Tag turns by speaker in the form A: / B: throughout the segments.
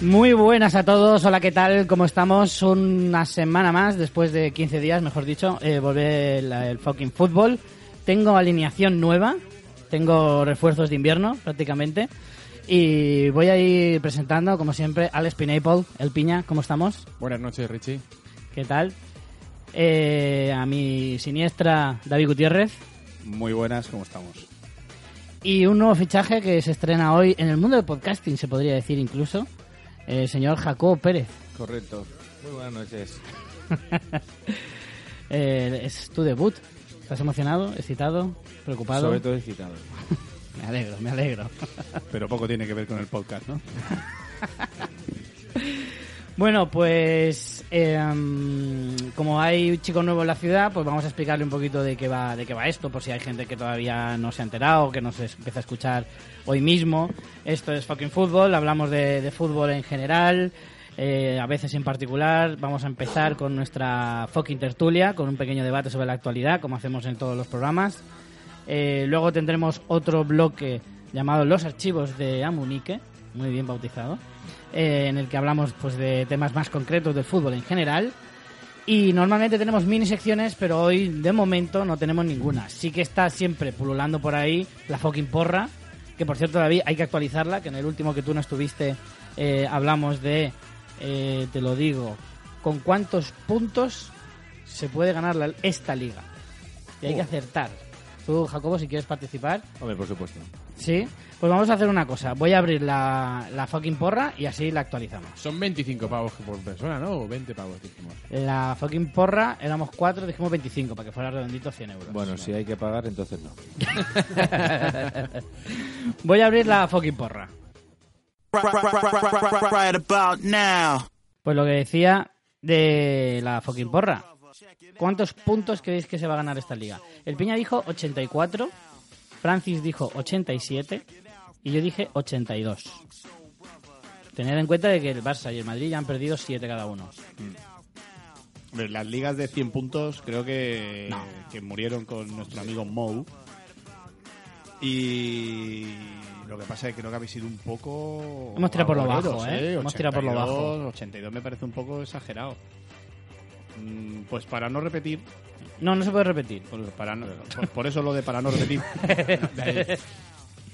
A: Muy buenas a todos, hola, ¿qué tal? ¿Cómo estamos? Una semana más, después de 15 días, mejor dicho, eh, volver el, el fucking fútbol. Tengo alineación nueva, tengo refuerzos de invierno prácticamente. Y voy a ir presentando, como siempre, Alex Pineapple, El Piña, ¿cómo estamos?
B: Buenas noches, Richie.
A: ¿Qué tal? Eh, a mi siniestra, David Gutiérrez.
C: Muy buenas, ¿cómo estamos?
A: Y un nuevo fichaje que se estrena hoy en el mundo del podcasting, se podría decir incluso, el señor Jacobo Pérez.
C: Correcto. Muy buenas noches.
A: Eh, es tu debut. ¿Estás emocionado, excitado, preocupado?
C: Sobre todo excitado.
A: Me alegro, me alegro.
C: Pero poco tiene que ver con el podcast, ¿no?
A: Bueno, pues eh, como hay un chico nuevo en la ciudad, pues vamos a explicarle un poquito de qué va, de qué va esto, por si hay gente que todavía no se ha enterado, que nos es- empieza a escuchar hoy mismo. Esto es fucking fútbol, hablamos de, de fútbol en general, eh, a veces en particular. Vamos a empezar con nuestra fucking tertulia, con un pequeño debate sobre la actualidad, como hacemos en todos los programas. Eh, luego tendremos otro bloque llamado Los archivos de Amunique, muy bien bautizado, eh, en el que hablamos pues, de temas más concretos del fútbol en general. Y normalmente tenemos mini secciones, pero hoy de momento no tenemos ninguna. Sí que está siempre pululando por ahí la fucking porra, que por cierto, David, hay que actualizarla, que en el último que tú no estuviste eh, hablamos de, eh, te lo digo, con cuántos puntos se puede ganar la- esta liga. Y hay que acertar. Tú, Jacobo, si quieres participar,
C: Hombre, por supuesto.
A: ¿sí? Pues vamos a hacer una cosa. Voy a abrir la, la fucking porra y así la actualizamos.
B: Son 25 pavos por persona, ¿no? O 20 pavos, dijimos.
A: La fucking porra, éramos cuatro, dijimos 25, para que fuera redondito 100 euros.
D: Bueno, si hay que pagar, entonces no.
A: Voy a abrir la fucking porra.
E: right about now.
A: Pues lo que decía de la fucking porra. ¿Cuántos puntos creéis que se va a ganar esta liga? El Piña dijo 84, Francis dijo 87 y yo dije 82. Tener en cuenta de que el Barça y el Madrid ya han perdido 7 cada uno.
C: Hombre, Las ligas de 100 puntos creo que, que murieron con nuestro amigo Mou. Y lo que pasa es que creo que habéis sido un poco...
A: Hemos tirado por lo bajo,
C: agoreros,
A: ¿eh? Hemos tirado por lo bajo.
C: 82, 82 me parece un poco exagerado. Mm, Pues para no repetir,
A: No, no se puede repetir.
C: por, para no- por- por eso lo de para no repetir.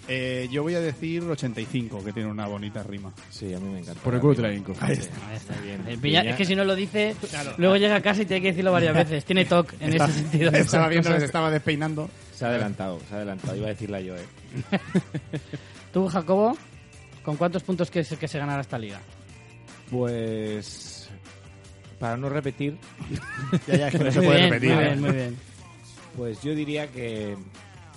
C: Eh, yo voy a decir 85, que tiene una bonita rima.
D: Sí, a mí me encanta.
B: Por el culo te la hinco.
A: Ahí está bien. El Piña, es que si no lo dice, luego llega a casa y tiene que decirlo varias veces. Tiene TOC en ese sentido.
C: Estaba viendo que se estaba despeinando.
D: Se ha adelantado, se ha adelantado. Iba a decirla yo, ¿eh?
A: Tú, Jacobo, ¿con cuántos puntos crees que se ganará esta liga?
D: Pues... Para no repetir,
C: Ya, ya, es que no se
A: Muy
C: puede
A: bien,
C: repetir.
A: Muy
C: ¿eh?
A: bien, muy bien.
D: pues yo diría que...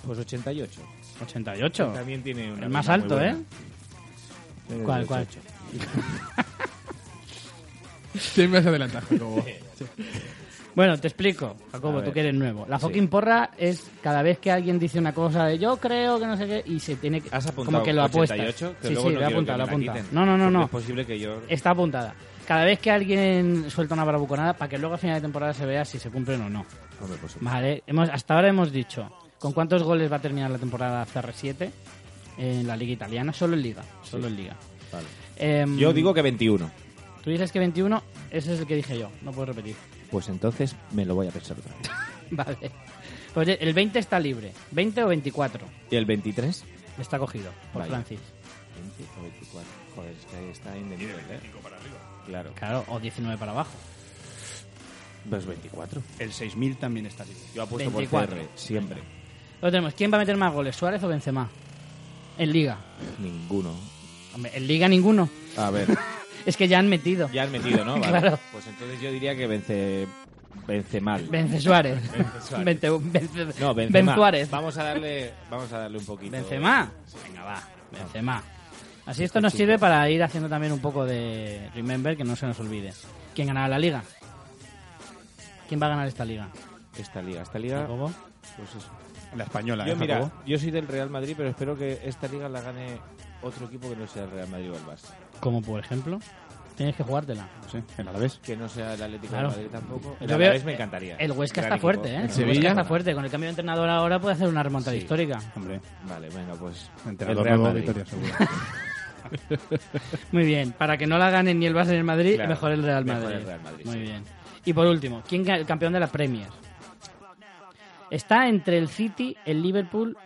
D: Pues 88.
A: 88.
D: También tiene una
A: El más
D: línea
A: alto,
D: muy Eh,
A: ¿eh?
D: buena.
A: ¿Cuál,
D: 88.
A: cuál?
B: ¿Quién me has adelantado, Jacobo?
A: Bueno, te explico,
D: A
A: Jacobo, tú
D: ver.
A: que eres nuevo. La fucking porra es cada vez que alguien dice una cosa de yo creo que no sé qué y se tiene que...
D: ¿Has apuntado
A: como que lo apuesta.
D: 88? Que
A: sí,
D: luego
A: sí,
D: no
A: lo he apuntado,
D: quiero que
A: lo he
D: me la
A: apuntado.
D: quiten,
A: No, no, no,
D: porque
A: no.
D: Es posible que yo...
A: Está apuntada. Cada vez que alguien suelta una barbacoconada para que luego a final de temporada se vea si se cumplen o no.
D: Hombre, pues, por supuesto.
A: Vale, hemos, hasta ahora hemos dicho con cuántos goles va a terminar la temporada CR7 en la liga italiana, solo en liga, solo en liga.
D: Vale.
A: Em,
D: Yo digo que 21.
A: Tú dices que 21, ese es el que dije yo, no puedo repetir.
D: Pues entonces me lo voy a pensar otra vez.
A: Vale. Oye, el 20 está libre, 20 o 24
D: ¿Y el 23?
A: está cogido por
D: Vaya.
A: Francis.
D: 20 o 24. Joder, es que ahí está indemnido, ¿eh? Claro.
A: Claro, o 19 para abajo.
D: Pues 24.
C: El 6000 también está libre.
D: Yo apuesto
A: 24.
D: por CR, siempre.
A: Lo tenemos, ¿quién va a meter más goles, Suárez o Benzema? En liga.
D: Ninguno.
A: Hombre, en liga ninguno.
D: A ver,
A: Es que ya han metido.
D: ya han metido, ¿no? Vale.
A: Claro.
D: Pues entonces yo diría que vence vence mal.
A: Vence Suárez. Vence, vence-
D: no, vence
A: Ben
D: mal.
A: Suárez.
D: Vamos a darle vamos a darle un poquito.
A: Benzema. Venga, va. Benzema. Así esto nos sirve para ir haciendo también un poco de remember, que no se nos olvide. ¿Quién ganará la liga? ¿Quién va a ganar esta liga?
D: Esta liga, esta liga.
A: ¿Jacobo?
D: Pues eso.
C: La española,
D: Yo
C: ¿eh,
D: mira,
C: Jacobo?
D: yo soy del Real Madrid, pero espero que esta liga la gane otro equipo que no sea el Real Madrid o el Barça.
A: Como por ejemplo, tienes que jugártela.
C: Sí, en Alavés.
D: Que no sea el Atlético
A: Claro.
D: de Madrid tampoco. El
A: Yo veo-
D: Alavés me encantaría.
A: El Huesca está
D: Gran equipo.
A: fuerte, ¿eh? El
B: Sevilla.
A: Huesca está fuerte. Con el cambio de entrenador ahora puede hacer una remontada
D: Sí.
A: histórica.
C: Hombre,
D: Vale, venga, pues
C: entrenador
D: el Real
C: nuevo,
D: Madrid.
C: victoria segura.
A: Muy bien, para que no la gane ni el Barça ni el Madrid,
D: Claro,
A: mejor el Real
D: mejor
A: Madrid.
D: el Real Madrid,
A: Muy
D: sí.
A: bien. Y por último, ¿quién gana el campeón de la Premier? Está entre el City, el Liverpool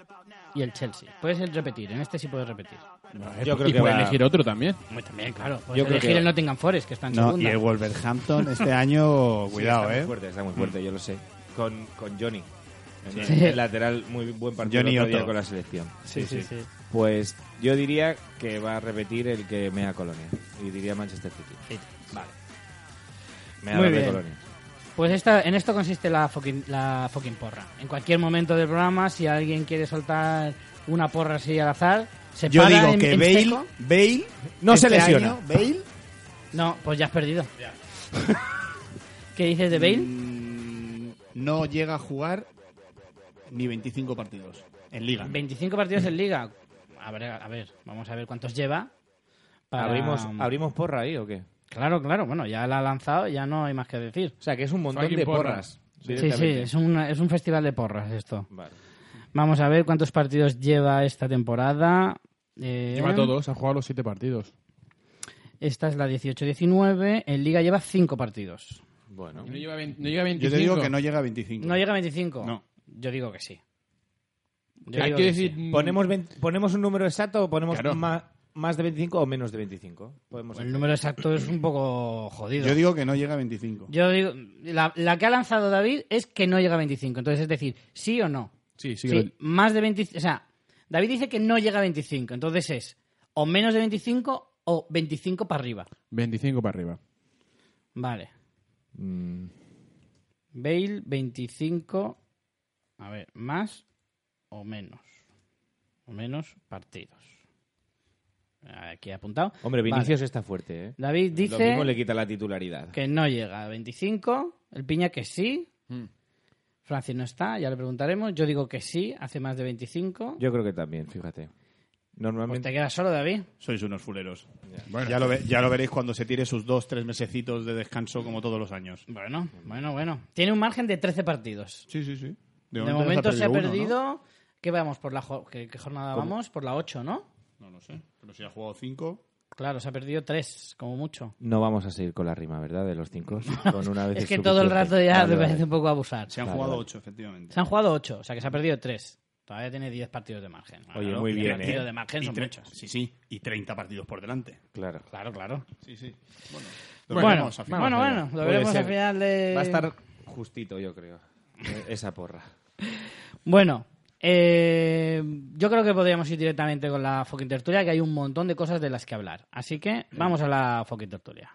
A: y el Chelsea. Puedes repetir, en este sí puedes repetir.
C: Yo creo
B: y
C: que
B: puede
C: va-
B: elegir otro también.
A: Muy también, claro. Puedes
C: Yo creo
A: elegir
C: que-
A: el Nottingham Forest, que está en
C: No, y
A: segunda.
C: el Wolverhampton este año, cuidado,
D: está
C: ¿eh?
D: Muy fuerte, está muy fuerte, yo lo sé. Con, con Johnny.
C: Sí.
D: El lateral, muy buen partido
C: Johnny
D: el otro día
C: Otto.
D: con la selección.
A: Sí, sí, sí.
D: Pues yo diría que va a repetir el que mea Colonia. Y diría Manchester City. Vale. Me
A: Muy
D: habla de
A: bien.
D: Colonia.
A: Pues esta, en esto consiste la fucking, la fucking porra. En cualquier momento del programa, si alguien quiere soltar una porra así al azar, se
C: Yo
A: para
C: digo
A: en-
C: que
A: en
C: Bale,
A: seco.
C: Bale
D: No se
C: este
D: lesiona.
C: año, Bale
A: No, pues ya has perdido. ¿Qué dices de Bale?
C: mm, no llega a jugar ni 25 partidos en liga.
A: 25 partidos en liga. A ver, a ver, vamos a ver cuántos lleva. para-
D: ¿Abrimos, ¿Abrimos porra ahí o qué?
A: Claro, claro, bueno, ya la ha lanzado, ya no hay más que decir.
D: O sea, que es un montón
B: Fucking
D: de
B: porras.
D: porras.
A: Sí, sí, es, una- es un festival de porras esto.
D: Vale.
A: Vamos a ver cuántos partidos lleva esta temporada. Eh,
B: Lleva todos, ha jugado los siete partidos.
A: Esta es la 18-19. En Liga lleva 5 partidos.
D: Bueno.
B: No lleva, vein- no llega
C: Yo
B: 25.
C: te digo que no llega a 25.
A: ¿No llega a 25?
C: No.
A: Yo digo que sí. Yo
B: Hay
A: digo
B: que
A: que
B: decir. mm,
A: sí.
D: ¿Ponemos, vein- ¿Ponemos un número exacto o ponemos
B: Claro.
D: más, más de 25 o menos de 25? Podemos
A: El número exacto es un poco jodido.
C: Yo digo que no llega a 25.
A: Yo digo, la, la que ha lanzado David es que no llega a 25. Entonces, es decir, sí o no.
B: Sí, sí,
A: Sí,
B: que lo-
A: más de 25. O sea, David dice que no llega a 25. Entonces es o menos de 25 o 25 para arriba.
B: 25 para arriba.
A: Vale.
D: Mm,
A: Bale, 25. A ver, más o menos. O menos partidos. Aquí he apuntado.
D: Hombre,
A: Vale.
D: Vinicius está fuerte, ¿eh?
A: David
D: Lo
A: dice
D: mismo le quita la titularidad.
A: que no llega a 25. El Piña que sí.
C: Hmm.
B: Mm.
A: Francis no está, ya le preguntaremos. Yo digo que sí, hace más de 25.
D: Yo creo que también, fíjate.
A: Pues te
D: Normalmente...
A: quedas solo, David.
C: Sois unos fuleros.
B: Bueno,
C: Ya lo, ve- ya lo veréis cuando se tire sus dos, tres mesecitos de descanso como todos los años.
A: Bueno, bueno, bueno. Tiene un margen de 13 partidos.
C: Sí, sí, sí.
A: De, momento se ha
C: uno, ¿no?
A: perdido. ¿Qué vamos? por la jo- ¿Qué, qué jornada vamos? Por la 8, ¿no?
C: ¿no? no sé. Pero si ha jugado cinco...
A: Claro, se ha perdido 3, como mucho.
D: No vamos a seguir con la rima, ¿verdad? De los cinco. Con una vez
A: Es que todo el rato ya
D: Vale,
A: me parece
D: vale.
A: un poco abusar.
C: Se han
D: Vale,
C: jugado
D: vale.
C: ocho, efectivamente.
A: Se han jugado 8, o sea que se ha perdido 3. Todavía tiene 10 partidos de margen.
D: Oye,
A: Claro,
D: muy
A: diez
D: bien,
A: partidos
D: ¿eh?
A: de margen
C: Y
A: son
C: tre-
A: muchos.
C: Sí, sí. Y 30 partidos por delante.
D: Claro.
A: Claro, claro.
C: Sí, sí. Bueno, lo
A: Bueno, bueno,
C: veremos a final.
A: bueno, lo
D: Puede
A: veremos
D: ser.
A: al final de...
D: Va a estar justito, yo creo. eh, Esa porra.
A: Bueno, eh, yo creo que podríamos ir directamente con la fucking tertulia, que hay un montón de cosas de las que hablar. Así que vamos a la fucking tertulia.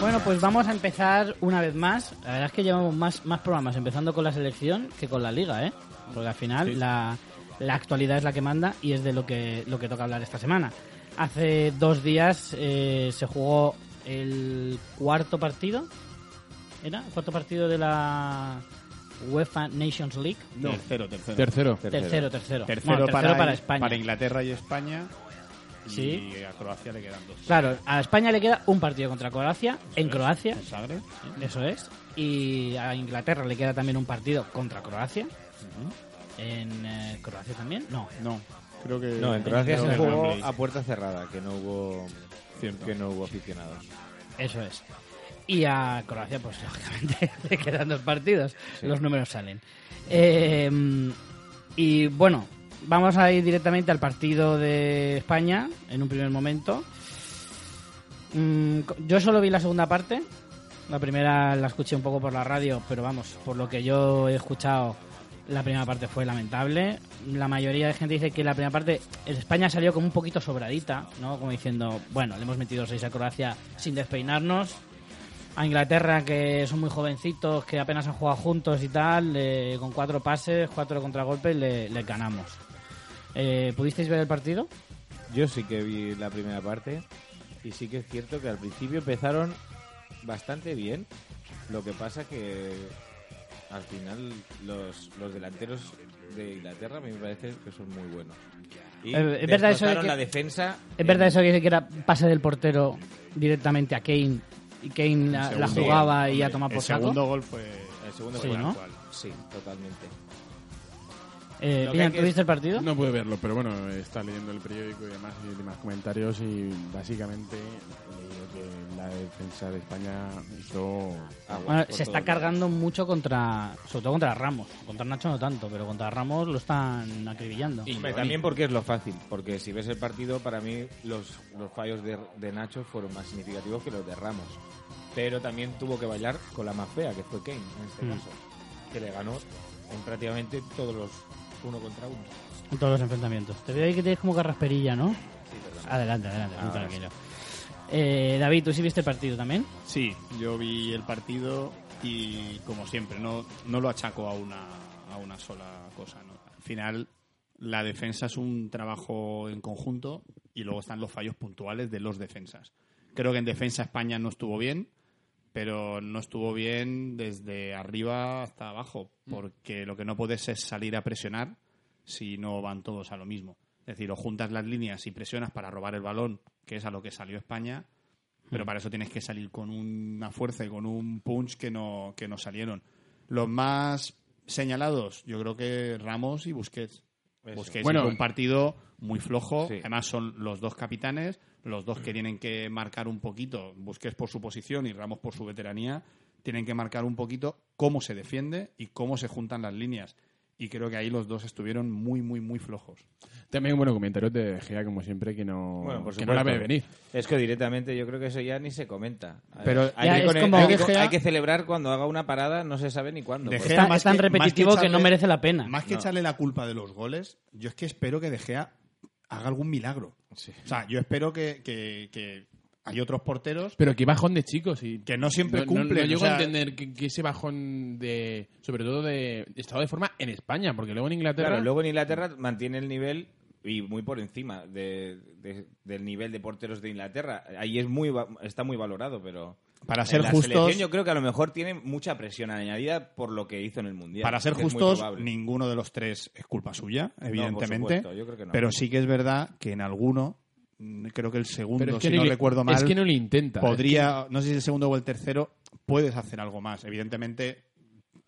A: Bueno, pues vamos a empezar una vez más. La verdad es que llevamos más, más programas empezando con la selección que con la liga, ¿eh? Porque al final la, la actualidad es la que manda y es de lo que, lo que toca hablar esta semana. Hace dos días eh, se jugó el cuarto partido. ¿Era? El cuarto partido de la UEFA Nations League.
C: Tercero, tercero.
B: Tercero.
A: Tercero, tercero.
C: Tercero
A: Bueno,
C: para,
A: para España.
C: para Inglaterra y España.
A: Sí.
C: Y a Croacia le quedan dos.
A: Claro, a España le queda un partido contra Croacia, en Croacia,
C: En Zagreb.
A: Eso es. Y a Inglaterra le queda también un partido contra Croacia. En eh, Croacia también. No.
C: No, creo que.
D: No, en Croacia
A: creo
D: se
A: que
D: jugó
C: Wembley.
D: a puerta cerrada, que no hubo,
C: Cierto.
D: que no hubo aficionados.
A: Eso es. Y a Croacia, pues lógicamente le quedan dos partidos. Los números salen. Eh, y bueno, vamos a ir directamente al partido de España en un primer momento. Mm, co- yo solo vi la segunda parte. La primera la escuché un poco por la radio, pero vamos, por lo que yo he escuchado, la primera parte fue lamentable. La mayoría de gente dice que la primera parte, el España salió como un poquito sobradita, ¿no? Como diciendo, bueno, le hemos metido seis a Croacia sin despeinarnos. A Inglaterra, que son muy jovencitos, que apenas han jugado juntos y tal, eh, con cuatro pases, cuatro contragolpes, le, le ganamos. Eh, ¿Pudisteis ver el partido?
D: Yo sí que vi la primera parte y sí que es cierto que al principio empezaron bastante bien. Lo que pasa que al final los, los delanteros de Inglaterra a mí me parece que son muy buenos. Y
A: Eh, es verdad eso de
D: destrozaron
A: que-
D: la defensa.
A: Es verdad
C: Eh,
A: eso que se quiera pase del portero directamente a Kane y Kane la, la
C: Segundo
A: jugaba
C: gol,
A: y a
C: hombre.
A: tomar por
C: El
A: saco.
C: segundo gol fue.
D: El segundo
A: Sí,
D: fue
A: ¿no?
D: actual. Sí, totalmente.
A: Eh,
D: Lo que hay
A: Piña,
D: que
A: ¿tú viste el partido?
B: No pude verlo, pero bueno, está leyendo el periódico y demás, y demás comentarios y básicamente he leído que la defensa de España hizo...
D: Aguas
A: Ah, Bueno,
D: por
A: se
D: todo
A: está
D: el-
A: cargando mucho contra, sobre todo contra Ramos. Contra Nacho no tanto, pero contra Ramos lo están acribillando.
D: Hombre, también porque es lo fácil, porque si ves el partido, para mí los, los fallos de, de Nacho fueron más significativos que los de Ramos. Pero también tuvo que bailar con la más fea, que fue Kane, en este
A: Mm.
D: caso, que le ganó en prácticamente todos los uno contra uno.
A: En todos los enfrentamientos. Te veo ahí que tienes como carrasperilla, ¿no? Adelante, adelante, tú
C: Ah,
D: Ahora
A: tranquilo. Eh, David, ¿tú sí viste el partido también?
C: Sí, yo vi el partido y como siempre, no, no lo achaco a una, a una sola cosa. ¿no? Al final, la defensa es un trabajo en conjunto y luego están los fallos puntuales de los defensas. Creo que en defensa España no estuvo bien, pero no estuvo bien desde arriba hasta abajo, porque lo que no puedes es salir a presionar si no van todos a lo mismo. Es decir, o juntas las líneas y presionas para robar el balón, que es a lo que salió España, pero para eso tienes que salir con una fuerza y con un punch que no, que no salieron. Los más señalados, yo creo que Ramos y Busquets. Busquets
B: Bueno,
C: hizo un partido muy flojo,
D: Sí.
C: además son los dos capitanes, los dos que tienen que marcar un poquito, Busquets por su posición y Ramos por su veteranía, tienen que marcar un poquito cómo se defiende y cómo se juntan las líneas. Y creo que ahí los dos estuvieron muy, muy, muy flojos.
B: También, bueno, comentarios de De Gea, como siempre, que no,
D: Bueno, por
B: que no la ve
D: supuesto.
B: venir.
D: Es que directamente yo creo que eso ya ni se comenta.
C: Pero
D: hay,
A: ya
D: que
A: es
D: con-
A: como-
D: hay que-
C: De Gea-
D: hay que celebrar cuando haga una parada, no se sabe ni cuándo.
C: De
D: porque-
C: Gea,
A: Está-
C: más
A: es tan
C: que-
A: repetitivo
C: más
A: que no
C: echarle-
A: merece la pena.
C: Más que echarle la culpa de los goles, yo es que espero que De Gea haga algún milagro. O sea, yo espero que, que- que hay otros porteros
B: Pero qué bajón de chicos. Y
C: que no siempre
B: no, no-
C: cumplen.
B: no llego
C: o sea,
B: a entender que, que ese bajón de... Sobre todo de estado de forma en España, porque luego en Inglaterra...
D: Claro, luego en Inglaterra mantiene el nivel y muy por encima de- de- del nivel de porteros de Inglaterra. Ahí es muy va- está muy valorado, pero
C: Para
D: en
C: ser
D: la
C: justos-
D: selección yo creo que a lo mejor tiene mucha presión añadida por lo que hizo en el mundial.
C: Para ser
D: que es muy
C: justos,
D: probable.
C: ninguno de los tres es culpa suya, evidentemente.
D: supuesto, yo creo que no.
C: Pero sí que es verdad que en alguno, mm, creo que el segundo,
B: pero es que
C: si no
B: le-
C: recuerdo mal,
B: Es que no le intenta. ¿eh?
C: podría, no sé si el segundo o el tercero, puedes hacer algo más. Evidentemente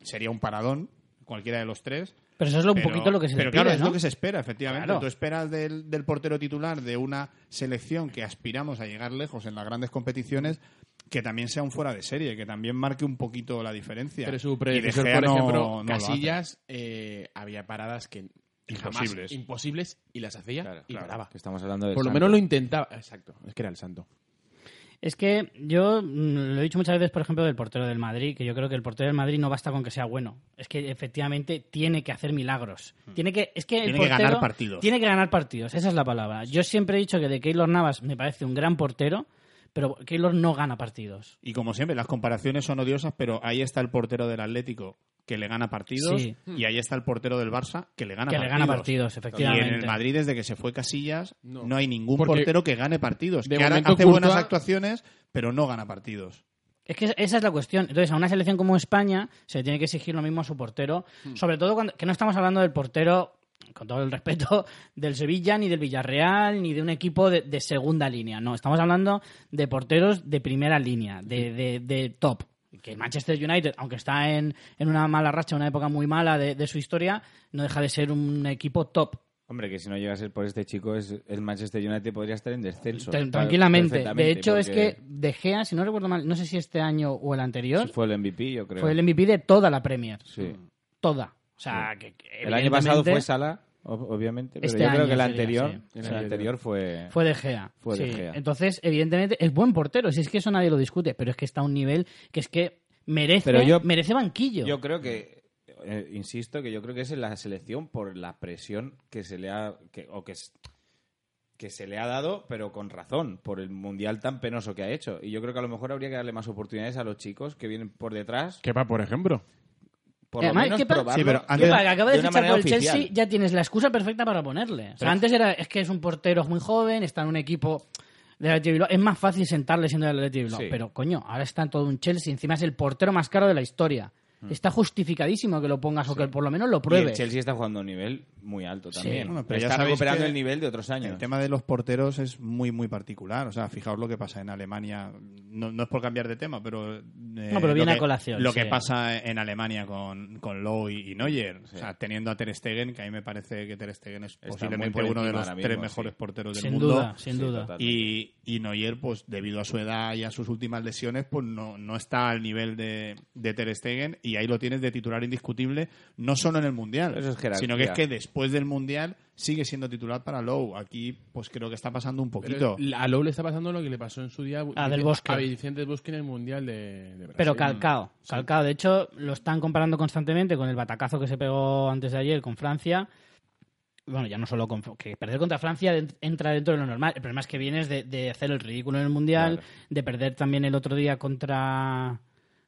C: sería un paradón, cualquiera de los tres.
A: Pero eso es lo, un poquito lo que se
C: pero
A: le
C: claro,
A: pide,
C: es
A: ¿no?
C: lo que se espera, efectivamente.
A: Claro.
C: Tú esperas del, del portero titular de una selección que aspiramos a llegar lejos en las grandes competiciones que también sea un fuera de serie, que también marque un poquito la diferencia.
B: Pero su
C: Y
B: predecesor,
C: De Gea
B: por
C: no-
B: ejemplo,
C: no lo hace.
B: Casillas, eh, había paradas que jamás-
C: Imposibles.
B: imposibles y las hacía
D: Claro,
B: y
D: claro,
B: paraba.
D: que estamos hablando de
B: Por lo menos lo intentaba. Exacto, es que era el santo.
A: Es que yo mm, lo he dicho muchas veces, por ejemplo, del portero del Madrid, que yo creo que el portero del Madrid no basta con que sea bueno. Es que efectivamente tiene que hacer milagros. Tiene que, es que el
C: Hmm. Tiene que
A: portero
C: ganar partidos.
A: Tiene que ganar partidos, esa es la palabra. Yo siempre he dicho que de Keylor Navas me parece un gran portero, pero Keylor no gana partidos.
C: Y como siempre, las comparaciones son odiosas, pero ahí está el portero del Atlético que le gana partidos
A: Sí.
C: y ahí está el portero del Barça que le gana
A: que
C: partidos.
A: le gana partidos,
C: Y
A: efectivamente.
C: en el Madrid, desde que se fue Casillas, no,
B: No.
C: hay ningún
B: Porque
C: portero que gane partidos.
B: de
C: Que ahora
B: momento
C: hace
B: Courtois-
C: buenas actuaciones, pero no gana partidos.
A: Es que esa es la cuestión. Entonces, a una selección como España se le tiene que exigir lo mismo a su portero,
D: Hmm.
A: sobre todo cuando que no estamos hablando del portero, con todo el respeto, del Sevilla, ni del Villarreal, ni de un equipo de, de segunda línea. No, estamos hablando de porteros de primera línea,
D: Hmm.
A: de, de- de top. Que Manchester United, aunque está en, en una mala racha, una época muy mala de, de su historia, no deja de ser un equipo top.
D: Hombre, que si no llega a ser por este chico, es, el Manchester United podría estar en descenso.
A: Tran-
D: Pa-
A: Tranquilamente. De
D: perfectamente,
A: hecho, es
D: porque
A: que De Gea, si no recuerdo mal, no sé si este año o el anterior,
D: fue el MVP, yo creo.
A: fue el MVP de toda la Premier.
D: Sí.
A: toda. O sea, que, que
D: El año pasado
A: evidentemente
D: fue Sala, ob- obviamente, pero
A: Este
D: yo creo
A: año
D: que el
A: sería,
D: anterior,
A: sí.
D: el anterior fue...
A: fue de Gea.
D: Fue De
A: Sí.
D: Gea.
A: Entonces, evidentemente, es buen portero. Si es que eso nadie lo discute, pero es que está a un nivel que es que merece,
D: Pero yo-
A: merece banquillo.
D: Yo creo que, eh, insisto, que yo creo que es en la selección por la presión que se le ha, que, o que, s- que se le ha dado, pero con razón, por el mundial tan penoso que ha hecho. Y yo creo que a lo mejor habría que darle más oportunidades a los chicos que vienen por detrás,
B: Kepa, por ejemplo.
D: por lo
A: Además,
D: menos
A: ¿qué pa-
D: probarlo
C: Sí, pero
D: de
A: Que
C: antes-
A: va,
D: una-
A: que acaba de,
D: una
A: fichar
D: manera
A: por el
D: oficial.
A: Chelsea, ya tienes la excusa perfecta para ponerle. O sea,
D: Pero-
A: antes era, es que es un portero muy joven, está en un equipo del Athletic Bilbao. Es más fácil sentarle siendo del Athletic Bilbao.
D: Sí.
A: Pero, coño, ahora está en todo un Chelsea. Encima es el portero más caro de la historia. está justificadísimo que lo pongas o que por lo menos lo
D: Mm. Y el
A: pruebes.
D: Chelsea está jugando a un nivel muy alto también.
C: Bueno, pero ya
D: está
C: sabéis
D: recuperando
C: que
D: el nivel de otros años.
C: El tema de los porteros es muy, muy particular. O sea, fijaos lo que pasa en Alemania. No, no es por cambiar de tema, pero. eh,
A: pero
C: lo
A: viene a
C: que-
A: colación,
C: Lo
A: sí.
C: que pasa en Alemania con, con Lowe y, y Neuer. O sea, teniendo a Ter Stegen, que a mí me parece que Ter Stegen es
D: Está
C: posiblemente
D: muy por
C: uno de
D: encima
C: los
D: ahora
C: tres
D: mismo, sí.
C: mejores porteros del
A: sin
C: mundo.
A: duda, sin
D: Sí,
A: duda.
D: total.
C: Y, y Neuer, pues debido a su edad y a sus últimas lesiones, pues no, no está al nivel de, de Ter Stegen y ahí lo tienes de titular indiscutible, no solo en el Mundial,
D: Eso es jerarquía.
C: sino que es que después del Mundial sigue siendo titular para Lowe. Aquí, pues creo que está pasando un poquito.
F: Pero a Lowe le está pasando lo que le pasó en su día
A: A Del Bosque.
F: a Vicente del Bosque en el Mundial de, de Brasil. Mm.
A: Pero calcao, calcao. De hecho, lo están comparando constantemente con el batacazo que se pegó antes de ayer con Francia. Bueno, ya no solo con... Que perder contra Francia dent- entra dentro de lo normal. El problema es que vienes de, de hacer el ridículo en el Mundial, de perder también el otro día contra... no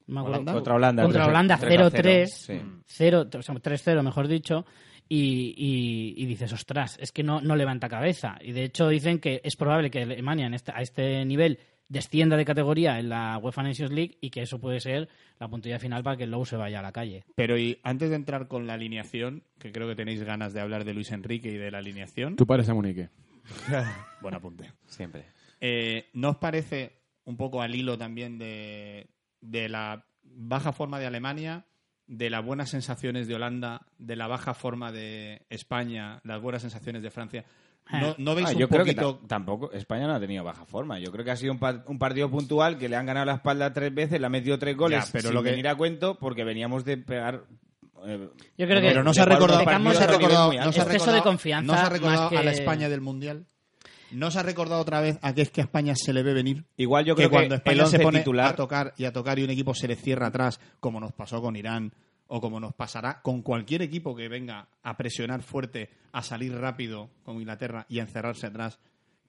A: me acuerdo-
C: Holanda.
D: Contra Holanda.
A: Contra
D: tres-
A: Holanda,
D: tres a cero.
A: 0-3.
D: Sí.
C: Mm.
A: Cero, o sea, 3-0, mejor dicho, y, y- y dices, ostras, es que no, no levanta cabeza. Y de hecho dicen que es probable que Alemania en este- a este nivel descienda de categoría en la UEFA Nations League y que eso puede ser la puntilla final para que Lowe se vaya a la calle.
C: Pero y antes de entrar con la alineación, que creo que tenéis ganas de hablar de Luis Enrique y de la alineación,
B: Tu padre es Amunique.
C: buen apunte.
D: Siempre.
C: Eh, ¿No os parece un poco al hilo también de, de la baja forma de Alemania, de las buenas sensaciones de Holanda, de la baja forma de España, las buenas sensaciones de Francia? ¿No, no veis
D: Ah,
C: un
D: yo creo que
C: poquito
D: ta- tampoco España no ha tenido baja forma. Yo creo que ha sido un, par- un partido puntual que le han ganado la espalda tres veces, le han metido tres goles,
C: Ya, pero
D: sin
C: lo que-
D: venir a cuento porque veníamos de pegar. eh,
A: Yo creo que
C: Pero no se ha
D: de
C: recordado,
D: cuatro
A: pecamos-
C: no se ha
D: partidos de nivel
C: recordado-
D: muy alto.
C: no se ha
A: Exceso
C: recordado-
A: de confianza
C: no se ha recordado
A: más que-
C: a la España del Mundial. No se ha recordado otra vez a que es que a España se le ve venir.
D: Igual yo
C: que
D: creo que,
C: cuando
D: el
C: España se
D: once
C: pone
D: titular
C: a tocar y a tocar y un equipo se le cierra atrás, como nos pasó con Irán o como nos pasará con cualquier equipo que venga a presionar fuerte, a salir rápido con Inglaterra y a encerrarse atrás,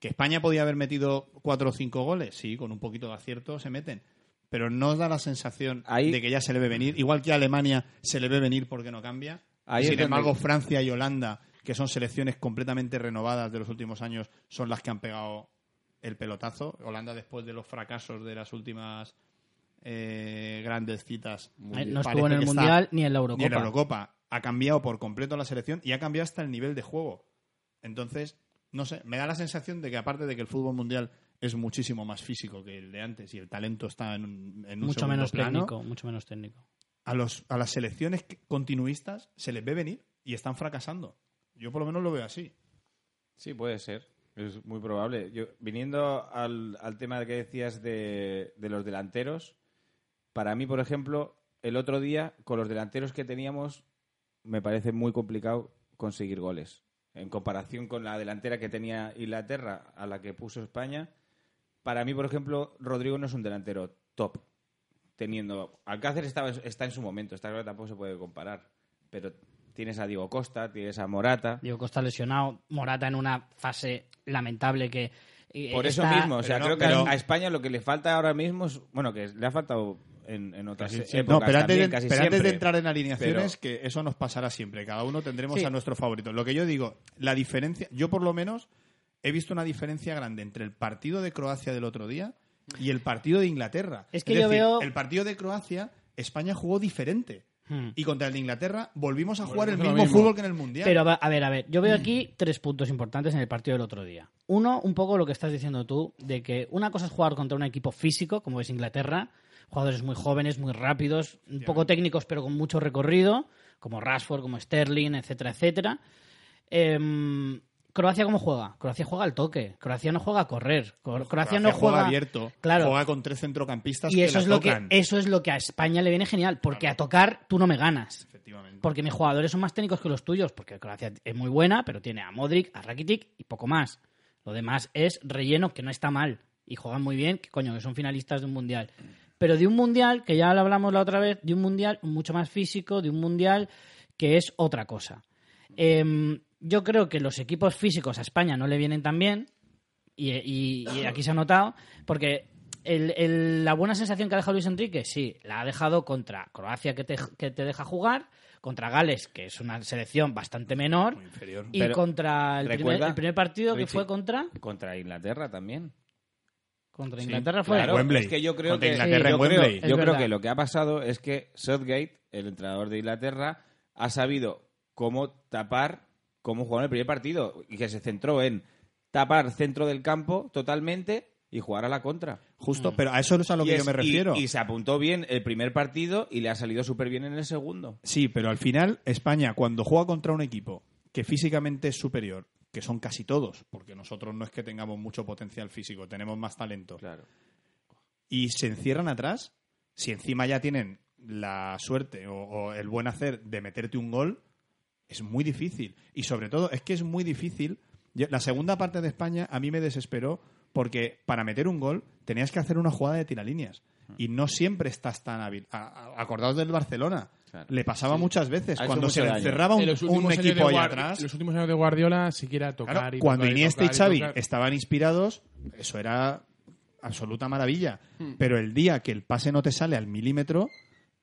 C: que España podía haber metido cuatro o cinco goles, sí, con un poquito de acierto se meten, pero no os da la sensación
D: Ahí-
C: de que ya se le ve venir, igual que a Alemania se le ve venir porque no cambia. Y
D: Ahí es
C: Sin
D: donde-
C: embargo, Francia y Holanda, que son selecciones completamente renovadas de los últimos años, son las que han pegado el pelotazo. Holanda, después de los fracasos de las últimas eh, grandes citas,
A: eh, no
C: parece
A: estuvo en el
C: que está
A: Mundial ni en la Eurocopa.
C: ni en la Eurocopa. Ha cambiado por completo la selección y ha cambiado hasta el nivel de juego. Entonces, no sé, me da la sensación de que aparte de que el fútbol mundial es muchísimo más físico que el de antes y el talento está en un, en un
A: mucho
C: segundo
A: menos
C: plano,
A: técnico, mucho menos técnico.
C: a, los, a las selecciones que- continuistas se les ve venir y están fracasando. Yo por lo menos lo veo así.
D: Sí, puede ser. Es muy probable. Yo, viniendo al, al tema que decías de, de los delanteros, para mí, por ejemplo, el otro día, con los delanteros que teníamos, me parece muy complicado conseguir goles. En comparación con la delantera que tenía Inglaterra, a la que puso España, para mí, por ejemplo, Rodrigo no es un delantero top. Teniendo. Alcácer estaba- está en su momento, está claro que tampoco se puede comparar. Pero tienes a Diego Costa, tienes a Morata.
A: Diego Costa lesionado, Morata en una fase lamentable que... eh,
D: Por eso
A: está-
D: mismo, o sea,
C: pero
D: creo
C: no,
D: que
C: pero-
D: a España lo que le falta ahora mismo es, bueno, que le ha faltado en, en otras
B: Casi siempre.
D: épocas
C: Eh, No, pero, antes,
D: también,
C: de,
D: casi
C: pero antes
D: siempre.
C: de entrar en alineaciones,
D: Pero-
C: que eso nos pasará siempre. Cada uno tendremos
A: Sí.
C: a nuestro favorito. Lo que yo digo, la diferencia, yo por lo menos he visto una diferencia grande entre el partido de Croacia del otro día y el partido de Inglaterra.
A: Es que yo veo-
C: El partido de Croacia, España jugó diferente.
A: Hmm.
C: Y contra el de Inglaterra volvimos a jugar el
B: Volvemos a lo
C: mismo,
B: mismo.
C: fútbol que en el Mundial.
A: Pero va- a ver, a ver, yo veo aquí tres puntos importantes en el partido del otro día. Uno, un poco lo que estás diciendo tú, de que una cosa es jugar contra un equipo físico, como es Inglaterra, jugadores muy jóvenes, muy rápidos, un poco técnicos, pero con mucho recorrido, como Rashford, como Sterling, etcétera, etcétera. Em, Croacia, ¿cómo juega? Croacia juega al toque, Croacia no juega a correr,
C: Pues
A: Cor- Croacia, no juega,
C: abierto,
A: Claro.
C: juega con tres centrocampistas
A: Y
C: que
A: eso
C: la
A: es, lo que,
C: tocan.
A: eso es lo que a España le viene genial, porque a tocar tú no me ganas
C: Efectivamente.
A: porque mis jugadores son más técnicos que los tuyos, porque Croacia es muy buena, pero tiene a Modric, a Rakitic y poco más. Lo demás es relleno, que no está mal, y juegan muy bien, que coño, que son finalistas de un mundial. Pero de un mundial, que ya lo hablamos la otra vez, de un mundial mucho más físico, de un mundial que es otra cosa. Em, yo creo que los equipos físicos a España no le vienen tan bien, y, y- y aquí se ha notado, porque el- el- la buena sensación que ha dejado Luis Enrique, sí, la ha dejado contra Croacia, que te, que te deja jugar, contra Gales, que es una selección bastante menor,
C: Inferior.
A: y
D: Pero,
A: contra el primer,
D: recuerda,
A: el primer partido que
D: Richie,
A: fue contra...
D: Contra Inglaterra también.
A: Contra
C: Sí,
A: Inglaterra fue.
C: claro. Wembley.
D: Es que yo creo
C: Contra
D: que,
C: Inglaterra
D: yo
C: en
D: creo-
C: Wembley.
A: Es
D: yo creo
A: verdad.
D: que lo que ha pasado es que Southgate, el entrenador de Inglaterra, ha sabido cómo tapar, cómo jugar en el primer partido y que se centró en tapar centro del campo totalmente y jugar a la contra.
C: Justo,
A: Mm.
C: pero a eso es a lo
D: Y
C: que yo
D: es-
C: me
D: y-
C: refiero.
D: Y, se apuntó bien el primer partido y le ha salido súper bien en el segundo.
C: Sí, pero al final España cuando juega contra un equipo que físicamente es superior, que son casi todos, porque nosotros no es que tengamos mucho potencial físico, tenemos más talento,
D: Claro.
C: y se encierran atrás, si encima ya tienen la suerte o, o el buen hacer de meterte un gol, es muy difícil. Y sobre todo, es que es muy difícil. Yo- la segunda parte de España a mí me desesperó porque para meter un gol tenías que hacer una jugada de tiralíneas.
F: Ah.
C: Y no siempre estás tan hábil. A- a- acordaos del Barcelona.
D: Claro.
C: Le pasaba muchas veces.
D: Ha hecho
C: Cuando
D: mucho
C: se le
D: daño.
C: encerraba un,
F: En los
C: un
F: últimos años de
C: equipo ahí
F: Guar-
C: atrás.
F: Los últimos años de Guardiola siquiera tocar
C: Claro,
F: y
C: cuando
F: tocar
C: Iniesta y,
F: tocar
C: Xavi
F: tocar.
C: estaban inspirados, eso era absoluta maravilla. Pero el día que el pase no te sale al milímetro,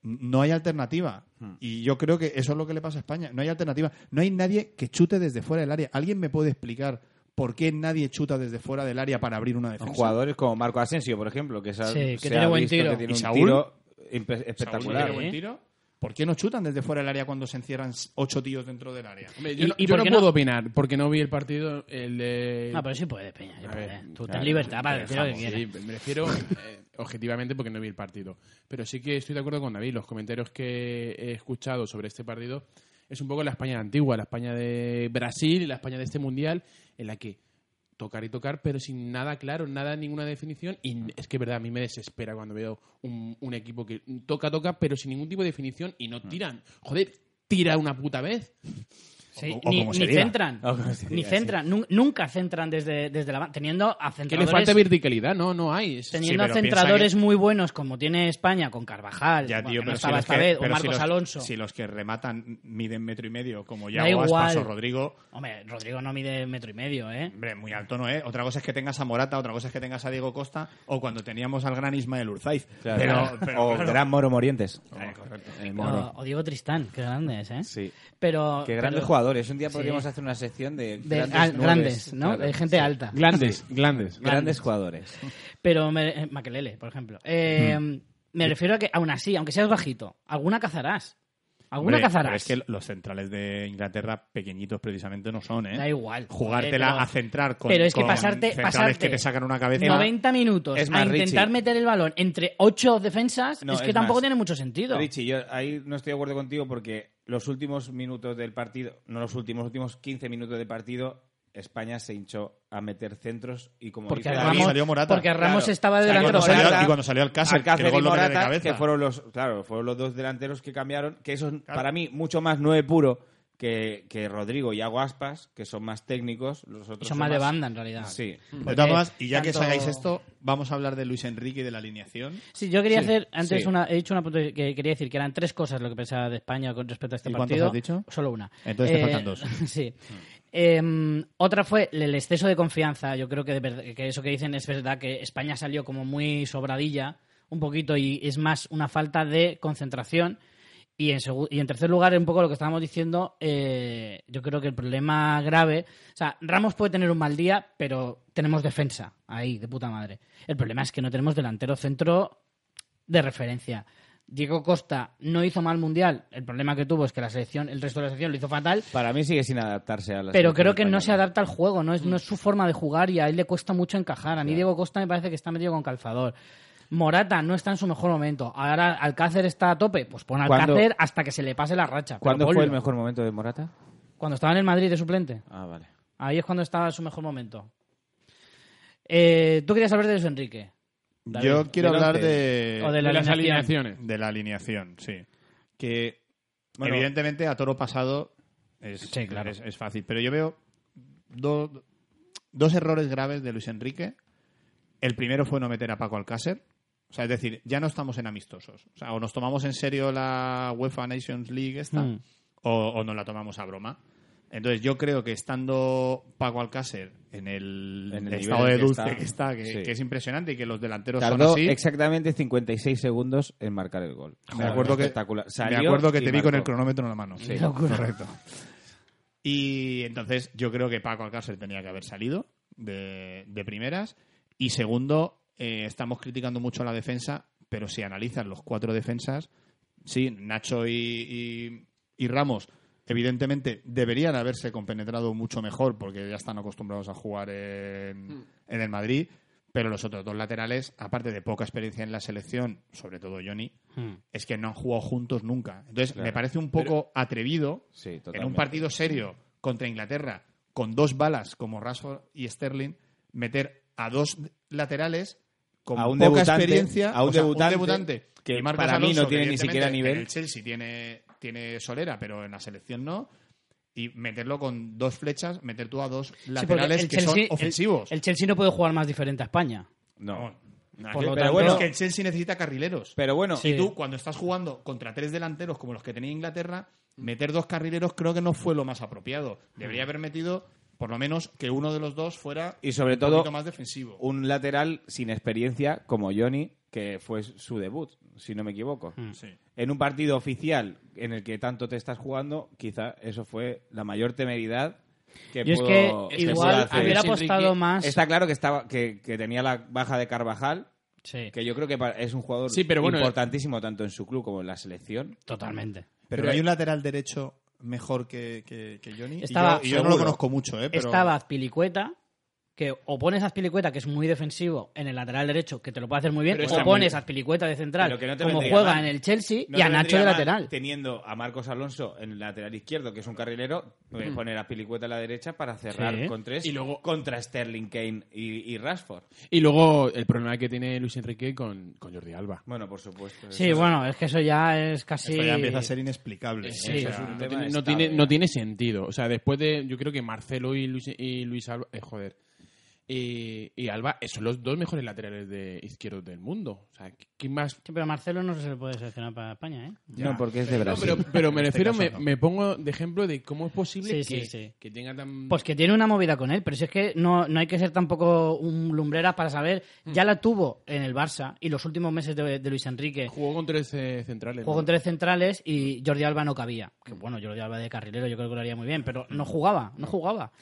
C: n- no hay alternativa. Y yo creo que eso es lo que le pasa a España. No hay alternativa. No hay nadie que chute desde fuera del área. ¿Alguien me puede explicar por qué nadie chuta desde fuera del área para abrir una defensa?
D: Jugadores como Marco Asensio, por ejemplo, que, se ha-
A: Sí, que
D: se
A: tiene
D: ha
A: buen
D: visto
A: tiro.
D: que tiene
C: ¿Y
D: un
C: Saúl?
D: tiro empe-
C: ¿eh?
D: espectacular.
A: tiene buen
F: tiro?
C: ¿Por qué no chutan desde fuera del área cuando se encierran s- ocho tíos dentro del área?
F: Hombre, yo
A: ¿Y-
F: no,
A: y
F: yo
A: por
F: no
A: qué
F: puedo
A: no?
F: opinar porque no vi el partido, el de...
A: No, Ah, pero sí puede, Peña. sí puede. Tú
D: claro,
A: ten libertad para decir lo que
F: Sí,
A: quieras.
F: me refiero eh, objetivamente porque no vi el partido. Pero sí que estoy de acuerdo con David. Los comentarios que he escuchado sobre este partido es un poco la España antigua, la España de Brasil y la España de este mundial, en la que tocar y tocar, pero sin nada claro, nada, ninguna definición. Y es que, verdad, a mí me desespera cuando veo un, un equipo que toca, toca, pero sin ningún tipo de definición y no tiran. Joder, tira una puta vez.
A: Sí,
C: o
A: ni,
C: como se
A: ni
C: diga.
A: centran.
D: O como se
A: ni
D: diga,
A: centran. Nun- Nunca centran desde, desde la ba- Teniendo a
F: Que le
A: centradores,
F: falta verticalidad, no, no hay. Es-
A: teniendo
C: Sí,
A: a
C: pero piensa
A: centradores muy buenos como tiene España con Carvajal,
C: Ya,
A: bueno, que
C: tío, pero
A: no
C: si
A: estaba
C: los
A: esta
C: que-
A: vez, o
C: pero si
A: Marcos
C: los-
A: Alonso.
C: Si los que rematan miden metro y medio, como ya
A: Da igual.
C: Paso Rodrigo,
A: Hombre, Rodrigo no mide metro y medio, ¿eh?
C: Hombre, muy alto no es. Otra cosa es que tengas a Morata, otra cosa es que tengas a Diego Costa o cuando teníamos al gran Ismael Urzaiz.
D: Claro.
C: Pero, pero
D: o
C: claro.
D: Gran Moro Morientes.
C: Eh, correcto.
D: El Moro.
A: O, o Diego Tristán, qué grande es, ¿eh?
D: Sí.
A: Pero,
D: Qué grandes
A: pero-
D: jugadores. Un día
A: Sí.
D: podríamos hacer una sección de
A: De al- grandes,
D: grandes, nueves.
A: ¿no?
D: Claro,
A: de gente
D: sí.
A: alta.
F: Glandes, glandes.
D: Grandes jugadores.
A: Pero me, eh, Makelele, por ejemplo. Eh,
D: Mm.
A: Me refiero a que, aún así, aunque seas bajito, alguna cazarás. Alguna
C: Hombre,
A: cazarás.
C: pero es que los centrales de Inglaterra pequeñitos precisamente no son, ¿eh?
A: Da igual.
C: Jugártela
A: Joder, pero-
C: a centrar con,
A: pero es que
C: con
A: pasarte-
C: centrales
A: pasarte
C: que te sacan una cabeza.
A: 90 minutos
D: es
A: a
D: más,
A: intentar
D: Richie.
A: meter el balón entre ocho defensas
D: No,
A: es que
D: es
A: tampoco
D: más.
A: tiene mucho sentido.
D: Richie, yo ahí no estoy de acuerdo contigo porque los últimos minutos del partido, no los últimos, los últimos 15 minutos del partido, España se hinchó a meter centros y como
A: porque
D: dice
C: David,
A: Ramos,
C: salió Morata.
A: porque Ramos
D: Claro.
A: estaba
D: Salió
C: Y
A: delante de
C: cuando
A: los
D: Morata.
C: salió, y cuando salió Alcácer,
D: Alcácer
C: que el
D: y
C: gol lo mete de
D: Morata,
C: cabeza.
D: que fueron los, claro, fueron los dos delanteros que cambiaron, que son
C: Claro.
D: para mí mucho más nueve puro que, que Rodrigo y Aguaspas, que son más técnicos, los otros
A: Son más de banda, en realidad.
D: Sí.
C: De todas formas, y ya que
A: tanto-
C: salgáis esto, vamos a hablar de Luis Enrique y de la alineación.
A: Sí, yo quería
D: Sí,
A: hacer antes
D: sí.
A: una he dicho una puntu- que quería decir que eran tres cosas lo que pensaba de España con respecto a este
C: ¿Y cuántas
A: partido.
C: has dicho?
A: Solo una.
C: Entonces te faltan dos.
A: Sí. Eh, otra fue el exceso de confianza. Yo creo que, de verdad- que eso que dicen es verdad que España salió como muy sobradilla un poquito y es más una falta de concentración. Y en, segu- y en tercer lugar, un poco lo que estábamos diciendo, eh, yo creo que el problema grave, o sea, Ramos puede tener un mal día, pero tenemos defensa ahí, de puta madre. El problema es que no tenemos delantero centro de referencia. Diego Costa no hizo mal mundial, el problema que tuvo es que la selección, el resto de la selección lo hizo fatal,
D: Para mí sigue sin adaptarse a la
A: pero
D: selección
A: creo que no se
D: española.
A: adapta al juego, no es, no es
D: Mm.
A: su forma de jugar y a él le cuesta mucho encajar. A mí Diego Costa me parece que está metido con calzador. Morata no está en su mejor momento. Ahora Alcácer está a tope. Pues pon Alcácer
D: ¿Cuándo-
A: hasta que se le pase la racha. pero
D: ¿Cuándo fue
A: ponlo.
D: el mejor momento de Morata?
A: Cuando estaba en el Madrid de suplente.
D: Ah, vale.
A: Ahí es cuando estaba en su mejor momento. Eh, Tú querías saber de Luis Enrique. David,
C: Yo quiero
D: del
C: hablar
D: once.
C: de,
A: O de la
F: las
A: alineación.
F: alineaciones.
C: de la alineación, sí. Que
D: Bueno.
C: evidentemente a toro pasado es,
A: Sí, claro.
C: es, es fácil. Pero yo veo do- dos errores graves de Luis Enrique. El primero fue no meter a Paco Alcácer. O sea, es decir, ya no estamos en amistosos. O sea, o nos tomamos en serio la UEFA Nations League esta,
D: Hmm.
A: Mm.
C: o, o nos la tomamos a broma. Entonces yo creo que estando Paco Alcácer en el,
D: En el
C: estado de
D: nivel que
C: dulce
D: está.
C: que está, que,
D: Sí.
C: que es impresionante y que los delanteros
D: Tardó
C: son así.
D: exactamente 56 segundos en marcar el gol.
C: Me acuerdo que-
D: espectacular.
C: Me
D: Salió
C: acuerdo que
D: y
C: te vi con
D: marcó.
C: el cronómetro en la mano.
D: Sí.
C: correcto. Y entonces yo creo que Paco Alcácer tenía que haber salido de, de primeras. Y segundo, eh, estamos criticando mucho a la defensa, pero si analizas los cuatro defensas, sí, Nacho y, y- y Ramos, evidentemente deberían haberse compenetrado mucho mejor porque ya están acostumbrados a jugar en, en el Madrid, pero los otros dos laterales, aparte de poca experiencia en la selección, sobre todo Johnny,
A: Hmm.
C: es que no han jugado juntos nunca. Entonces,
D: Claro.
C: me parece un poco atrevido
D: Sí,
C: en un
D: totalmente.
C: partido serio contra Inglaterra, con dos balas como Rashford y Sterling, meter a dos laterales con
D: A un
C: poca
D: debutante,
C: experiencia,
D: a un
C: o sea,
D: debutante que
C: Y Marcos
D: para mí
C: Alonso,
D: no tiene
C: que
D: ni siquiera
C: evidentemente
D: nivel.
C: en El Chelsea tiene, tiene solera, pero en la selección no. Y meterlo con dos flechas, meter tú a dos
A: Sí, porque
C: laterales
A: el
C: que
A: Chelsea-
C: son ofensivos.
A: El, el Chelsea no puede jugar más diferente a España.
D: No.
A: Por lo
D: pero
A: tanto-
D: bueno,
C: es que el Chelsea necesita carrileros.
D: pero bueno,
A: Sí.
C: Y tú, cuando estás jugando contra tres delanteros como los que tenía Inglaterra,
D: Mm.
C: meter dos carrileros creo que no fue lo más apropiado. Debería haber metido, por lo menos, que uno de los dos fuera
D: Y sobre
C: un
D: todo,
C: poquito más defensivo.
D: un lateral sin experiencia como Johnny, que fue su debut, si no me equivoco.
C: Sí.
D: En un partido oficial en el que tanto te estás jugando, quizá eso fue la mayor temeridad que
A: Yo es que
D: pudo- pudo
A: igual
D: hacer.
A: hubiera
F: Sí, Enrique,
A: apostado más.
D: Está claro que estaba que, que tenía la baja de Carvajal,
A: Sí,
D: que yo creo que pa- es un jugador
F: Sí, pero bueno,
D: importantísimo tanto en su club como en la selección.
A: totalmente.
D: Eh,
C: Pero, hay un lateral derecho mejor que, que- que Johnny. Y
A: Estaba-
C: yo- y yo, no
A: seguro.
C: lo conozco mucho, ¿eh? Pero
A: Estaba Azpilicueta, que o pones a Azpilicueta, que es muy defensivo, en el lateral derecho, que te lo puede hacer muy bien,
F: Pero
A: o
F: está
A: pones
F: muy-
A: a Azpilicueta de central,
D: Pero que no te
A: como
D: vendría
A: juega
D: mal.
A: en el Chelsea,
D: No
A: y
D: te
A: a Nacho
D: vendría
A: de
D: mal
A: lateral.
D: Teniendo a Marcos Alonso en el lateral izquierdo, que es un carrilero, eh, poner a Pilicueta a la derecha para cerrar
A: Mm. Sí.
D: con tres
F: Y luego-
D: contra Sterling Kane y, y Rashford.
F: Y luego el problema que tiene Luis Enrique con, con Jordi Alba.
D: Bueno, por supuesto.
A: Sí,
D: eso-
A: bueno, es que eso ya es casi.
C: esto ya empieza a ser
F: Eh,
C: inexplicable.
A: Sí,
C: O sea,
A: es un
F: No tiene,
D: tema
F: no,
D: estable,
F: tiene,
D: ya.
F: no tiene sentido. O sea, después de. Yo creo que Marcelo y Luis, y Luis Alba. eh, joder. Y, y Alba eh, son los dos mejores laterales de izquierdos del mundo. O sea, ¿quién más
A: Sí, pero Marcelo no se le puede seleccionar para España, ¿eh?
D: No, porque es de
F: No,
D: Brasil.
F: pero, pero me
C: En este
F: refiero,
C: caso
F: me,
C: no.
F: me pongo de ejemplo de cómo es posible
A: Sí,
F: que,
A: sí, sí.
F: que tenga tan...
A: Pues que tiene una movida con él, pero si es que no, no hay que ser tampoco un lumbrera para saber.
D: Mm.
A: Ya la tuvo en el Barça y los últimos meses de, de Luis Enrique.
F: jugó con tres eh, centrales.
A: Jugó
F: ¿no?
A: con tres centrales y Jordi Alba no cabía. Que bueno, Jordi Alba de carrilero yo creo que lo haría muy bien, pero no jugaba, no jugaba.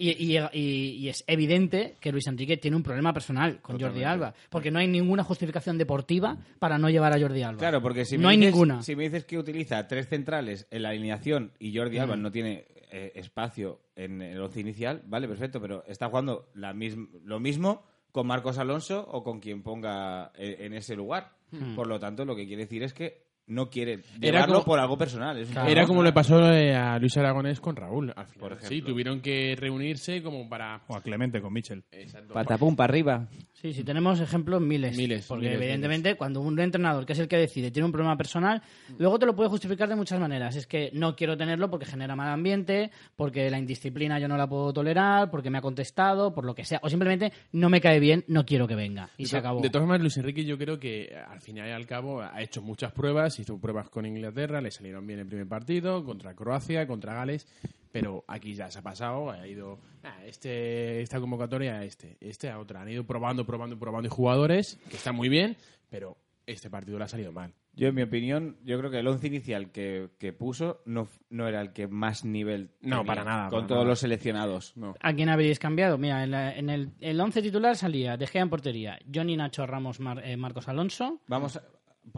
A: Y, y- y- y es evidente que Luis Enrique tiene un problema personal con Jordi Alba, porque no hay ninguna justificación deportiva para no llevar a Jordi Alba.
D: Claro, porque si me
A: no hay
D: dices-
A: ninguna.
D: Si me dices que utiliza tres centrales en la alineación y Jordi Alba no tiene eh, espacio en el once inicial, vale, perfecto, pero está jugando la mism- lo mismo con Marcos Alonso o con quien ponga eh, en ese lugar. Por lo tanto, lo que quiere decir es que no quiere llevarlo
F: como-
D: por algo personal. es un
A: Claro.
F: Era
D: trabajo.
F: como le pasó eh, a Luis Aragonés con Raúl. Al final.
D: Por ejemplo.
F: sí, tuvieron que reunirse como para...
C: O a Clemente con Mitchell.
F: Exacto.
D: Patapum para arriba.
A: Sí, sí, tenemos ejemplos miles.
F: Miles,
A: Porque
F: miles, Mm.
A: evidentemente cuando un entrenador, que es el que decide, tiene un problema personal, luego te lo puede justificar de muchas maneras. Es que no quiero tenerlo porque genera mal ambiente, porque la indisciplina yo no la puedo tolerar, porque me ha contestado, por lo que sea. O simplemente no me cae bien, no quiero que venga. Y
F: De
A: se
F: to-
A: acabó.
F: De todas maneras, Luis Enrique yo creo que eh, al final y al cabo ha hecho muchas pruebas, hizo pruebas con Inglaterra, le salieron bien el primer partido, contra Croacia, contra Gales, pero aquí ya se ha pasado, ha ido ah, este, esta convocatoria a este, este a otra. Han ido probando, probando, probando y jugadores, que están muy bien, pero este partido le ha salido mal.
D: Yo, en mi opinión, yo creo que el once inicial que, que puso no, f- no era el que más nivel
F: No,
D: tenía
F: para nada,
D: Con
F: para
D: todos
F: nada.
D: los seleccionados.
A: ¿A quién habríais cambiado? Mira, en, la- en el, el once titular salía De Gea en portería, Johnny Nacho Ramos Mar- eh, Marcos Alonso.
D: Vamos a...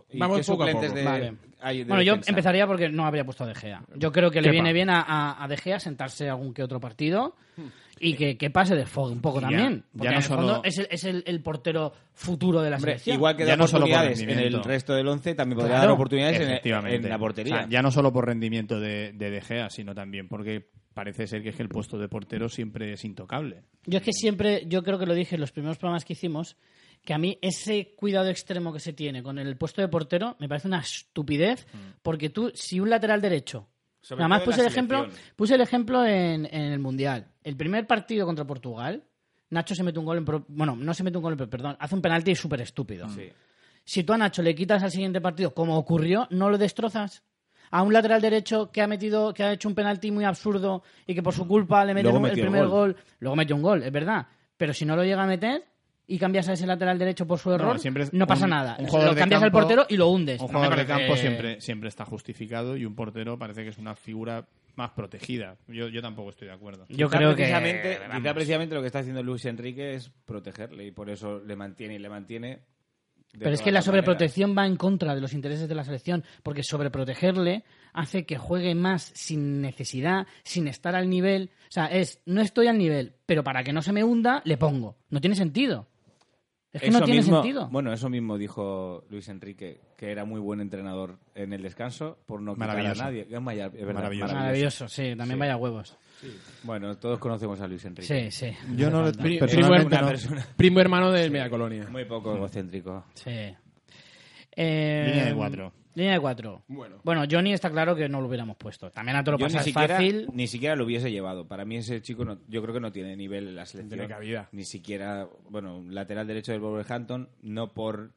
D: ¿y
F: Vamos
D: qué
F: poco a
D: suplentes
F: poco.
D: de-
A: Vale.
D: hay de
A: Bueno, yo
D: defensa?
A: empezaría porque no habría puesto a De Gea. Yo creo que le
F: Kepa.
A: viene bien a, a, a De Gea sentarse algún que otro partido
D: Hmm.
A: y que, que pase de fuego un poco
C: Y ya-
A: también.
C: ya
A: Porque
C: no
A: en el
C: solo-
A: fondo es el, es el- el portero futuro de la
D: Hombre,
A: selección.
D: igual que
C: Ya
D: da
C: no solo por
D: oportunidades en el
C: rendimiento.
D: resto del 11, también podría
A: Claro.
D: dar oportunidades en, el-
C: Efectivamente.
D: en la portería.
C: O sea, ya no solo por rendimiento de, de De Gea, sino también porque parece ser que es que el puesto de portero siempre es intocable.
A: Yo es que siempre, yo creo que lo dije en los primeros programas que hicimos, que a mí ese cuidado extremo que se tiene con el puesto de portero me parece una estupidez, porque tú, si un lateral derecho,
D: Mm. Sobre
A: nada más
D: todo en
A: puse el
D: la
A: ejemplo,
D: selección.
A: puse el ejemplo en, en el Mundial. El primer partido contra Portugal, Nacho se mete un gol en... pro- bueno, no se mete un gol en... pro- perdón, hace un penalti súper estúpido.
D: Sí.
A: Si tú a Nacho le quitas al siguiente partido, como ocurrió, no lo destrozas. A un lateral derecho que ha metido, que ha hecho un penalti muy absurdo y que por su culpa le meten
D: Luego
A: un- el
D: metió el
A: primer gol.
D: gol.
A: luego metió un gol, es verdad. Pero si no lo llega a meter y cambias a ese lateral derecho por su error,
C: siempre
A: no,
C: es un-
A: pasa nada.
C: un
A: Lo-
C: jugador
A: lo
C: de
A: cambias al
C: campo-
A: portero y lo hundes.
C: Un
A: No me
C: jugador de
A: parece-
C: campo siempre, siempre está justificado y un portero parece que es una figura más protegida. Yo, yo tampoco estoy de acuerdo.
A: Yo
D: Quizá
A: creo
D: precisamente-
A: que.
D: Quizá
A: vamos.
D: precisamente lo que está haciendo Luis Enrique es protegerle y por eso le mantiene y le mantiene. de
A: Pero es
D: todas
A: que la
D: las maneras.
A: sobreprotección va en contra de los intereses de la selección, porque sobreprotegerle hace que juegue más sin necesidad, sin estar al nivel. O sea, es, no estoy al nivel, pero para que no se me hunda, le pongo. No tiene sentido. Es que no
D: Eso
A: tiene
D: mismo-
A: sentido.
D: Bueno, eso mismo dijo Luis Enrique, que era muy buen entrenador en el descanso por no quitar a
C: Maravilloso.
D: nadie. Es maya- es verdad,
C: Maravilloso.
A: Maravilloso, sí, también vaya huevos.
D: Bueno, todos conocemos a Luis
A: Sí,
D: Enrique.
A: sí.
B: Yo
A: hace
B: no le-
A: falta.
B: pri-
D: Es
B: Personalmente
D: una
B: no.
D: persona
F: Primo hermano de Media Colonia.
D: muy poco egocéntrico.
A: Sí. Eh,
C: Línea de cuatro.
A: Línea de cuatro.
F: Bueno.
A: Bueno, Johnny está claro que no lo hubiéramos puesto. También a todo lo
D: Yo ni
A: pasas
D: siquiera,
A: fácil.
D: ni siquiera lo hubiese llevado. Para mí ese chico no- yo creo que no tiene nivel en la selección.
F: tiene cabida.
D: Ni siquiera, bueno, un lateral derecho del Wolverhampton, no por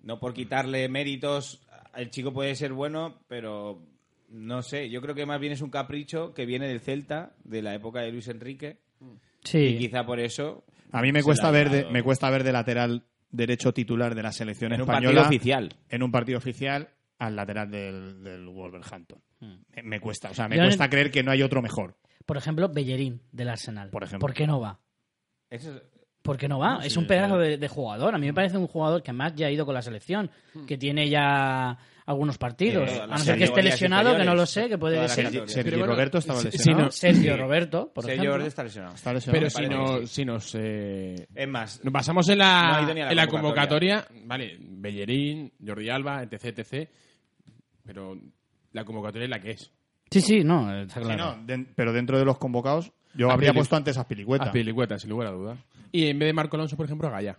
D: no por quitarle méritos, el chico puede ser bueno, pero no sé, yo creo que más bien es un capricho que viene del Celta, de la época de Luis Enrique, y
A: Sí.
D: quizá por eso
C: A mí me
D: Se
C: cuesta
D: la ha
C: ver de,
D: llevado.
C: me cuesta ver de lateral derecho titular de la selección
D: en un
C: española
D: partido oficial.
C: en un partido oficial al lateral del, del Wolverhampton. Me, me cuesta, o sea, me
A: Hmm. Yo en-
C: cuesta creer que no hay otro mejor.
A: Por ejemplo, Bellerín del Arsenal.
C: Por ejemplo.
A: qué no va?
D: Eso es-
A: ¿Por qué no va? es un pedazo de, de jugador. A mí me parece un jugador que además ya ha ido con la selección, que tiene ya algunos partidos.
D: Tiene
A: A no
D: las
A: ser que esté
D: categorías
A: lesionado, que no lo
D: inferiores.
A: sé, que puede
D: Todas las
A: ser
D: categorías. Pero
C: Sergio
F: bueno,
C: Roberto estaba
F: sí, sí,
C: lesionado.
F: no.
A: Sergio Roberto, por
D: Sergio
A: ejemplo.
D: Verde está lesionado.
C: Estaba lesionado.
F: Pero
D: Me
F: si,
D: parece que
F: nos, si nos, eh,
D: Es más,
F: nos basamos en
D: No
F: la,
D: ha ido ni a la
F: en la convocatoria, vale, Bellerín, Jordi Alba, etc, etc, pero la convocatoria es la que es.
A: Sí, sí, no, está
C: Sí,
A: claro.
C: no, den- pero dentro de los convocados, yo
F: A
C: habría
F: Pili-
C: puesto antes a Pilicueta.
F: A Pilicueta, sin lugar a duda. Y en vez de Marco Alonso, por ejemplo, a Gaya.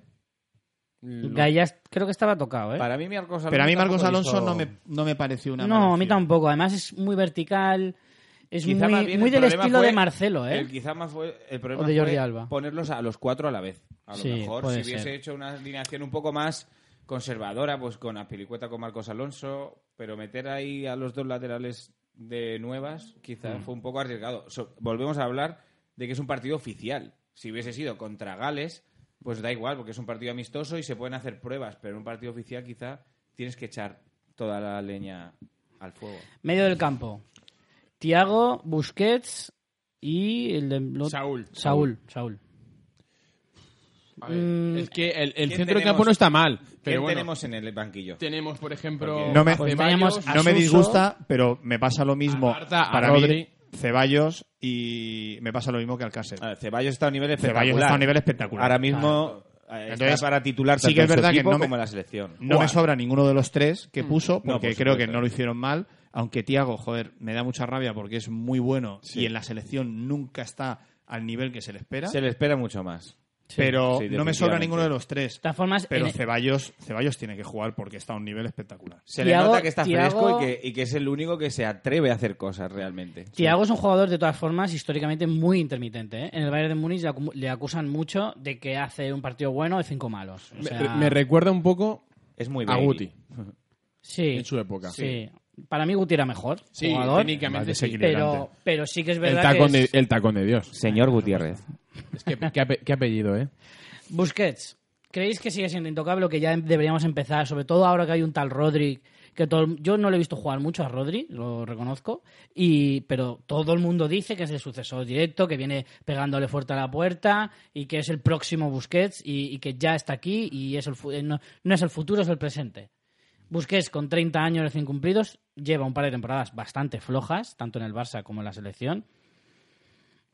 F: Lo-
A: Gallas creo que estaba tocado, ¿eh?
D: para mí Marcos Alonso
C: pero a mí Marcos
D: tampoco
C: Alonso
D: hizo-
C: no, me, no me pareció una mala
A: No, a mí
C: opción.
A: tampoco. Además es muy vertical. Es
D: Quizá más
A: muy,
D: bien
A: muy
D: el
A: del
D: problema
A: estilo
D: fue
A: de Marcelo, ¿eh?
D: El, quizá más fue el problema
A: O de Jordi
D: fue
A: Alba.
D: ponerlos a los cuatro a la vez. A lo
A: Sí,
D: mejor si
A: puede
D: hubiese
A: ser.
D: hecho una alineación un poco más conservadora, pues con Apilicueta con Marcos Alonso, pero meter ahí a los dos laterales de nuevas quizá
A: Hmm.
D: fue un poco arriesgado. So- volvemos a hablar de que es un partido oficial. Si hubiese sido contra Gales, pues da igual, porque es un partido amistoso y se pueden hacer pruebas, pero en un partido oficial quizá tienes que echar toda la leña al fuego.
A: Medio del campo. Tiago, Busquets y el de... lo-
F: Saúl.
A: Saúl, Saúl.
F: A ver,
A: Mm.
F: es que el, el
D: ¿Quién
F: centro del
D: tenemos?
F: campo no está mal,
D: ¿Quién
F: pero bueno, tenemos?
D: tenemos en el banquillo?
F: por ejemplo,
D: Porque-
C: No me-
F: a
C: Pues
F: Ceballos,
A: teníamos-
F: a-
C: No me
A: Asuso.
C: disgusta, pero me pasa lo mismo
F: A Marta, a
C: para mí,
F: Rodri.
C: Ceballos y me pasa lo mismo que Alcácer.
D: A ver, Ceballos está a un nivel espectacular.
C: Ceballos está a un nivel espectacular.
D: Ahora mismo eh, está
C: Entonces,
D: para titular tanto
C: sí que es
D: en su
C: verdad que
D: equipo
C: no me-
D: como en la selección.
C: No
D: Buah, Mm.
C: me sobra ninguno de los tres que puso
D: No,
C: porque
D: por
C: creo que
D: supuesto.
C: no lo hicieron mal. Aunque Tiago, joder, me da mucha rabia porque es muy bueno y en la selección nunca está al nivel que se le espera.
D: Se le espera mucho más.
C: pero
D: Sí,
C: no me sobra
D: definitivamente.
C: ninguno de los tres.
A: De todas formas,
C: Pero
A: en- e-
C: Ceballos, Ceballos tiene que jugar porque está a un nivel espectacular.
D: Se le
A: Thiago-
D: nota que está
A: Thiago-
D: fresco y que, y que es el único que se atreve a hacer cosas realmente.
A: Thiago es un jugador de todas formas históricamente muy intermitente. ¿eh? En el Bayern de Múnich le acu- le acusan mucho de que hace un partido bueno de cinco malos. O
F: me,
A: sea,
F: me recuerda un poco
D: Es muy
F: a
D: Bailey.
F: Guti
A: sí,
F: en su época.
A: sí. Para mí Guti era mejor
F: Sí,
A: jugador,
C: Más
F: técnicamente sí.
A: pero, pero sí que es
F: El
A: verdad
F: tacón,
A: que
F: de,
A: es-
F: el tacón de Dios.
D: Señor Gutiérrez.
F: Es que, qué, ape- qué apellido, ¿eh?
A: Busquets, ¿creéis que sigue siendo intocable o que ya em-, deberíamos empezar? Sobre todo ahora que hay un tal Rodri, que todo el- yo no le he visto jugar mucho a Rodri, lo reconozco, y pero todo el mundo dice que es el sucesor directo, que viene pegándole fuerte a la puerta y que es el próximo Busquets y, y que ya está aquí y es el, fu- eh, no, no es el futuro, es el presente. Busquets, con 30 años recién cumplidos, lleva un par de temporadas bastante flojas, tanto en el Barça como en la selección.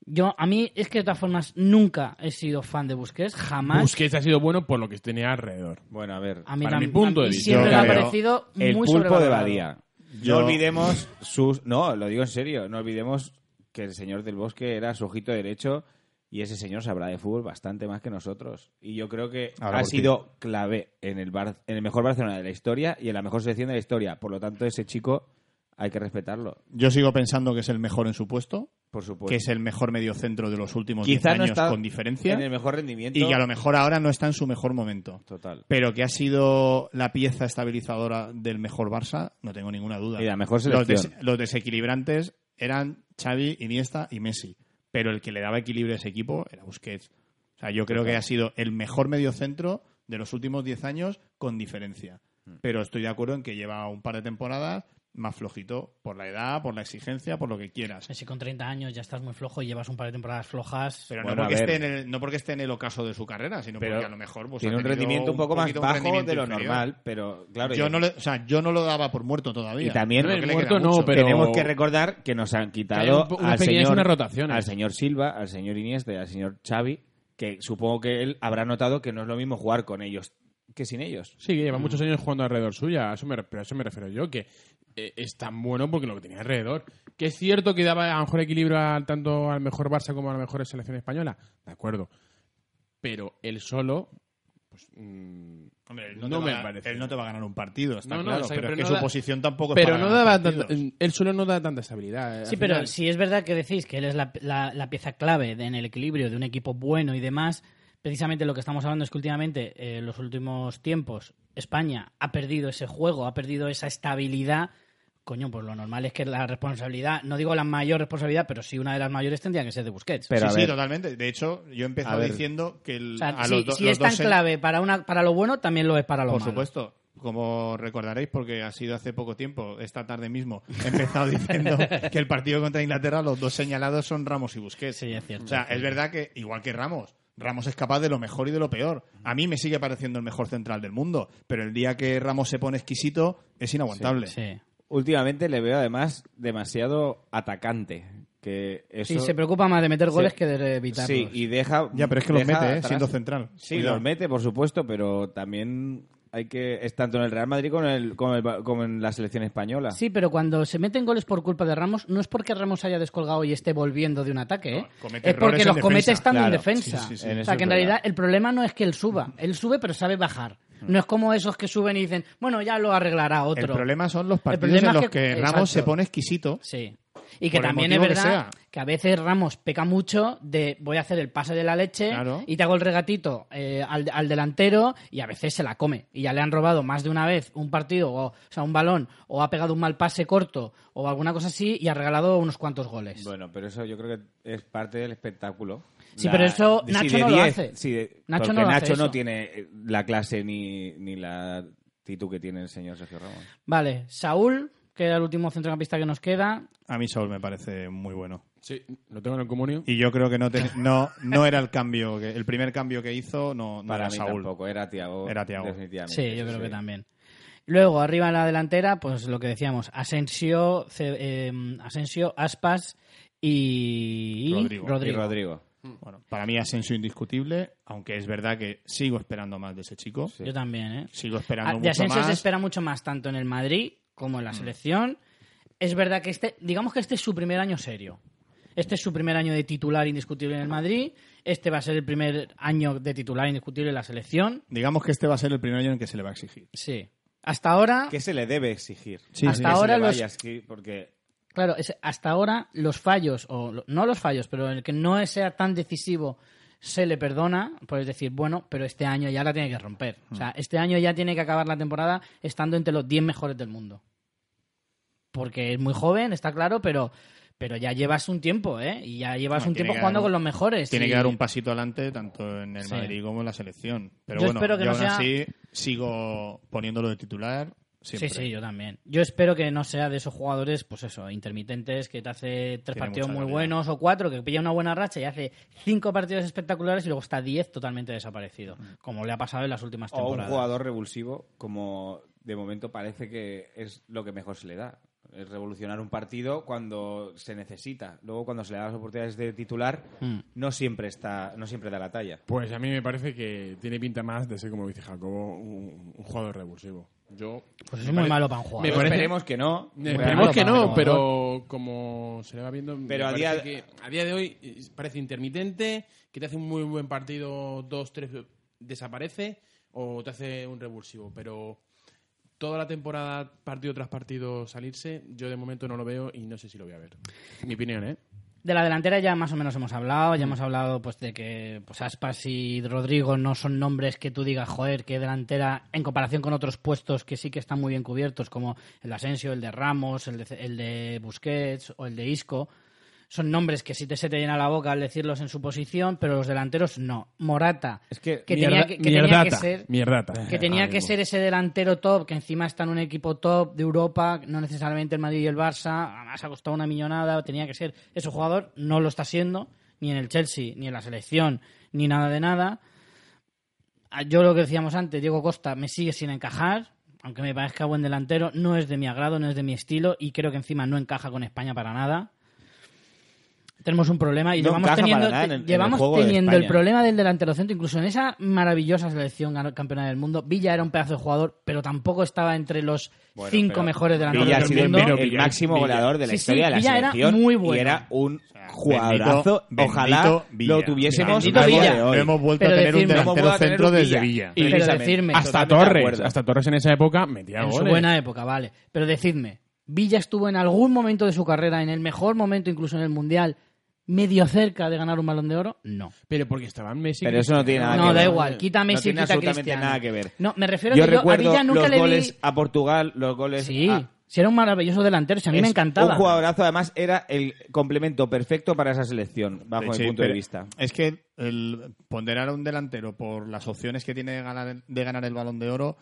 A: Yo, a mí, es que de todas formas, nunca he sido fan de Busquets, jamás.
F: Busquets ha sido bueno por lo que tenía alrededor.
D: Bueno, a ver.
A: A mí,
F: Para
A: tam-
F: mi punto
A: a
F: de
A: mí
F: vista.
A: siempre
C: Yo
A: me ha
C: creo
A: parecido muy
D: El pulpo de
A: sobrevalorado.
D: Badía.
C: Yo-
D: No olvidemos sus... No, lo digo en serio. No olvidemos que el señor del bosque era su ojito derecho y ese señor sabrá de fútbol bastante más que nosotros. Y yo creo que
C: Ahora
D: ha
C: por ti.
D: sido clave en el, Bar- en el mejor Barcelona de la historia y en la mejor selección de la historia. Por lo tanto, ese chico hay que respetarlo,
C: Yo sigo pensando que es el mejor en su puesto,
D: por
C: que
D: supuesto.
C: es el mejor mediocentro de los últimos 10
D: Pues Quizá no
C: años
D: está
C: con diferencia
D: en el mejor rendimiento.
C: y que a lo mejor ahora no está en su mejor momento.
D: Total.
C: Pero que ha sido la pieza estabilizadora del mejor Barça, no tengo ninguna duda.
D: Y la mejor
C: los, des-
D: selección.
C: los desequilibrantes eran Xavi, Iniesta y Messi, pero el que le daba equilibrio a ese equipo era Busquets. O sea, yo creo que ha sido el mejor mediocentro
D: Mm.
C: de los últimos 10 años con diferencia. Pero estoy de acuerdo en que lleva un par de temporadas más flojito, por la edad, por la exigencia, por lo que quieras.
A: Si con 30 años ya estás muy flojo y llevas un par de temporadas flojas,
C: Pero
D: Bueno,
C: no,
D: a
C: porque
D: ver.
C: esté en el, no porque esté en el ocaso de su carrera, sino
D: Pero
C: porque a lo mejor pues,
D: Tiene
C: ha
D: un
C: tenido
D: rendimiento un poco más
C: poquito un
D: bajo
C: rendimiento
D: de lo
C: inferior.
D: normal, pero claro.
C: Yo
D: y-
C: no, le- o sea, yo no lo daba por muerto todavía.
D: Y también
C: Creo
F: el
C: que le
F: muerto
C: queda
F: no,
C: mucho.
F: pero-
D: Tenemos que recordar que nos han
F: Que hay
D: quitado
F: un po- unas
D: al
F: pequeñas
D: señor,
F: unas rotaciones.
D: al señor Silva, al señor Iniesta y al señor Xavi, que supongo que él habrá notado que no es lo mismo jugar con ellos que sin ellos.
F: Sí, que lleva muchos años jugando alrededor suya, a eso me, re- pero a eso me refiero yo, que eh, es tan bueno porque lo que tenía alrededor. Que es cierto que daba a lo mejor equilibrio al, tanto al mejor Barça como a la mejor selección española, de acuerdo. Pero él solo, pues, mm,
C: Hombre, él no,
F: No
C: te
F: me
C: va, a-
F: parece.
C: él no te va a ganar un partido, está
F: No, no,
C: claro,
F: o sea,
C: pero,
F: pero
C: es que
F: no
C: su
F: da-
C: posición tampoco es
F: pero
C: para
F: no
C: ganar
F: daba
C: partidos.
F: tanta, él solo no da tanta estabilidad. eh,
A: Sí,
F: al
A: pero
F: final.
A: si es verdad que decís que él es la, la- la pieza clave de- en el equilibrio de un equipo bueno y demás, precisamente lo que estamos hablando es que últimamente, eh, en los últimos tiempos, España ha perdido ese juego, ha perdido esa estabilidad. Coño, pues lo normal es que la responsabilidad, no digo la mayor responsabilidad, pero sí una de las mayores tendría que ser de Busquets.
D: Pero
C: sí,
D: a
C: sí,
D: ver,
C: totalmente. De hecho, yo he
D: A
C: empezado
D: ver.
C: diciendo que el,
A: O sea,
C: a
A: si,
C: los do-
A: si
C: los
A: es tan
C: dos en-
A: clave para, una, para lo bueno, también lo es para lo
C: Por
A: malo.
C: supuesto. Como recordaréis, porque ha sido hace poco tiempo, esta tarde mismo, he empezado diciendo que el partido contra Inglaterra, los dos señalados son Ramos y Busquets.
A: Sí, es cierto.
C: O sea, es verdad que, igual que Ramos, Ramos es capaz de lo mejor y de lo peor. A mí me sigue pareciendo el mejor central del mundo, pero el día que Ramos se pone exquisito, es inaguantable.
A: Sí.
D: últimamente le veo además demasiado atacante. Que eso,
A: Sí, se preocupa más de meter goles
D: Sí.
A: que de evitarlos.
D: Sí, y deja.
C: Ya, pero es que los
D: deja
C: mete, ¿eh?
D: atrás-
C: siendo central.
D: Sí,
C: Cuidado.
D: los mete, por supuesto, pero también hay que. Es tanto en el Real Madrid como en, el- como el- como en la selección española.
A: Sí, pero cuando se meten goles por culpa de Ramos, no es porque Ramos haya descolgado y esté volviendo de un ataque, ¿eh?
C: No, comete
A: es porque
C: errores
A: los
C: en
A: comete
C: defensa.
A: estando en
D: Claro,
A: defensa.
C: sí, sí, sí.
D: En
A: O
D: eso
A: sea,
D: es
A: que en
D: verdad.
A: realidad el problema no es que él suba. Él sube, pero sabe bajar. No es como esos que suben y dicen, bueno, ya lo arreglará otro.
C: Mm. El problema son los partidos
A: problema
C: en
A: es
C: los que,
A: que-
C: Ramos
A: Exacto.
C: se pone exquisito.
A: Sí. Y que
C: Por el
A: también es
C: motivo que
A: verdad
C: sea.
A: que, a veces Ramos peca mucho de voy a hacer el pase de la leche
C: Claro.
A: y te hago el regatito eh, al, al delantero y a veces se la come. Y ya le han robado más de una vez un partido, o, o sea, un balón, o ha pegado un mal pase corto o alguna cosa así y ha regalado unos cuantos goles.
D: Bueno, pero eso yo creo que es parte del espectáculo.
A: Sí, pero eso
D: si
A: Nacho
D: de
A: no lo
D: 10,
A: hace.
D: si de-
A: Nacho no
D: porque
A: lo hace
D: Nacho no
A: eso.
D: tiene eh, la clase ni, ni la actitud que tiene el señor Sergio Ramos.
A: Vale, Saúl, que era el último centrocampista que nos queda.
C: A mí Saúl me parece muy bueno.
F: Sí, lo tengo en el comunio.
C: Y yo creo que no, te- no, no era el cambio, que, el primer cambio que hizo no, no
D: Para
C: era
D: mí
C: Saúl.
D: tampoco, era Tiago.
C: Era Thiago.
D: definitivamente,
A: Sí, yo
D: eso
A: creo que
D: sí.
A: también. Luego, arriba en la delantera, pues lo que decíamos, Asensio, Ce- eh, Asensio Aspas y
C: Rodrigo.
D: Y Rodrigo.
C: Bueno, para mí ascenso indiscutible, aunque es verdad que sigo esperando más de ese chico.
A: Yo también, ¿eh?
C: Sigo esperando
A: Ah,
C: mucho
A: de Asensio
C: más. Mm.
A: se espera mucho más tanto en el Madrid como en la selección. Es verdad que este, digamos que este es su primer año serio. Este es su primer año de titular indiscutible en el Madrid. Este va a ser el primer año de titular indiscutible en la selección.
C: Digamos que este va a ser el primer año en que se le va a exigir.
A: Sí. Hasta ahora,
D: ¿Qué se le debe exigir?
C: Sí,
A: Hasta
C: sí.
D: Que se
A: ahora
D: le
A: los-
D: vaya a exigir, porque
A: claro, es- hasta ahora los fallos, o lo- no los fallos, pero el que no sea tan decisivo se le perdona, puedes decir, bueno, pero este año ya la tiene que romper. O
C: Hmm.
A: sea, este año ya tiene que acabar la temporada estando entre los 10 mejores del mundo. porque es muy joven, está claro, pero, pero ya llevas un tiempo, ¿eh? Y ya llevas
C: Bueno,
A: un
C: tiene
A: tiempo
C: que dar
A: jugando
C: un-
A: con los mejores.
C: Tiene
A: y-
C: que dar un pasito adelante tanto en el
A: Sí.
C: Madrid como en la selección. Pero
A: Yo
C: bueno,
A: espero que
C: yo
A: no
C: aún
A: sea-
C: así sigo poniéndolo de titular siempre.
A: Sí, sí, yo también. Yo espero que no sea de esos jugadores, pues eso, intermitentes, que te hace tres
C: Tiene
A: partidos
C: mucha
A: muy
C: calidad.
A: buenos o cuatro, que pilla una buena racha y hace cinco partidos espectaculares y luego está diez totalmente desaparecido, como le ha pasado en las últimas
D: o un
A: temporadas.
D: jugador revulsivo, como de momento parece que es lo que mejor se le da. Es revolucionar un partido cuando se necesita. Luego, cuando se le da las oportunidades de titular,
A: Mm.
D: no siempre está, no siempre da la talla.
F: Pues a mí me parece que tiene pinta más de ser, como dice Jacobo, un, un jugador revulsivo. Yo
A: Pues es muy malo para un jugador.
F: Me
D: Pero
F: parece-
D: Esperemos que no.
F: Esperemos que
A: Pero
F: no,
A: bueno,
F: pero como se le va viendo, me
D: Pero a
F: parece
D: día-
F: que a día de hoy eh, parece intermitente, que te hace un muy buen partido, dos, tres, eh, desaparece o te hace un revulsivo. Pero toda la temporada, partido tras partido, salirse, yo de momento no lo veo y no sé si lo voy a ver. Mi opinión, ¿eh?
A: De la delantera ya más o menos hemos hablado, ya hemos hablado pues de que pues Aspas y Rodrigo no son nombres que tú digas, joder, que delantera en comparación con otros puestos que sí que están muy bien cubiertos, como el de Asensio, el de Ramos, el de, el de Busquets o el de Isco. son nombres que sí te, se te llena la boca al decirlos en su posición, pero los delanteros no. Morata,
D: Es que
A: tenía, que, que tenía que
F: mierdata,
A: ser...
D: Eh,
F: mierdata.
A: Que tenía que
F: Ánimo.
A: ser ese delantero top, que encima está en un equipo top de Europa, no necesariamente el Madrid y el Barça, además ha costado una millonada, tenía que ser ese jugador, no lo está siendo, ni en el Chelsea, ni en la selección, ni nada de nada. Ah, Yo lo que decíamos antes, Diego Costa me sigue sin encajar, aunque me parezca buen delantero, no es de mi agrado, no es de mi estilo y creo que encima no encaja con España para nada. Tenemos un problema y
D: No
A: llevamos
D: encaja
A: teniendo,
D: para nada en el- en el
A: llevamos
D: juego de
A: teniendo el
D: España. ¿eh?
A: problema del delantero centro, incluso en esa maravillosa selección ganó- campeona del mundo. Villa era un pedazo de jugador, pero tampoco estaba entre los
D: Bueno,
A: cinco
D: pero
A: mejores delanteros
D: Villa ha
A: del
D: sido el,
A: mundo.
D: el máximo
C: Villa.
D: goleador de la
A: Sí, sí,
D: historia de la
A: Villa era
D: selección
A: muy bueno.
D: y era un
C: sea,
D: jugadrazo.
C: bendito-
D: Ojalá
C: bendito Villa.
D: lo tuviésemos
A: Bendito
D: al día
A: Villa.
D: de
C: No
D: hoy.
C: hemos vuelto
A: Pero
C: a tener un
A: decirme-
C: delantero
D: Hemos vuelto a tener
C: centro
D: un
C: desde
D: Villa.
C: Villa.
D: Y-
A: pero
D: precisamente.
A: decirme,
F: Hasta
D: Totalmente de
F: Torres,
D: acuerdo.
F: hasta Torres en esa época metía
A: en
F: goles.
A: su
D: ¿eh?
A: buena época, vale. Pero decidme, Villa estuvo en algún momento de su carrera, en el mejor momento, incluso en el Mundial, medio cerca de ganar un balón de oro. No.
F: Pero porque estaban Messi.
D: Pero eso no tiene nada
A: No, da
D: que ver.
A: igual. Quita
D: No
A: Messi,
D: tiene
A: quita
D: absolutamente
A: Cristiano.
D: nada que ver.
A: No, me refiero
D: Yo
A: que yo a
D: recuerdo
A: Villa nunca
D: los
A: le
D: goles
A: vi...
D: a Portugal, los goles
A: Sí,
D: a...
A: si era un maravilloso delantero, si a mí me
D: Es
A: encantaba.
D: Un jugadorazo, además, era el complemento perfecto para esa selección, bajo
C: Sí,
D: mi punto
C: pero
D: de vista.
C: Es que el ponderar a un delantero por las opciones que tiene de ganar, de ganar el balón de oro,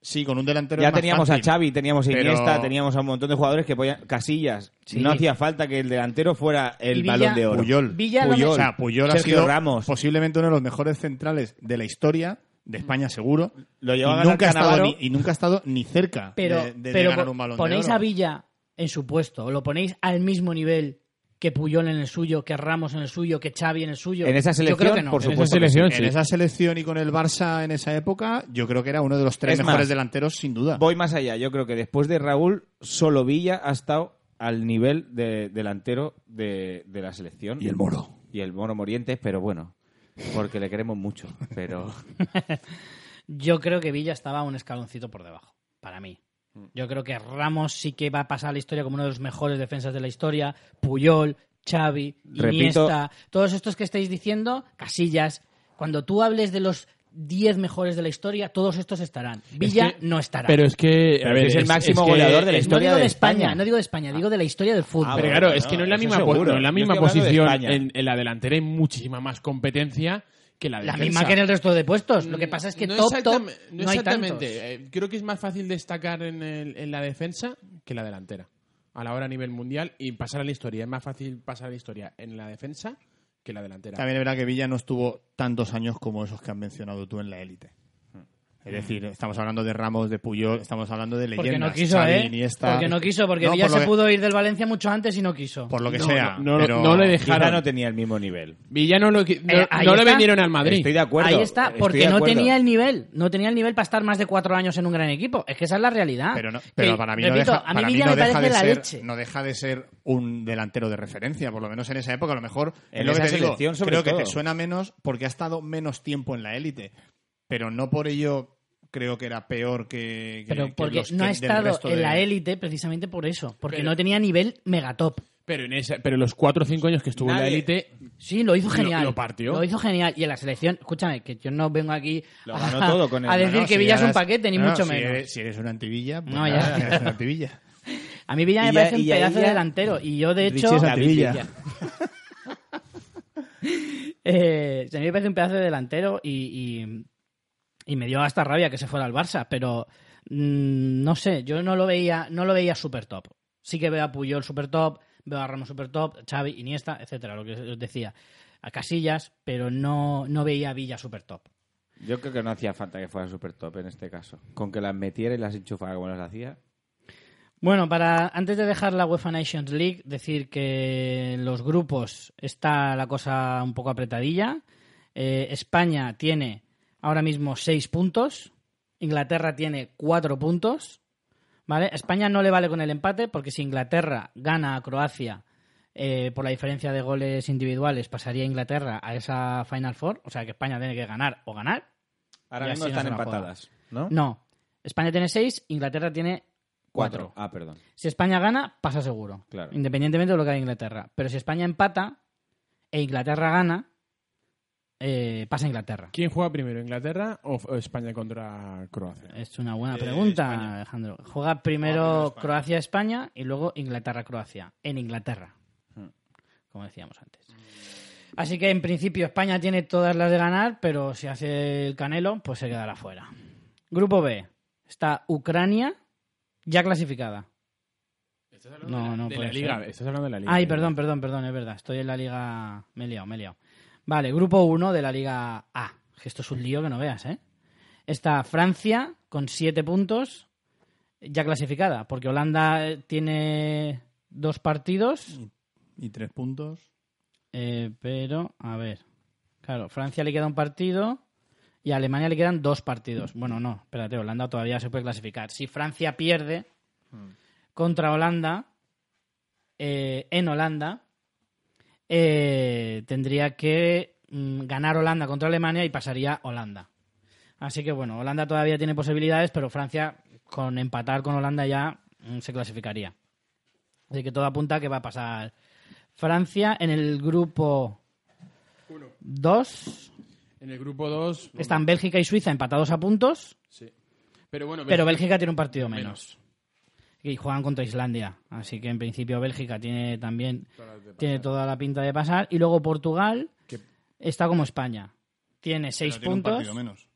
C: sí, con un delantero.
D: Ya
C: es más
D: teníamos
C: fácil.
D: a Xavi, teníamos a
C: pero-
D: Iniesta, teníamos a un montón de jugadores que podían... Casillas.
A: Sí.
D: No hacía falta que el delantero fuera el
A: Y Villa-
D: balón de oro.
C: Puyol.
A: Villa lo-
C: Puyol. O sea, Puyol ha
D: Sergio
C: sido
D: Ramos.
C: posiblemente uno de los mejores centrales de la historia, de España seguro.
D: Lo llevó a
C: y,
D: ganar
C: nunca ha estado
D: Cannavaro.
C: ni, y nunca ha estado ni cerca
A: pero,
C: de, de- de
A: pero
C: ganar
A: po-
C: un balón
A: ponéis
C: de oro.
A: a Villa en su puesto, o lo ponéis al mismo nivel que Puyol en el suyo, que Ramos en el suyo, que Xavi en el suyo.
D: En esa
A: Yo creo
D: selección,
A: que no. ¿eh?
D: por
F: En esa
D: supuesto. que
F: selección,
C: En
F: sí.
C: esa selección y con el Barça en esa época, yo creo que era uno de los tres
D: Es
C: mejores
D: más,
C: delanteros, sin duda.
D: Voy más allá. Yo creo que después de Raúl, solo Villa ha estado al nivel de delantero de, de la selección.
C: Y el Moro.
D: Y el Moro Morientes, pero bueno. Porque le queremos mucho. Pero
A: Yo creo que Villa estaba un escaloncito por debajo, para mí.
C: Mm.
A: Yo creo que Ramos sí que va a pasar a la historia como uno de los mejores defensas de la historia. Puyol, Xavi,
D: Repito-
A: Iniesta, todos estos que estáis diciendo, Casillas. Cuando tú hables de los 10 mejores de la historia, todos estos estarán. Villa
F: que-
A: no estará.
F: Pero es que.
D: Pero si es el máximo goleador de la
F: es-
A: no
D: historia
A: digo de
D: de
A: España,
D: España.
A: no digo de España, digo de la historia del fútbol.
D: Ah,
F: Pero
D: bueno,
F: claro,
D: bueno,
F: es que no es la
D: eso
F: misma,
D: seguro.
F: po- no es la
D: Yo
F: misma
D: estoy hablando de
F: posición.
D: España.
F: En, en la delantera hay muchísima más competencia que la
A: La
F: defensa.
A: misma que en el resto de puestos. Lo que pasa es que top, top, no,
F: exactam- Mm, no
A: hay
F: exactamente.
A: tantos.
F: Eh, creo que es más fácil destacar en, el- en la defensa que en la delantera. A la hora a nivel mundial y pasar a la historia. Es más fácil pasar a la historia en la defensa que en la delantera.
C: También es verdad que Villa no estuvo tantos años como esos que has mencionado tú en la élite.
D: Mm.
C: Es decir, estamos hablando de Ramos, de Puyol, estamos hablando de leyendas.
A: Porque no quiso,
C: Xavi,
A: ¿eh?
C: Iniesta.
A: Porque no quiso, porque
C: No,
A: Villa
C: por lo
A: se
C: que-
A: pudo ir del Valencia mucho antes y no quiso.
C: Por lo que
F: No,
C: sea.
F: no, no,
C: pero-
F: no le dejé.
D: quizá
F: Claro.
D: no tenía el mismo nivel.
F: Villano no, qui- no-
A: Eh, ahí
F: no le
A: está.
F: vendieron al Madrid.
D: Estoy de acuerdo.
A: Ahí está,
D: estoy
A: porque
D: de
A: no
D: acuerdo.
A: tenía el nivel, no tenía el nivel para estar más de cuatro años en un gran equipo. Es que esa es la realidad.
C: Pero, no- pero
A: Que,
C: para mí
A: Ah, eh, repito,
C: no deja,
A: a mí
C: para mí
A: Villa
C: no
A: me
C: deja
A: parece
C: de
A: la
C: ser,
A: leche.
C: no deja de ser un delantero de referencia, por lo menos en esa época, a lo mejor
D: En
C: es lo que
D: esa
C: te digo,
D: selección, sobre
C: creo que
D: todo.
C: te suena menos porque ha estado menos tiempo en la élite, pero no por ello creo que era peor que, que-
A: pero
C: que
A: porque
C: los
A: no
C: que-
A: ha
C: del
A: estado
C: resto
A: en
C: de-
A: la élite precisamente por eso, porque
F: Pero-
A: no tenía nivel megatop.
F: Pero, en esa- pero los cuatro o cinco años que estuvo en la
D: Nadie-
F: élite.
A: Sí, lo hizo
F: Lo-
A: genial.
F: lo partió.
A: hizo genial. Y en la selección, escúchame, que yo no vengo aquí
D: Lo
A: a,
D: ganó todo con el-
A: a decir
C: No, no,
A: que
C: si
A: Villa es un
C: eras-
A: paquete, ni
C: no,
A: mucho
C: si
A: menos.
C: Eres, si eres una antibilla, pues
A: No, ya.
C: nada, eres una antibilla.
A: A mí Villa me
D: Y ya-
A: parece un
D: y ya-
A: pedazo
D: y
A: de
D: ya-
A: delantero. Y yo, de hecho,
C: Richie es Antevilla.
A: Villa. Eh, a mí me parece un pedazo de delantero y, y- y me dio hasta rabia que se fuera al Barça, pero mm, no sé, yo no lo veía, no lo veía super top. Sí que veo a Puyol super top, veo a Ramos super top, Xavi, Iniesta, etcétera, lo que os decía, a Casillas, pero no, no veía a Villa super top.
D: Yo creo que no hacía falta que fuera super top en este caso. Con que las metiera y las enchufara como las hacía.
A: Bueno, para antes de dejar la UEFA Nations League, decir que en los grupos está la cosa un poco apretadilla. Eh, España tiene ahora mismo seis puntos, Inglaterra tiene cuatro puntos, ¿vale? España no le vale con el empate porque si Inglaterra gana a Croacia eh, por la diferencia de goles individuales pasaría Inglaterra a esa Final Four, o sea que España tiene que ganar o ganar.
D: Ahora
A: Y
D: mismo
A: así no
D: están
A: se la juega.
D: empatadas, ¿no?
A: No, España tiene seis, Inglaterra tiene cuatro.
D: Ah, perdón.
A: Si España gana, pasa seguro.
D: Claro.
A: Independientemente de lo que haga Inglaterra. Pero si España empata e Inglaterra gana, eh, pasa Inglaterra.
F: ¿Quién juega primero, Inglaterra o o España contra Croacia?
A: Es una buena
C: Eh,
A: pregunta,
C: España.
A: Alejandro. Juega primero
C: primero España. Hmm.
A: Croacia-España y luego Inglaterra-Croacia. En Inglaterra. como decíamos antes. Así que en principio España tiene todas las de ganar, pero si hace el Canelo, pues se quedará fuera. Grupo B. Está Ucrania, ya clasificada.
F: Estás hablando
A: No,
F: de la,
A: no
F: de
A: puede
F: la
A: ser.
F: liga. Estás hablando de la liga.
A: Ay, perdón, perdón, perdón, es verdad. Estoy en la liga. Me he liado, me he liado. Vale, grupo 1 de la liga A. Que esto es un lío que no veas, ¿eh? Está Francia con 7 puntos, ya clasificada, porque Holanda eh, tiene dos partidos,
C: Y tres puntos.
A: eh, pero, a ver. Claro, Francia le queda un partido y a Alemania le quedan dos partidos. Bueno, no, espérate, Holanda todavía se puede clasificar. Si Francia pierde contra Holanda, eh, en Holanda, eh, tendría que mm, ganar Holanda contra Alemania y pasaría Holanda. Así que bueno, Holanda todavía tiene posibilidades, pero Francia con empatar con Holanda ya mm, se clasificaría. Así que todo apunta a que va a pasar Francia en el grupo 2.
F: En el grupo 2.
A: Están Bélgica y Suiza empatados a puntos,
F: Pero bueno,
A: pero
F: Bélgica-
A: Bélgica tiene un partido menos. Y juegan contra Islandia. Así que en principio Bélgica tiene también tiene toda la pinta de pasar. Y luego Portugal
B: Que-
A: está como España. Tiene
C: pero
A: seis
C: tiene un
A: puntos.
C: partido menos.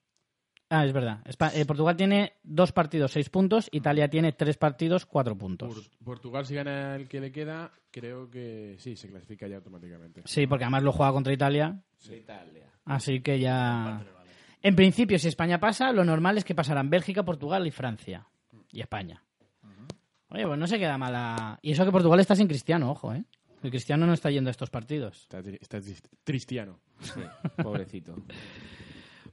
A: Ah, es verdad. Espa- eh, Portugal tiene dos partidos, seis puntos. Italia tiene tres partidos, cuatro puntos.
F: Por- Portugal, si gana el que le queda, creo que sí, se clasifica ya automáticamente.
A: Sí, porque además lo juega contra Italia.
D: Italia.
A: Así que ya. En principio, si España pasa, lo normal es que pasarán Bélgica, Portugal y Francia. Y España. Oye, pues no se queda mala. Y eso que Portugal está sin Cristiano, ojo, ¿eh? El Cristiano no está yendo a estos partidos.
F: Está, tri- está trist- tristiano.
D: Pobrecito.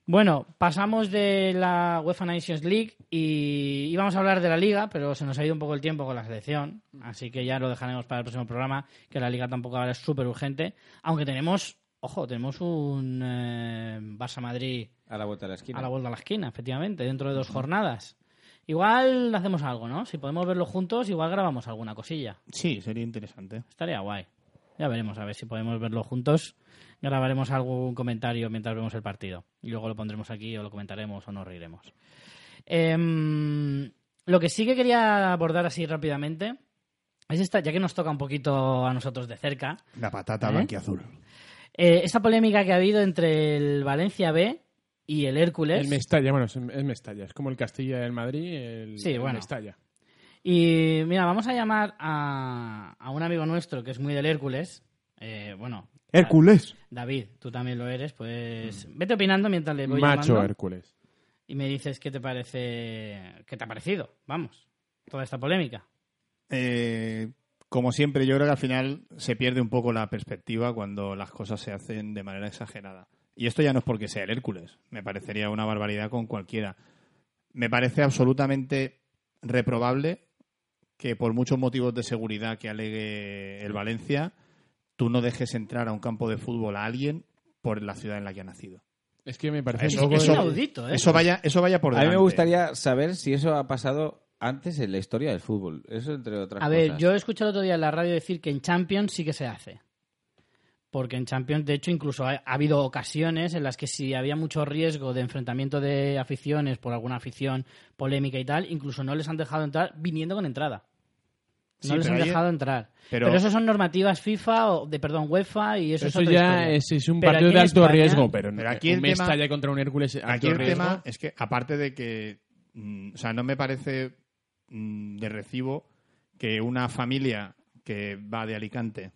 A: Bueno, pasamos de la UEFA Nations League y íbamos a hablar de la Liga, pero se nos ha ido un poco el tiempo con la selección, así que ya lo dejaremos para el próximo programa, que la Liga tampoco ahora es súper urgente, aunque tenemos, ojo, tenemos un Barça Madrid
D: A la vuelta de la esquina.
A: a la vuelta a la esquina, efectivamente, dentro de dos jornadas. Igual hacemos algo, ¿no? Si podemos verlo juntos, igual grabamos alguna cosilla.
C: Sí, sería interesante.
A: Estaría guay. Ya veremos, a ver si podemos verlo juntos. Grabaremos algún comentario mientras vemos el partido. Y luego lo pondremos aquí o lo comentaremos o nos reiremos. Em, lo que sí que quería abordar así rápidamente es esta, ya que nos toca un poquito a nosotros de cerca,
C: La patata
A: ¿Eh?
C: blanquiazul.
A: eh, esta polémica que ha habido entre el Valencia B y el Hércules.
F: El Mestalla, bueno, es, es Mestalla. Es como el Castilla del Madrid, el,
A: Sí,
F: el
A: bueno.
F: Mestalla.
A: Y mira, vamos a llamar a, a un amigo nuestro que es muy del Hércules. Eh, bueno,
B: Hércules.
A: David, tú también lo eres, pues vete opinando mientras le voy
F: Macho
A: llamando
F: Hércules.
A: y me dices qué te parece, qué te ha parecido, vamos, toda esta polémica.
C: Eh, como siempre, yo creo que al final se pierde un poco la perspectiva cuando las cosas se hacen de manera exagerada. Y esto ya no es porque sea el Hércules, me parecería una barbaridad con cualquiera. Me parece absolutamente reprobable que por muchos motivos de seguridad que alegue el Valencia, tú no dejes entrar a un campo de fútbol a alguien por la ciudad en la que ha nacido.
F: Es que me parece
C: Eso-
F: un poco
A: es
C: eso-
A: inaudito, ¿eh?
C: Eso vaya, eso vaya por
D: A mí
C: delante.
D: me gustaría saber si eso ha pasado antes en la historia del fútbol. Eso entre otras
A: a
D: cosas.
A: ver, yo he escuchado el otro día en la radio decir que en Champions sí que se hace. Porque en Champions, de hecho, incluso ha, ha habido ocasiones en las que si había mucho riesgo de enfrentamiento de aficiones por alguna afición polémica y tal, incluso no les han dejado entrar viniendo con entrada. No
C: Sí,
A: les
C: pero
A: han
C: ahí-
A: dejado entrar. Pero,
C: pero-
A: eso son normativas FIFA, o, de perdón, UEFA y eso,
F: Eso,
A: es otra
F: ya
A: historia.
F: es, es un
A: Pero
F: partido
A: aquí
F: de
A: en
F: alto
A: España-
F: riesgo, pero,
C: Pero aquí el
F: un
C: tema-
F: Mestalla contra un Hércules alto
C: Aquí el
F: riesgo.
C: tema es que, aparte de que, mm, o sea, no me parece mm, de recibo que una familia que va de Alicante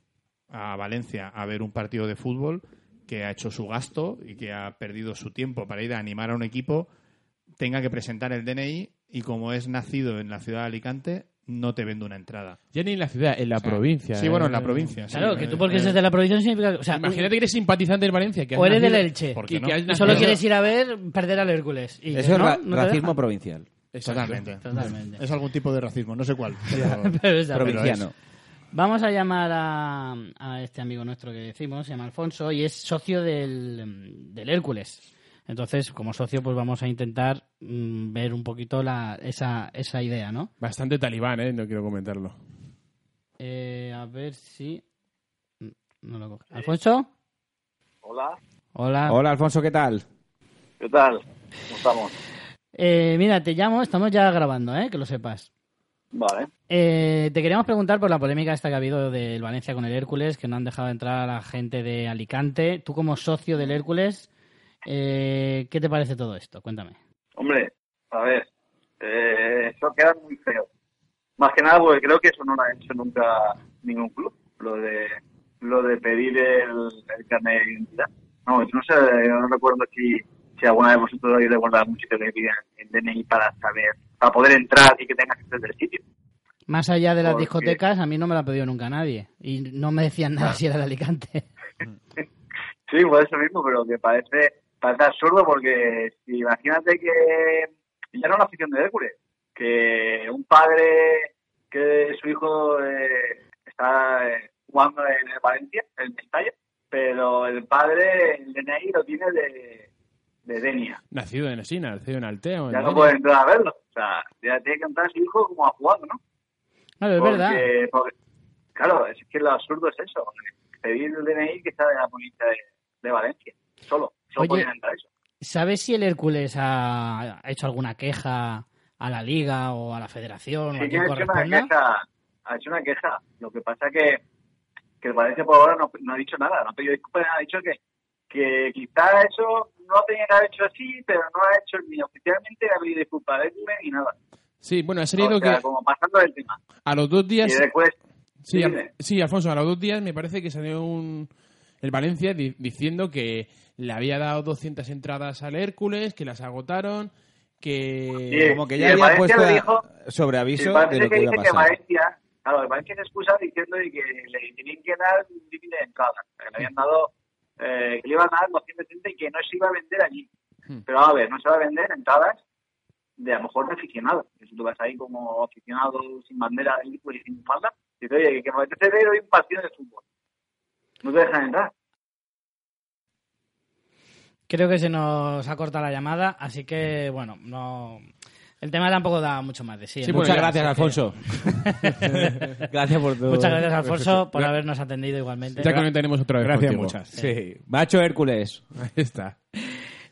C: a Valencia a ver un partido de fútbol, que ha hecho su gasto y que ha perdido su tiempo para ir a animar a un equipo, tenga que presentar el DNI y como es nacido en la ciudad de Alicante, no te vende una entrada.
F: Ya ni en la ciudad, en la provincia.
C: Sí, bueno, en
F: eh.
C: la provincia. sí.
A: Claro, que tú porque
C: Eh,
A: eres de la provincia no significa... O sea,
F: Imagínate que eres simpatizante del Valencia. Que has
A: o eres del
F: nacido-
A: Elche.
F: que-
C: ¿Por qué no?
F: que has
A: Y solo
F: nacido-
A: quieres ir a ver perder al Hércules. Y
D: Eso
A: que
D: es
A: no,
D: ra-
A: no te
D: racismo
A: dejan.
D: provincial.
F: Exacto.
C: Totalmente.
A: Totalmente.
C: Es algún tipo de racismo, no sé cuál.
A: Pero es de Alicante.
C: Pero
D: Provinciano.
A: Vamos a llamar a, a este amigo nuestro que decimos, se llama Alfonso, y es socio del, del Hércules. Entonces, como socio, pues vamos a intentar mm, ver un poquito la, esa, esa idea, ¿no?
F: Bastante talibán, ¿eh? No quiero comentarlo.
A: Eh, a ver si... No lo coge. ¿Alfonso?
G: Hola,
A: Hola.
D: Hola, Alfonso, ¿qué tal?
G: ¿qué tal? ¿Cómo estamos?
A: Eh, mira, te llamo, estamos ya grabando, ¿eh? Que lo sepas.
G: Vale.
A: Eh, te queríamos preguntar por la polémica esta que ha habido del Valencia con el Hércules, que no han dejado entrar a la gente de Alicante. Tú como socio del Hércules, eh, ¿qué te parece todo esto? Cuéntame.
G: Hombre, a ver, eh, eso queda muy feo. Más que nada porque creo que eso no lo ha hecho nunca ningún club, lo de lo de pedir el, el carnet de identidad. No, no sé, no recuerdo si, si alguna de vosotros habéis recordado mucho que le piden el DNI para saber, para poder entrar y que tengas que ser del sitio.
A: Más allá de las
G: Porque-
A: discotecas, a mí no me la ha pedido nunca nadie. Y no me decían
G: Ah.
A: nada si era de Alicante.
G: Sí, igual eso mismo, pero que parece, parece absurdo porque si imagínate que ya no la afición de Hércules, que un padre que su hijo eh, está eh, jugando en el Valencia, en Mestalla, pero el padre, el DNI, lo tiene de, de Denia.
F: Nacido en Asina, nacido en Altea. o en
G: Ya no
F: Denia.
G: puede entrar a verlo. O sea, ya tiene que entrar su hijo como ha jugado, ¿no?
A: Claro, es
G: Porque-
A: verdad.
G: porque- claro, es que lo absurdo es eso. Pedir el DNI que está de la policía de, de Valencia. Solo. Solo
A: Oye.
G: podían entrar eso.
A: ¿Sabes si el Hércules ha, ha hecho alguna queja a la liga o a la federación o a
G: Sí que
A: quien
G: ha hecho una
A: corresponda?
G: queja. Ha hecho una queja. Lo que pasa que, que el Valencia por ahora no, no ha dicho nada. No ha pedido disculpas. Ha dicho que, que quizá eso no tenía que haber hecho así, pero no ha hecho ni oficialmente ha pedido disculpas a Hércules ni nada.
F: Sí, bueno, ha salido
G: O sea,
F: que
G: como pasando del tema.
F: a los dos días...
G: Y después,
F: Sí,
G: dime.
F: Al- sí, Alfonso, a los dos días me parece que salió un, el Valencia di- diciendo que le había dado 200 entradas al Hércules, que las agotaron,
G: Sí.
F: que...
D: Como que
G: y
D: ya
G: el
D: había
G: Valencia
D: puesto
G: lo dijo,
D: a- sobre
G: Sí,
D: aviso de
G: parece
D: lo
G: que
D: que iba
G: dice
D: a
G: que
D: pasar.
G: Valencia, claro, el Valencia se excusa diciendo de que le tenían que dar un límite de entrada, que le habían dado, eh, que le iban a dar 230 y que no se iba a vender allí. Pero a ver, no se va a vender entradas de a lo mejor de aficionados. Que Si tú vas ahí como aficionado sin bandera de equipo y sin falda, dices, oye, que me apetece ver hoy un partido de fútbol. No te dejan entrar.
A: Creo que se nos ha cortado la llamada, así que, bueno, no... El tema tampoco da mucho más de sí. ¿eh?
F: Sí,
A: ¿no?
F: bueno,
D: Muchas
F: ya,
D: gracias,
F: sí.
D: Alfonso. gracias por tu...
A: Muchas gracias, Alfonso, por habernos atendido igualmente.
F: Ya conectaremos otra vez
B: Gracias,
F: contigo.
B: muchas.
D: Sí. Macho Hércules.
F: Ahí está.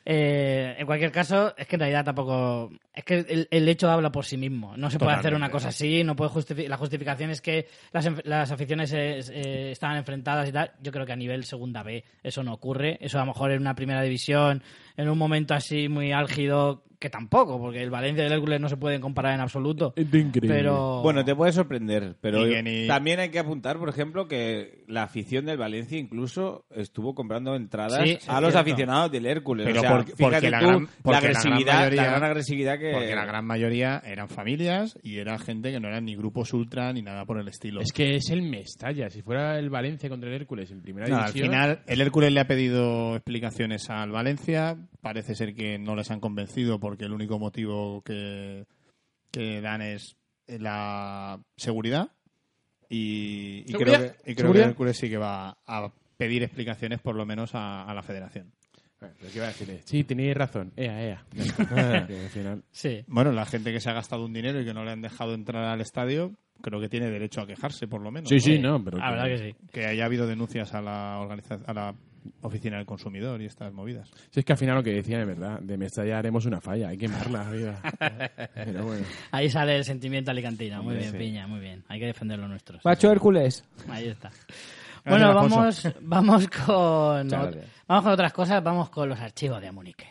A: Eh, en cualquier caso, es que en realidad tampoco. Es que el, el hecho habla por sí mismo. No se puede hacer una cosa así, no puede justifi- La justificación es que las, enf- las aficiones eh, eh, estaban enfrentadas y tal. Yo creo que a nivel segunda B eso no ocurre. Eso a lo mejor en una primera división, en un momento así muy álgido, que tampoco, porque el Valencia y el Hércules no se pueden comparar en absoluto. Pero.
D: Bueno, te puede sorprender, pero
C: Ni que ni-
D: también hay que apuntar, por ejemplo, que la afición del Valencia incluso estuvo comprando entradas
A: Sí, sí,
D: a
A: es
D: los
A: cierto.
D: aficionados del Hércules.
C: Pero
D: o sea,
C: por-
D: fíjate
C: porque la
D: tú
C: gran- porque la gran
D: agresividad,
C: mayoría-
D: la gran agresividad que...
C: Porque la gran mayoría eran familias y era gente que no eran ni grupos ultra ni nada por el estilo.
F: Es que es el Mestalla. Si fuera el Valencia contra el Hércules en primera
C: Nada, al
F: división...
C: final, el Hércules le ha pedido explicaciones al Valencia. Parece ser que no les han convencido porque el único motivo que, que dan es la seguridad. Y, y creo,
F: ¿Seguridad?
C: que, y creo que
F: ¿Seguridad?
C: el Hércules sí que va a pedir explicaciones, por lo menos, a, a la federación.
F: Bueno, lo que iba a decir es, Sí, tenéis razón. Ea, ea.
C: Ah.
B: que al final
A: Sí.
C: Bueno, la gente que se ha gastado un dinero y que no le han dejado entrar al estadio, creo que tiene derecho a quejarse, por lo menos.
F: Sí,
C: ¿no?
F: sí, no, pero...
A: La verdad que sí.
C: Que haya habido denuncias a la, organiza- a la oficina del consumidor y estas movidas.
F: Si es que al final lo que decía de verdad, de Mestalla haremos una falla, hay que quemarla, vida. Pero bueno.
A: Ahí sale el sentimiento alicantino. Muy bien, Piña, muy bien. Hay que defender lo nuestro. sí,
D: Macho Hércules.
A: Ahí está. Bueno,
C: Alfonso.
A: vamos, vamos, con,
D: Muchas
A: ot-
D: gracias.
A: vamos con otras cosas, vamos con los archivos de Amunique.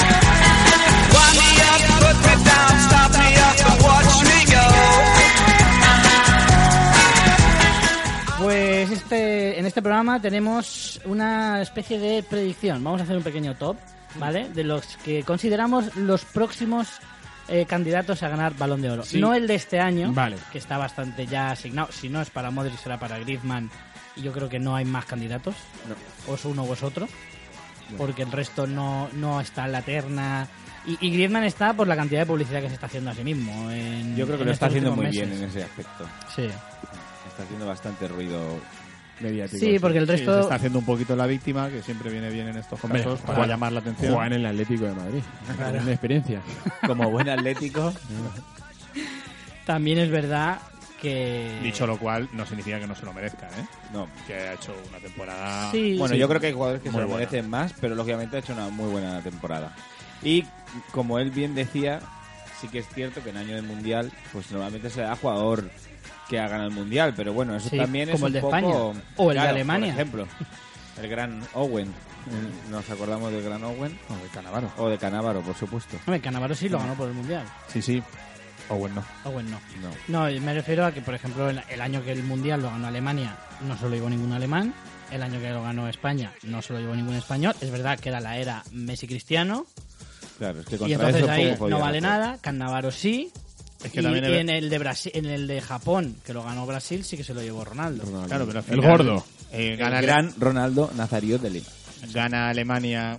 E: Wind me up, put me down, stop me up and watch me go.
A: Pues este, en este programa tenemos una especie de predicción. Vamos a hacer un pequeño top, ¿vale? De los que consideramos los próximos eh, candidatos a ganar Balón de Oro.
F: Sí.
A: No el de este año,
F: Vale.
A: que está bastante ya asignado. Si no es para Modric, será para Griezmann. Y yo creo que no hay más candidatos. O es uno o es otro. Porque el resto no, no está en la terna. Y, y Griezmann está por la cantidad de publicidad que se está haciendo a sí mismo. en-
D: Yo creo que
A: en
D: lo está
A: estos
D: haciendo muy
A: últimos
D: bien en este
A: meses.
D: ese aspecto.
A: Sí.
D: Está haciendo bastante ruido.
F: Mediático.
A: Sí, porque el
C: Sí, se
A: resto.
C: está haciendo un poquito la víctima, que siempre viene bien en estos
F: Hombre,
C: casos, para
F: jugar-
C: llamar la atención.
F: Jugar en el Atlético de Madrid. Una experiencia.
D: Como buen atlético,
A: También es verdad que...
C: Dicho lo cual, no significa que no se lo merezca, ¿eh?
D: No.
C: Que ha hecho una temporada.
A: Sí,
D: Bueno,
A: sí.
D: yo creo que hay jugadores que
C: Muy
D: se lo
C: buena.
D: merecen más, pero lógicamente ha hecho una muy buena temporada. Y como él bien decía, sí que es cierto que en año de mundial, pues normalmente se da jugador que ha ganado el mundial, pero bueno, eso
A: Sí,
D: también es
A: como el de
D: un poco-
A: España, o el de
D: Claro,
A: Alemania.
D: Por ejemplo, el gran Owen. Eh, Nos acordamos del gran Owen. O de Canavaro. O de Canavaro, por supuesto.
A: Hombre, Cannavaro sí lo ganó por el Mundial.
D: Sí, sí. Owen no.
A: Owen no.
D: No.
A: No, me refiero a que, por ejemplo, el, el año que el Mundial lo ganó Alemania, no se lo llevó ningún alemán. El año que lo ganó España, no se lo llevó ningún español. Es verdad que era la era Messi-Cristiano.
D: Claro, es que
A: Y
D: contra
A: entonces
D: eso
A: ahí
D: poco podía
A: no vale
D: hacer.
A: nada. Cannavaro sí.
C: Es que
A: y,
C: también
A: y
C: era-
A: en, el de Brasil, en el de Japón, que lo ganó Brasil, sí que se lo llevó Ronaldo.
C: Claro, pero al
B: El
C: final,
B: gordo.
C: eh,
D: El
C: gana, Ale-
D: gran Ronaldo Nazario de Lima.
C: gana Alemania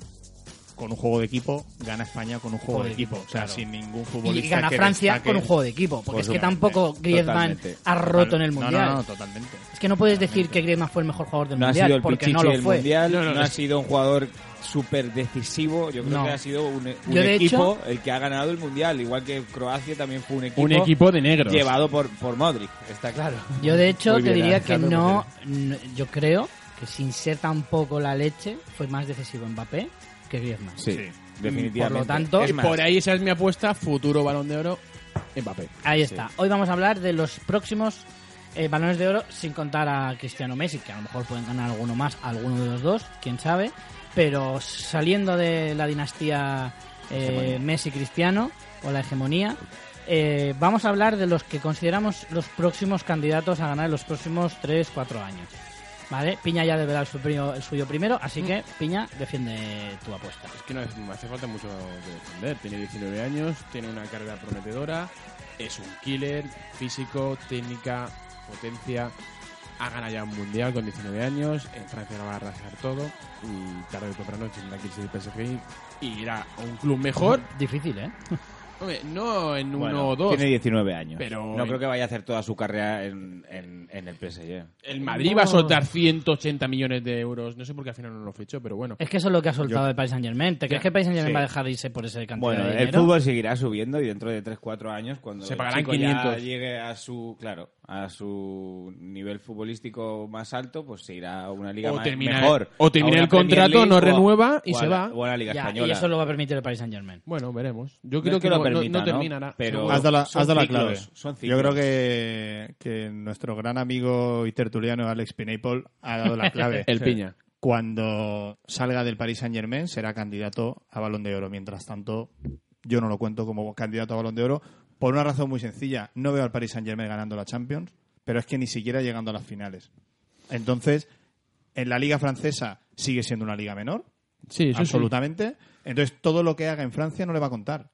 C: con un juego de equipo, gana España con un juego de equipo. O sea,
A: claro.
C: sin ningún
A: Y,
C: futbolista.
A: gana
C: que
A: Francia
C: destaque-
A: con un juego de equipo. Porque
D: Pues
A: es que
D: totalmente,
A: tampoco Griezmann
D: totalmente.
A: ha roto en el
C: No,
A: Mundial.
C: No, no, totalmente.
A: Es que no puedes decir que Griezmann fue el mejor jugador del
D: No ha
A: Mundial,
D: sido el
A: porque
D: pichichi
A: no lo
D: del
A: fue.
D: mundial, no,
F: no,
D: ha
F: es-
D: sido un jugador súper decisivo. Yo creo
A: No.
D: que ha sido un, un
A: Yo, de
D: equipo el que ha ganado el mundial, igual que Croacia también fue un equipo,
F: Un equipo de negros.
D: llevado por, por Modric, está claro.
A: Yo de hecho
D: Muy
A: te
D: bien,
A: diría que
D: Alejandro,
A: no, no- yo creo que sin ser tampoco la leche fue más decisivo Mbappé que Griezmann.
D: Sí,
C: Sí.
D: definitivamente.
A: Por lo tanto,
D: Es más,
F: Por ahí esa es mi apuesta, futuro balón de oro, Mbappé.
A: Ahí está. Hoy vamos a hablar de los próximos eh, balones de oro sin contar a Cristiano Messi, que a lo mejor pueden ganar alguno más, alguno de los dos, quién sabe. Pero saliendo de la dinastía Messi-Cristiano o la hegemonía, eh, vamos a hablar de los que consideramos los próximos candidatos a ganar en los próximos 3-4 años. ¿Vale? Piña ya deberá el su- el suyo primero, así que Piña defiende tu apuesta.
F: Es que no hace- me hace falta mucho de defender. Tiene 19 años, tiene una carrera prometedora, es un killer, físico, técnica, potencia. Ha ganado ya un mundial con 19 años, en Francia lo va a arrasar todo y tarde o temprano tendrá que irse del PSG y irá a un club mejor.
A: Difícil, ¿eh?
F: Hombre, no en uno
D: bueno,
F: o dos.
D: Tiene 19 años.
F: Pero-
D: no creo que vaya a hacer toda su carrera en, en- en el PSG.
F: El Madrid va a soltar 180 millones de euros. No sé por qué al final no lo fichó, pero bueno.
A: Es que eso es lo que ha soltado el Paris Saint Germain. ¿Te crees que el Paris Saint Germain
D: Sí.
A: va a dejar irse por ese cantidad
D: Bueno,
A: de
D: el
A: dinero?
D: fútbol seguirá subiendo y dentro de 3-4 años, cuando
F: Se
D: el
F: pagarán
D: chico ya
F: 500.
D: llegue a su, claro, a su nivel futbolístico más alto, pues se irá a una liga
F: O
D: más-
F: termina-
D: mejor.
F: o termina
D: A una
F: el contrato,
D: Premier
F: no
D: o a-
F: renueva y
D: o a
F: se
D: la-
F: va.
D: O a la liga
A: Ya,
D: española.
A: Y eso lo va a permitir el Paris Saint Germain.
F: Bueno, veremos. Yo
D: No
F: creo
D: es que
F: no,
D: lo
F: no- no
D: permita, ¿no?
F: terminará.
D: Pero-
F: seguro.
D: Haz
C: Has dado la,
D: Son
C: has dado la
D: ciclos,
C: clave.
D: son ciclos.
C: Yo creo que, que nuestro gran amigo y tertuliano Alex Pineapple ha dado la clave.
F: El piña.
C: Cuando salga del Paris Saint Germain será candidato a Balón de Oro. Mientras tanto, yo no lo cuento como candidato a Balón de Oro por una razón muy sencilla. No veo al Paris Saint Germain ganando la Champions, pero es que ni siquiera llegando a las finales. Entonces, en la liga francesa sigue siendo una liga menor,
F: Sí, eso sí.
C: absolutamente. Entonces, todo lo que haga en Francia no le va a contar.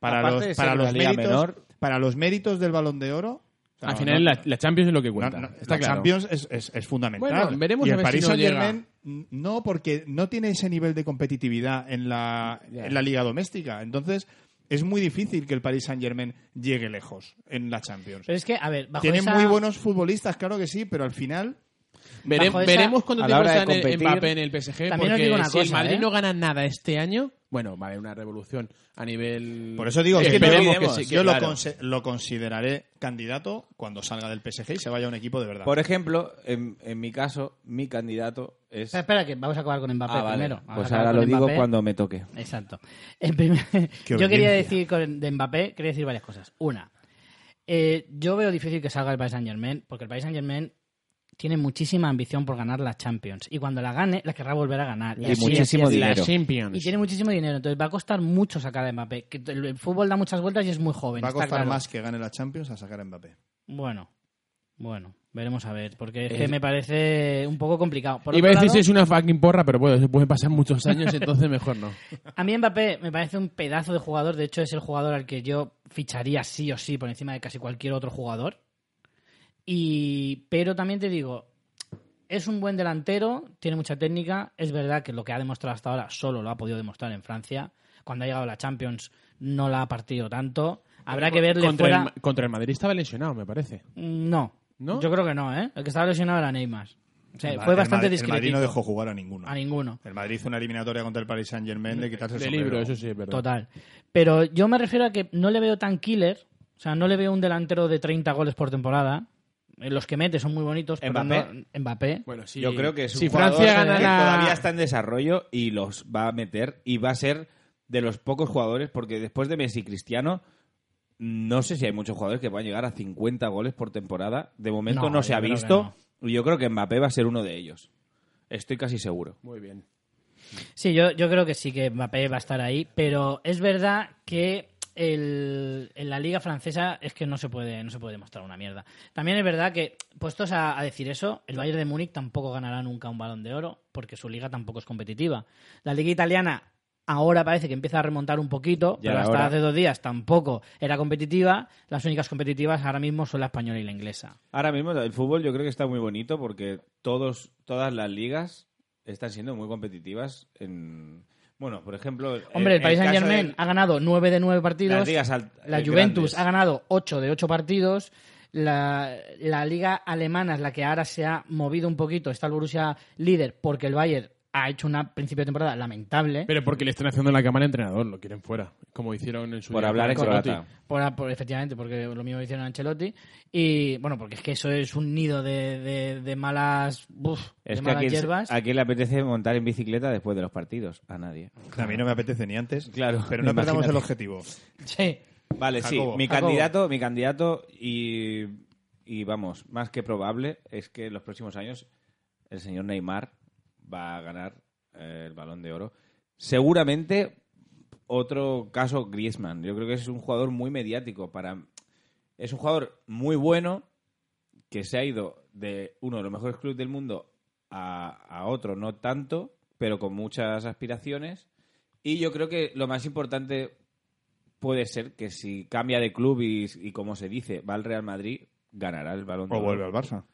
C: Para
D: Aparte de
C: los,
D: ser
C: para
D: una
C: los
D: liga
C: méritos,
D: menor-
C: para los méritos del Balón de Oro. o sea,
F: Al
C: no-
F: final
C: no-
F: la, la Champions es lo que
C: no,
F: cuenta.
C: no,
F: Está
C: la
F: claro.
C: Champions es, es- es fundamental.
F: Bueno, veremos
C: y
F: a
C: el
F: ver
C: Paris
F: si no
C: Saint
F: llega.
C: Germain no, porque no tiene ese nivel de competitividad en la, en la liga doméstica. Entonces, es muy difícil que el Paris Saint Germain llegue lejos en la Champions.
F: Eh,
A: Pero es que, a ver, bajo
C: Tiene
A: esa-
C: muy buenos futbolistas, claro que sí, pero al final
F: Vere-
A: Bajo esa-
F: veremos cuánto
D: a la
F: tiempo
D: hora de
F: está en el-
D: competir-
F: Mbappé en el PSG.
A: También os
F: porque
A: digo una
F: si el
A: cosa,
F: Madrid
A: ¿eh?
F: no gana nada este año, bueno, va a haber una revolución a nivel.
C: Por eso digo,
F: Eh,
C: que
F: esperemos
C: yo,
F: que sí, que
C: yo lo
F: claro.
C: conse- lo, consideraré candidato cuando salga del PSG y se vaya a un equipo de verdad.
D: Por ejemplo, en, en mi caso, mi candidato es.
A: Espera, espera, que vamos a acabar con Mbappé
D: Ah, vale.
A: primero. Vamos a
D: Pues
A: acabar
D: ahora
A: con
D: lo digo
A: Mbappé.
D: cuando me toque.
A: Exacto. En primer- Yo quería decir con- de Mbappé, quería decir varias cosas. Una, eh, yo veo difícil que salga el Paris Saint Germain, porque el Paris Saint Germain tiene muchísima ambición por ganar la Champions. Y cuando la gane, la querrá volver a ganar.
D: Y
A: así,
D: muchísimo
A: así, así.
D: dinero.
F: La Champions.
A: Y tiene muchísimo dinero, entonces va a costar mucho sacar a Mbappé. Que el el fútbol da muchas vueltas y es muy joven.
C: Va a
A: Pues está
C: costar
A: claro.
C: más que gane la Champions a sacar a Mbappé.
A: Bueno, bueno, veremos a ver, porque es
F: Es-
A: que
C: Eh,
A: me parece un poco complicado. Por
F: Iba a
A: otro
F: decir si
A: lado,
F: es una fucking porra, pero bueno, se pueden pasar muchos años, entonces mejor no.
A: A mí Mbappé me parece un pedazo de jugador, de hecho es el jugador al que yo ficharía sí o sí por encima de casi cualquier otro jugador. Y pero también te digo, es un buen delantero, tiene mucha técnica, es verdad que lo que ha demostrado hasta ahora solo lo ha podido demostrar en Francia, cuando ha llegado a la Champions no la ha partido tanto. Habrá que verle
F: Contra,
A: fuera. Mm,
F: el, contra el Madrid estaba lesionado, me parece.
A: No.
F: ¿No?
A: Yo creo que no, ¿eh? El que estaba lesionado era Neymar. O sea,
C: El Ma-
A: fue
C: el
A: bastante
C: Madrid-
A: discreto.
C: El Madrid no dejó jugar a ninguno.
A: A ninguno.
C: El Madrid hizo una eliminatoria contra el Paris Saint Germain de quitarse el
F: De
C: sombrero.
F: libro, eso sí, es verdad.
A: Total. Pero yo me refiero a que no le veo tan killer O sea, no le veo un delantero de 30 goles por temporada. Eh, Los que mete son muy bonitos. pero
D: Mbappé.
A: no- Mbappé.
F: Bueno, sí.
D: Yo creo que es un
F: si
D: jugador
F: Francia gana
D: que
F: la-
D: todavía está en desarrollo y los va a meter y va a ser de los pocos jugadores porque después de Messi y Cristiano no sé si hay muchos jugadores que van a llegar a 50 goles por temporada. De momento
A: No,
D: no, se
A: yo
D: ha
A: creo que
D: visto. y Yo creo que Mbappé va a ser uno de ellos. Estoy casi seguro.
F: Muy bien.
A: Sí, yo, yo creo que sí que Mbappé va a estar ahí, pero es verdad que el- en la liga francesa es que no se puede no se puede mostrar una mierda. También es verdad que, puestos a, a decir eso, el Bayern de Múnich tampoco ganará nunca un balón de oro porque su liga tampoco es competitiva. La liga italiana ahora parece que empieza a remontar un poquito,
D: Ya
A: pero
D: era
A: hasta
D: hora.
A: hace dos días tampoco era competitiva. Las únicas competitivas ahora mismo son la española y la inglesa.
D: Ahora mismo el fútbol yo creo que está muy bonito porque todos, todas las ligas están siendo muy competitivas en... Bueno, por ejemplo...
A: Hombre, el, Paris
D: caso
A: Saint-Germain
D: de
A: ha ganado 9 de 9
D: las
A: partidos.
D: ligas alt-
A: La
D: eh,
A: Juventus
D: grandes.
A: ha ganado 8 de 8 partidos. La, la liga alemana es la que ahora se ha movido un poquito. Está el Borussia líder porque el Bayern ha hecho una principio de temporada lamentable.
F: Pero porque le están haciendo la cámara al entrenador, lo quieren fuera. Como hicieron en su
D: Por
F: día
D: hablar en
F: con Ancelotti.
D: croata.
A: Por, por- efectivamente, porque lo mismo hicieron Ancelotti. Y bueno, porque es que eso es un nido de, de- de malas, buf,
D: Es
A: de
D: que a
A: malas
D: quién,
A: hierbas.
D: a quién le apetece montar en bicicleta después de los partidos? A nadie.
C: A mí no me apetece ni antes.
D: Claro,
C: Pero no perdamos
D: imagínate.
C: el objetivo.
A: Sí.
D: Vale,
C: Jacobo.
D: sí. Mi
A: Jacobo.
D: candidato, mi candidato y, y vamos, más que probable es que en los próximos años el señor Neymar va a ganar eh, el Balón de Oro. Seguramente otro caso Griezmann. Yo creo que es un jugador muy mediático para es un jugador muy bueno que se ha ido de uno de los mejores clubes del mundo a, a otro, no tanto, pero con muchas aspiraciones. Y yo creo que lo más importante puede ser que si cambia de club y, y como se dice, va al Real Madrid, ganará el balón. de
C: O
D: Oro.
C: vuelve al Barça.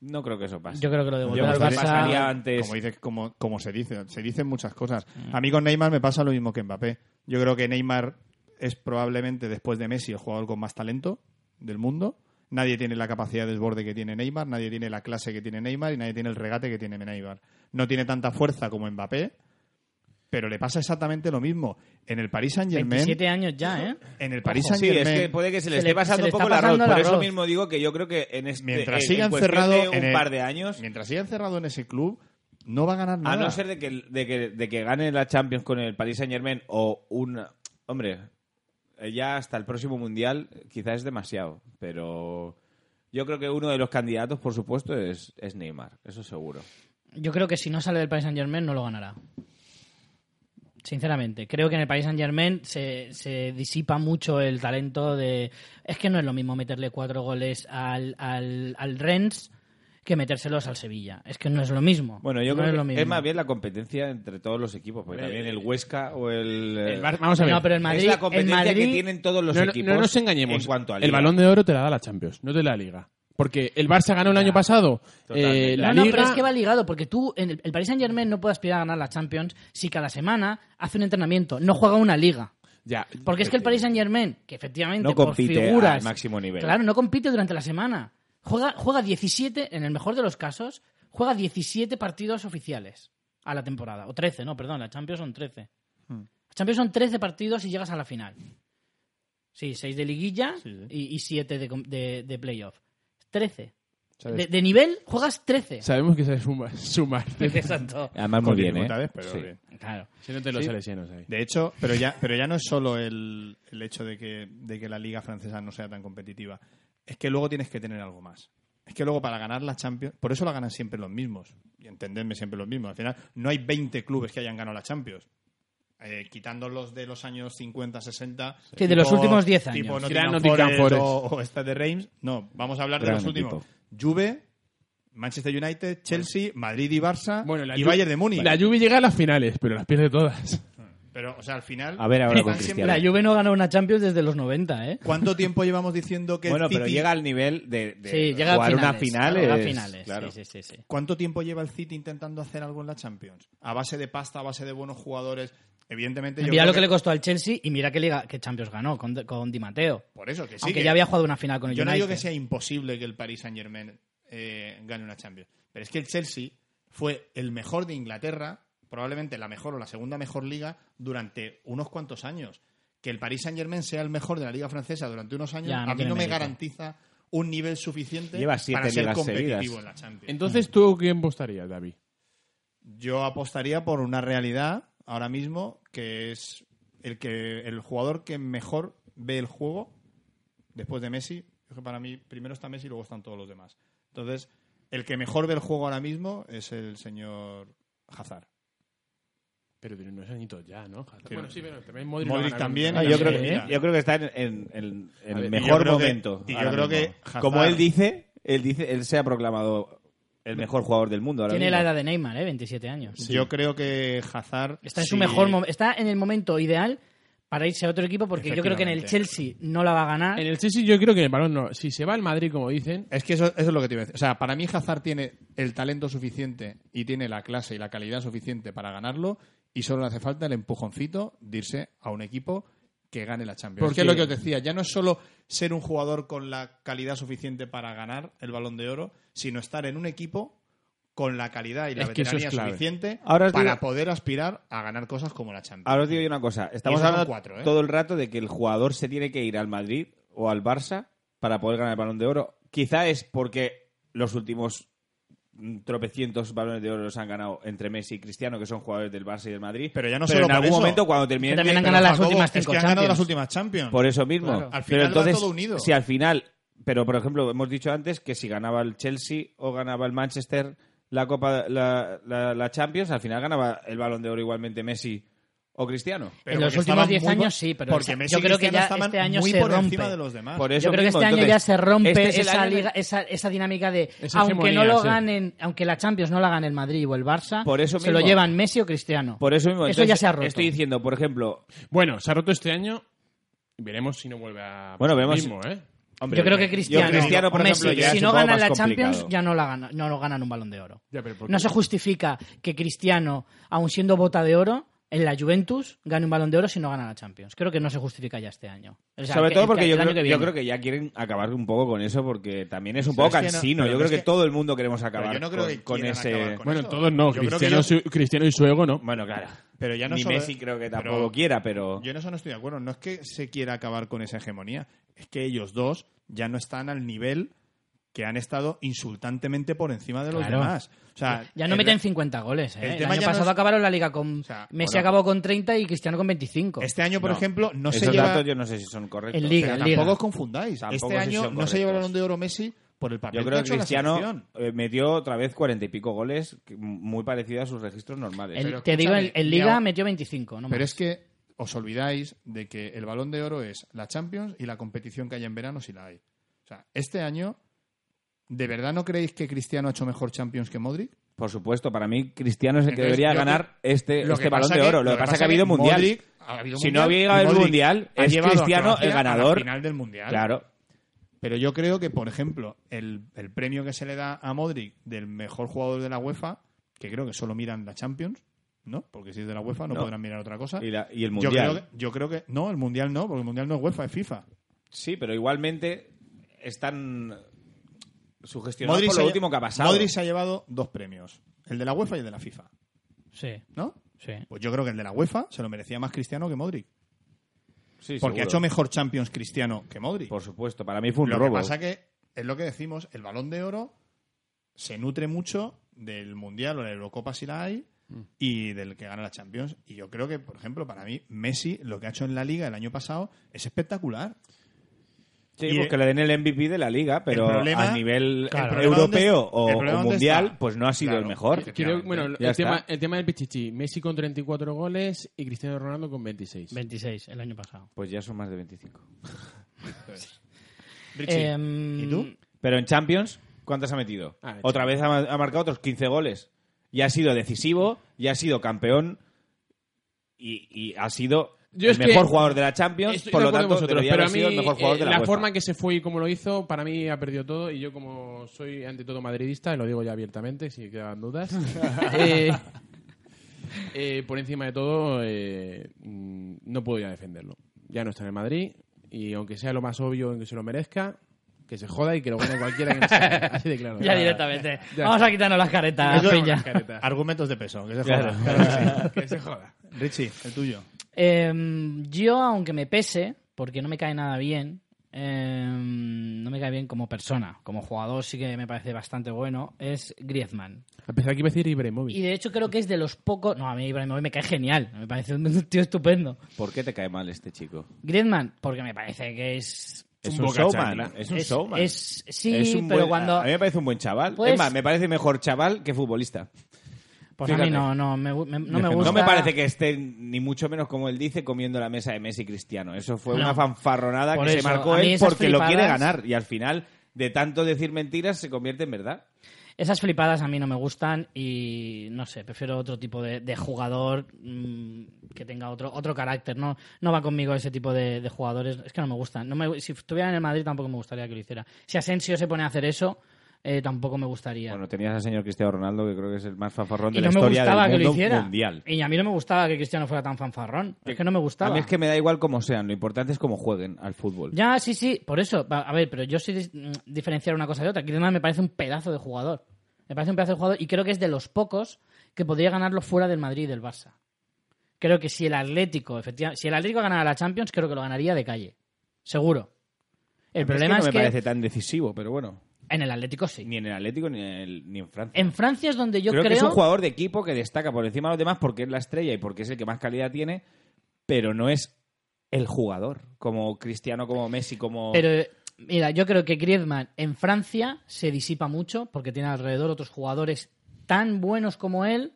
D: No creo que eso pase.
A: Yo creo que lo de
D: Yo
A: volver
D: creo
A: al
D: que
A: Barça-
D: pasaría antes.
C: Como, dice, como, como se dice, se dicen muchas cosas.
D: Mm.
C: A mí con Neymar me pasa lo mismo que Mbappé. Yo creo que Neymar es probablemente, después de Messi, el jugador con más talento del mundo. Nadie tiene la capacidad de desborde que tiene Neymar, nadie tiene la clase que tiene Neymar y nadie tiene el regate que tiene Neymar. No tiene tanta fuerza como Mbappé, pero le pasa exactamente lo mismo. En el Paris Saint-Germain...
A: 27 años ya, ¿eh?
C: En el Paris
D: Sí, es
C: Saint-Germain...
D: que puede que se le
A: Se
D: esté
A: le- se
D: pasando
A: le
D: un poco
A: está
D: la arroz.
A: pasando el
D: Por eso
A: arroz.
D: mismo digo que yo creo que en este
C: Mientras
D: en- en
C: siga
D: cuestión
C: encerrado
D: de un
C: en el-
D: par de años,
C: Mientras siga encerrado en ese club, no va a ganar
D: a
C: nada.
D: no ser de que, de que, de que gane la Champions con el Paris Saint Germain o un hombre eh, ya hasta el próximo mundial quizás es demasiado, pero yo creo que uno de los candidatos, por supuesto, es, es Neymar, eso seguro.
A: Yo creo que si no sale del Paris Saint Germain no lo ganará. Sinceramente, creo que en el Paris Saint Germain se, se disipa mucho el talento de. Es que no es lo mismo meterle cuatro goles al, al, al Rennes que metérselos al Sevilla. Es que no es lo mismo.
D: Bueno, yo
A: No
D: creo
A: es
D: que
A: lo mismo.
D: es más bien la competencia entre todos los equipos, porque también el Huesca o el, eh,
F: El Bar- Vamos a ver.
A: No, pero eh, el
D: es
A: Madrid.
D: la competencia
A: el Madrid
D: que tienen todos los
F: no, no-
D: equipos.
F: no nos engañemos.
D: En cuanto al
F: el balón de oro te la da la Champions, no te la Liga. Porque el Barça ganó el año pasado
D: Totalmente.
F: eh,
A: No,
F: la
A: no,
F: Liga.
A: pero es que va ligado, porque tú, en el, el Paris Saint Germain no puede aspirar a ganar la Champions si cada semana hace un entrenamiento, no juega una liga.
F: Ya.
A: Porque es que el Paris Saint Germain, que efectivamente
D: No
A: por
D: compite
A: figuras,
D: al máximo nivel.
A: Claro, no compite durante la semana. Juega, juega 17, en el mejor de los casos, juega 17 partidos oficiales a la temporada. O 13, no, perdón, la Champions son 13. La Champions son 13 partidos y llegas a la final. Sí, 6 de liguilla Y, 7 de, com- de- de playoff. 13.
F: ¿sabes?
A: De, de nivel juegas 13.
F: Sabemos que se suma, sumar.
A: Exacto.
D: Además, muy
C: Con
D: bien, ¿eh?
C: dificultades, pero
D: Sí.
C: bien.
A: Claro.
F: Si no te los salesianos ahí.
C: De hecho, pero ya, pero ya no es solo el, el hecho de que, de que la liga francesa no sea tan competitiva. Es que luego tienes que tener algo más. Es que luego para ganar la Champions, por eso la ganan siempre los mismos. Y entendedme siempre los mismos. Al final, no hay 20 clubes que hayan ganado la Champions. Eh, quitando los de los años 50, 60.
A: Sí, de los últimos 10 años.
C: Tipo
F: Gran
C: Nottingham,
F: Nottingham
C: Forest o,
F: Forest.
C: o esta de Reims. No, vamos a hablar de
D: Gran
C: los últimos.
D: equipo.
C: Juve, Manchester United, Chelsea, Madrid y Barça
F: Bueno, la
C: y
F: Ju-
C: Bayern de Múnich.
F: La Juve llega a las finales, pero las pierde todas.
C: Pero, o sea, al final...
D: A ver ahora con
C: están siempre
D: Cristiano.
A: La Juve no ganó una Champions desde los 90, ¿eh?
C: ¿Cuánto tiempo llevamos diciendo que el
D: Bueno, pero
C: City-
D: llega al nivel de, de
A: Sí, llega
D: jugar
A: a finales.
D: una final.
A: Llega a
D: es-
A: finales.
D: claro.
A: Sí, sí, sí, sí.
C: ¿Cuánto tiempo lleva el City intentando hacer algo en la Champions? A base de pasta, a base de buenos jugadores. Evidentemente, Este, yo
A: Mira
C: creo
A: lo que, le costó al Chelsea y mira qué, liga, qué Champions ganó con, con Di Mateo.
C: Por eso, que sí.
A: aunque
C: que-
A: ya había jugado una final con el
C: Yo no digo
A: United.
C: que sea imposible que el Paris Saint-Germain eh, gane una Champions. Pero es que el Chelsea fue el mejor de Inglaterra, probablemente la mejor o la segunda mejor liga, durante unos cuantos años. que el Paris Saint Germain sea el mejor de la liga francesa durante unos años,
A: Ya, no
C: a mí
A: tiene
C: no me
A: mérito.
C: garantiza un nivel suficiente
D: Lleva siete
C: para ser
D: ligas
C: competitivo
D: seguidas.
C: en la Champions.
F: Entonces, ¿tú quién apostarías, David?
C: Yo apostaría por una realidad ahora mismo que es el que el jugador que mejor ve el juego después de Messi. Yo que para mí primero está Messi y luego están todos los demás. Entonces, el que mejor ve el juego ahora mismo es el señor Hazard.
F: Pero tiene unos añitos ya, ¿no? Bueno, sí, pero también Modric,
C: Modric
F: lo ha ganado.
C: también,
D: No,
C: y
D: yo,
C: también-
D: creo que,
C: mira.
D: yo creo que está en, en- en- en
F: A ver,
D: el
F: y
C: yo
D: mejor
C: creo que-
D: momento.
C: y yo
D: ahora
C: creo
D: mismo.
C: que Hazard-
D: Como él dice, él dice, él se ha proclamado el mejor jugador del mundo. Ahora
A: Tiene
D: mismo.
A: la edad de Neymar, ¿eh? 27 años.
C: Yo creo que Hazard
A: Está en
C: sí,
A: su mejor mom- está en el momento ideal para irse a otro equipo porque yo creo que en el Chelsea no la va a ganar.
F: En el Chelsea yo creo que el balón no. Si se va al Madrid, como dicen,
C: Es que eso, eso es lo que te iba a decir. O sea, para mí Hazard tiene el talento suficiente y tiene la clase y la calidad suficiente para ganarlo y solo le hace falta el empujoncito de irse a un equipo que gane la Champions.
F: Porque-
C: Porque es lo que os decía, ya no es solo ser un jugador con la calidad suficiente para ganar el Balón de Oro, sino estar en un equipo con la calidad y la
F: Es que eso
C: veteranía
F: es clave.
C: suficiente
D: Ahora os
C: para
D: digo-
C: poder aspirar a ganar cosas como la Champions.
D: Ahora os digo yo una cosa. Estamos
C: son
D: hablando
C: cuatro, ¿eh?
D: todo el rato de que el jugador se tiene que ir al Madrid o al Barça para poder ganar el balón de oro. Quizá es porque los últimos mm, tropecientos balones de oro los han ganado entre Messi y Cristiano, que son jugadores del Barça y del Madrid.
C: Pero ya no
D: Pero
C: solo
D: en
C: por
D: algún
C: eso.
D: momento, cuando terminen
A: Que también
D: de-
A: han ganado las últimas
C: es
A: cinco
C: que han ganado
A: Champions.
C: las últimas Champions.
D: Por eso mismo.
A: Claro.
C: Al final
D: Pero
C: va
D: entonces,
C: todo unido.
D: si al final, pero por ejemplo, hemos dicho antes que si ganaba el Chelsea o ganaba el Manchester la Copa, la, la- la Champions, al final ganaba el Balón de Oro igualmente Messi o Cristiano.
C: Pero
A: En los
C: porque
A: últimos
C: estaban
A: 10
C: muy por-
A: años sí, pero
C: porque
A: esa-
C: Messi
A: yo
C: y
A: creo que
C: Cristiano
A: ya
C: estaban
A: este año
C: muy
A: se
C: por
A: rompe.
C: encima de los demás.
D: Por eso
A: yo creo que
D: mismo,
A: este año
D: entonces,
A: ya se rompe
D: este es el
A: esa,
D: año en el-
A: liga- esa, esa dinámica de,
F: Esa
A: aunque
F: hegemonía,
A: no lo
F: sí.
A: ganen, aunque la Champions no la gane el Madrid o el Barça,
D: Por eso
A: se lo
D: mismo.
A: llevan Messi o Cristiano.
D: Por eso mismo.
A: Eso
D: entonces,
A: ya se ha roto.
D: Estoy diciendo, por ejemplo,
F: Bueno, se ha roto este año. Veremos si no vuelve a.
D: Bueno, veremos
F: mismo, ¿eh?
D: hombre,
A: yo creo que
D: yo
A: Cristiano,
D: Cristiano, por
A: o
D: ejemplo,
A: Messi,
D: ya
A: si
D: es
A: no
D: un poco
A: ganan
D: más
A: la Champions,
D: complicado.
A: ya no la ganan, no lo ganan un balón de oro.
F: Ya, pero ¿por
A: No
F: qué?
A: se justifica que Cristiano, aun siendo bota de oro, en la Juventus gane un balón de oro si no gana la Champions. Creo que no se justifica ya este año. O sea,
D: Sobre
A: que-
D: todo
A: el-
D: porque
A: el
D: yo
A: año
D: creo,
A: que
D: yo
A: viene.
D: creo que ya quieren acabar un poco con eso porque también es un
C: Pero
D: poco
C: es que no-
D: cansino.
C: pero
D: yo
C: es
D: creo que,
C: que-
D: todo el mundo queremos acabar
C: yo no creo
D: con,
C: que
D: con
C: quieran
D: ese...
C: acabar con
F: Bueno,
C: eso.
F: todos no.
C: Yo creo que
F: Cristiano,
C: yo-
F: su- Cristiano y su ego no.
D: Bueno, claro.
C: Pero ya no
D: Ni
C: solo-
D: Messi creo que tampoco
C: pero-
D: quiera, pero...
C: Yo en eso no estoy de acuerdo. No es que se quiera acabar con esa hegemonía. Es que ellos dos ya no están al nivel que han estado insultantemente por encima de los
A: Claro.
C: demás. O sea,
A: Ah, Ya no
C: el-
A: meten 50 goles. ¿eh?
C: el
A: El,
C: tema
A: año
C: ya no
A: pasado
C: es-
A: acabaron la liga con.
C: sea,
A: Messi
C: bueno.
A: acabó con 30 y Cristiano con 25.
C: Este año, por
D: No.
C: ejemplo, no se
D: Esos
C: lleva...
D: datos yo no sé si son correctos.
A: En Liga.
C: pero
A: liga.
C: tampoco os confundáis.
D: Tampoco
C: este
D: sé si
C: año
D: son
C: no se lleva el
D: correctos.
C: balón de oro Messi por el papel
D: Yo creo
C: ha
D: que
C: hecho la
D: Cristiano
C: selección.
D: eh, metió otra vez cuarenta y pico goles, que- muy parecido a sus registros normales.
A: El-
C: pero
A: te digo, en,
C: escúchame,
A: en Liga
C: ya-
A: metió 25. No
C: Pero
A: más.
C: es que os olvidáis de que el balón de oro es la Champions y la competición que hay en verano si la hay. O sea, este año, ¿de verdad no creéis que Cristiano ha hecho mejor Champions que Modric?
D: Por supuesto, para mí Cristiano es el que
C: Entonces,
D: debería
C: lo que-
D: ganar este,
C: lo
D: este
C: que
D: balón
C: pasa
D: de
C: que-
D: oro. Lo que pasa es que ha habido mundial.
C: Modric ha habido
D: Si
C: mundial
D: no
C: y
D: había habido el
C: Modric
D: mundial,
C: ha
D: es
C: llevado a
D: Cristiano
C: Croacia
D: el
C: a la
D: ganador.
C: final del mundial.
D: Claro.
C: Pero yo creo que, por ejemplo, el, el premio que se le da a Modric del mejor jugador de la UEFA, que creo que solo miran la Champions, ¿no? Porque si es de la UEFA no,
D: No.
C: podrán mirar otra cosa.
D: Y, la- y el
C: Yo
D: mundial.
C: creo, que, yo creo que... No, el mundial no, porque el mundial no es UEFA, es FIFA.
D: Sí, pero igualmente están sugestionados por
C: se
D: lo
C: ha-
D: último que ha pasado.
C: Modric se ha llevado dos premios, el de la UEFA y el de la FIFA,
A: Sí,
C: ¿no?
A: sí.
C: Pues yo creo que el de la UEFA se lo merecía más Cristiano que Modric.
D: Sí,
C: Porque ha
D: seguro.
C: hecho mejor Champions Cristiano que Modric.
D: Por supuesto, para mí fue un
C: lo
D: robo.
C: que pasa que es lo que decimos, el balón de oro se nutre mucho del Mundial o la Eurocopa si la hay
D: Mm.
C: y del que gana la Champions. Y yo creo que, por ejemplo, para mí, Messi, lo que ha hecho en la Liga el año pasado es espectacular.
D: Sí,
C: Y-
D: pues que le den el MVP de la liga, pero
C: problema-
D: a nivel
C: claro, el problema dónde
D: europeo
C: es-
D: o,
C: el
D: o
C: problema dónde
D: mundial,
C: está.
D: pues no ha sido
C: Claro.
D: el mejor.
C: Sí,
F: Quiero- bueno,
D: Ya
F: el
D: está.
F: tema, el tema del Pichichi. Messi con 34 goles y Cristiano Ronaldo con 26.
A: 26 el año pasado.
D: Pues ya son más de 25.
C: Richie,
A: Em,
C: ¿y tú?
D: Pero en Champions, ¿cuántas ha metido?
F: Ah, en
D: Otra vez ha, ma- ha marcado otros 15 goles. Y ha sido decisivo, y ha sido campeón, y, y ha sido
F: Yo
D: el
F: es que
D: mejor jugador de la Champions.
F: Estoy
D: por
F: de
D: lo
F: acuerdo
D: tanto,
F: con vosotros,
D: debería
F: pero a
D: haber
F: mí
D: sido el mejor jugador
F: eh,
D: de la,
F: la
D: UEFA.
F: forma en que se fue y cómo lo hizo, para mí ha perdido todo y yo como soy ante todo madridista, y lo digo ya abiertamente si quedan dudas, eh, eh, por encima de todo eh, mm, no puedo ya defenderlo. Ya no está en el Madrid y aunque sea lo más obvio en que se lo merezca, que se joda y que lo gane cualquiera que no sea él. así de claro.
A: Ya directamente.
F: Ya.
A: Vamos a quitarnos las caretas,
C: Eso-
A: Peña.
F: Careta.
C: Argumentos de peso, que se
D: Ah, Claro.
C: joda. Claro que sí.
F: Que se joda.
C: Richie, el tuyo.
A: Em, yo, aunque me pese, porque no me cae nada bien, em, no me cae bien como persona, como jugador sí que me parece bastante bueno, es Griezmann.
F: A pesar que iba a decir Ibrahimovic.
A: Y de hecho creo que es de los pocos... No, a mí Ibrahimovic me cae genial, me parece un tío estupendo.
D: ¿Por qué te cae mal este chico?
A: Griezmann, porque me parece que es...
D: Es
F: un
D: un,
F: boca
D: showman.
F: chancla.
D: Es un
A: es-
D: showman.
A: es- sí,
D: Es un
A: pero
D: buen-
A: cuando...
D: A mí me parece un buen chaval.
A: Pues-
D: es más, me parece mejor chaval que futbolista.
A: Pues a mí
D: fíjate.
A: no, no me, gu- me- no me gusta...
D: No me parece que esté, ni mucho menos como él dice, comiendo la mesa de Messi y Cristiano. Eso fue
A: No.
D: una fanfarronada
A: Por
D: que
A: eso,
D: se marcó
A: a mí
D: él
A: esas
D: porque lo
A: flipadas-
D: quiere ganar. Y al final, de tanto decir mentiras, se convierte en verdad.
A: Esas flipadas a mí no me gustan y no sé, prefiero otro tipo de, de jugador mm, que tenga otro otro carácter. No, no va conmigo ese tipo de, de jugadores. Es que no me gustan. No me- si estuviera en el Madrid tampoco me gustaría que lo hiciera. Si Asensio se pone a hacer eso, eh, tampoco me gustaría.
D: Bueno, tenías al señor Cristiano Ronaldo, que creo que es el más fanfarrón de
A: y
D: la
A: no me
D: historia del
A: gustaba que
D: mundo
A: lo hiciera.
D: mundial.
A: Y a mí no me gustaba que Cristiano fuera tan fanfarrón. Es que no me
D: A
A: gustaba.
D: mí es que me da igual cómo sean, lo importante es cómo jueguen al fútbol.
A: Ya, sí, sí, por eso. Va, A ver, pero yo sí dis- mm, diferenciar una cosa de otra. Griezmann me parece un pedazo de jugador. Me parece un pedazo de jugador y creo que es de los pocos que podría ganarlo fuera del Madrid y del Barça. Creo que si el Atlético, efectivamente, si el Atlético ganara la Champions, creo que lo ganaría de calle. Seguro. El problema
D: no
A: es
D: me
A: que,
D: parece tan decisivo, pero bueno.
A: en el Atlético sí.
D: Ni en el Atlético ni en, el- ni en Francia.
A: En Francia es donde yo creo,
D: creo, que es un jugador de equipo que destaca por encima de los demás porque es la estrella y porque es el que más calidad tiene, pero no es el jugador. Como Cristiano, como Messi, como.
A: Pero eh, mira, yo creo que Griezmann en Francia se disipa mucho porque tiene alrededor otros jugadores tan buenos como él.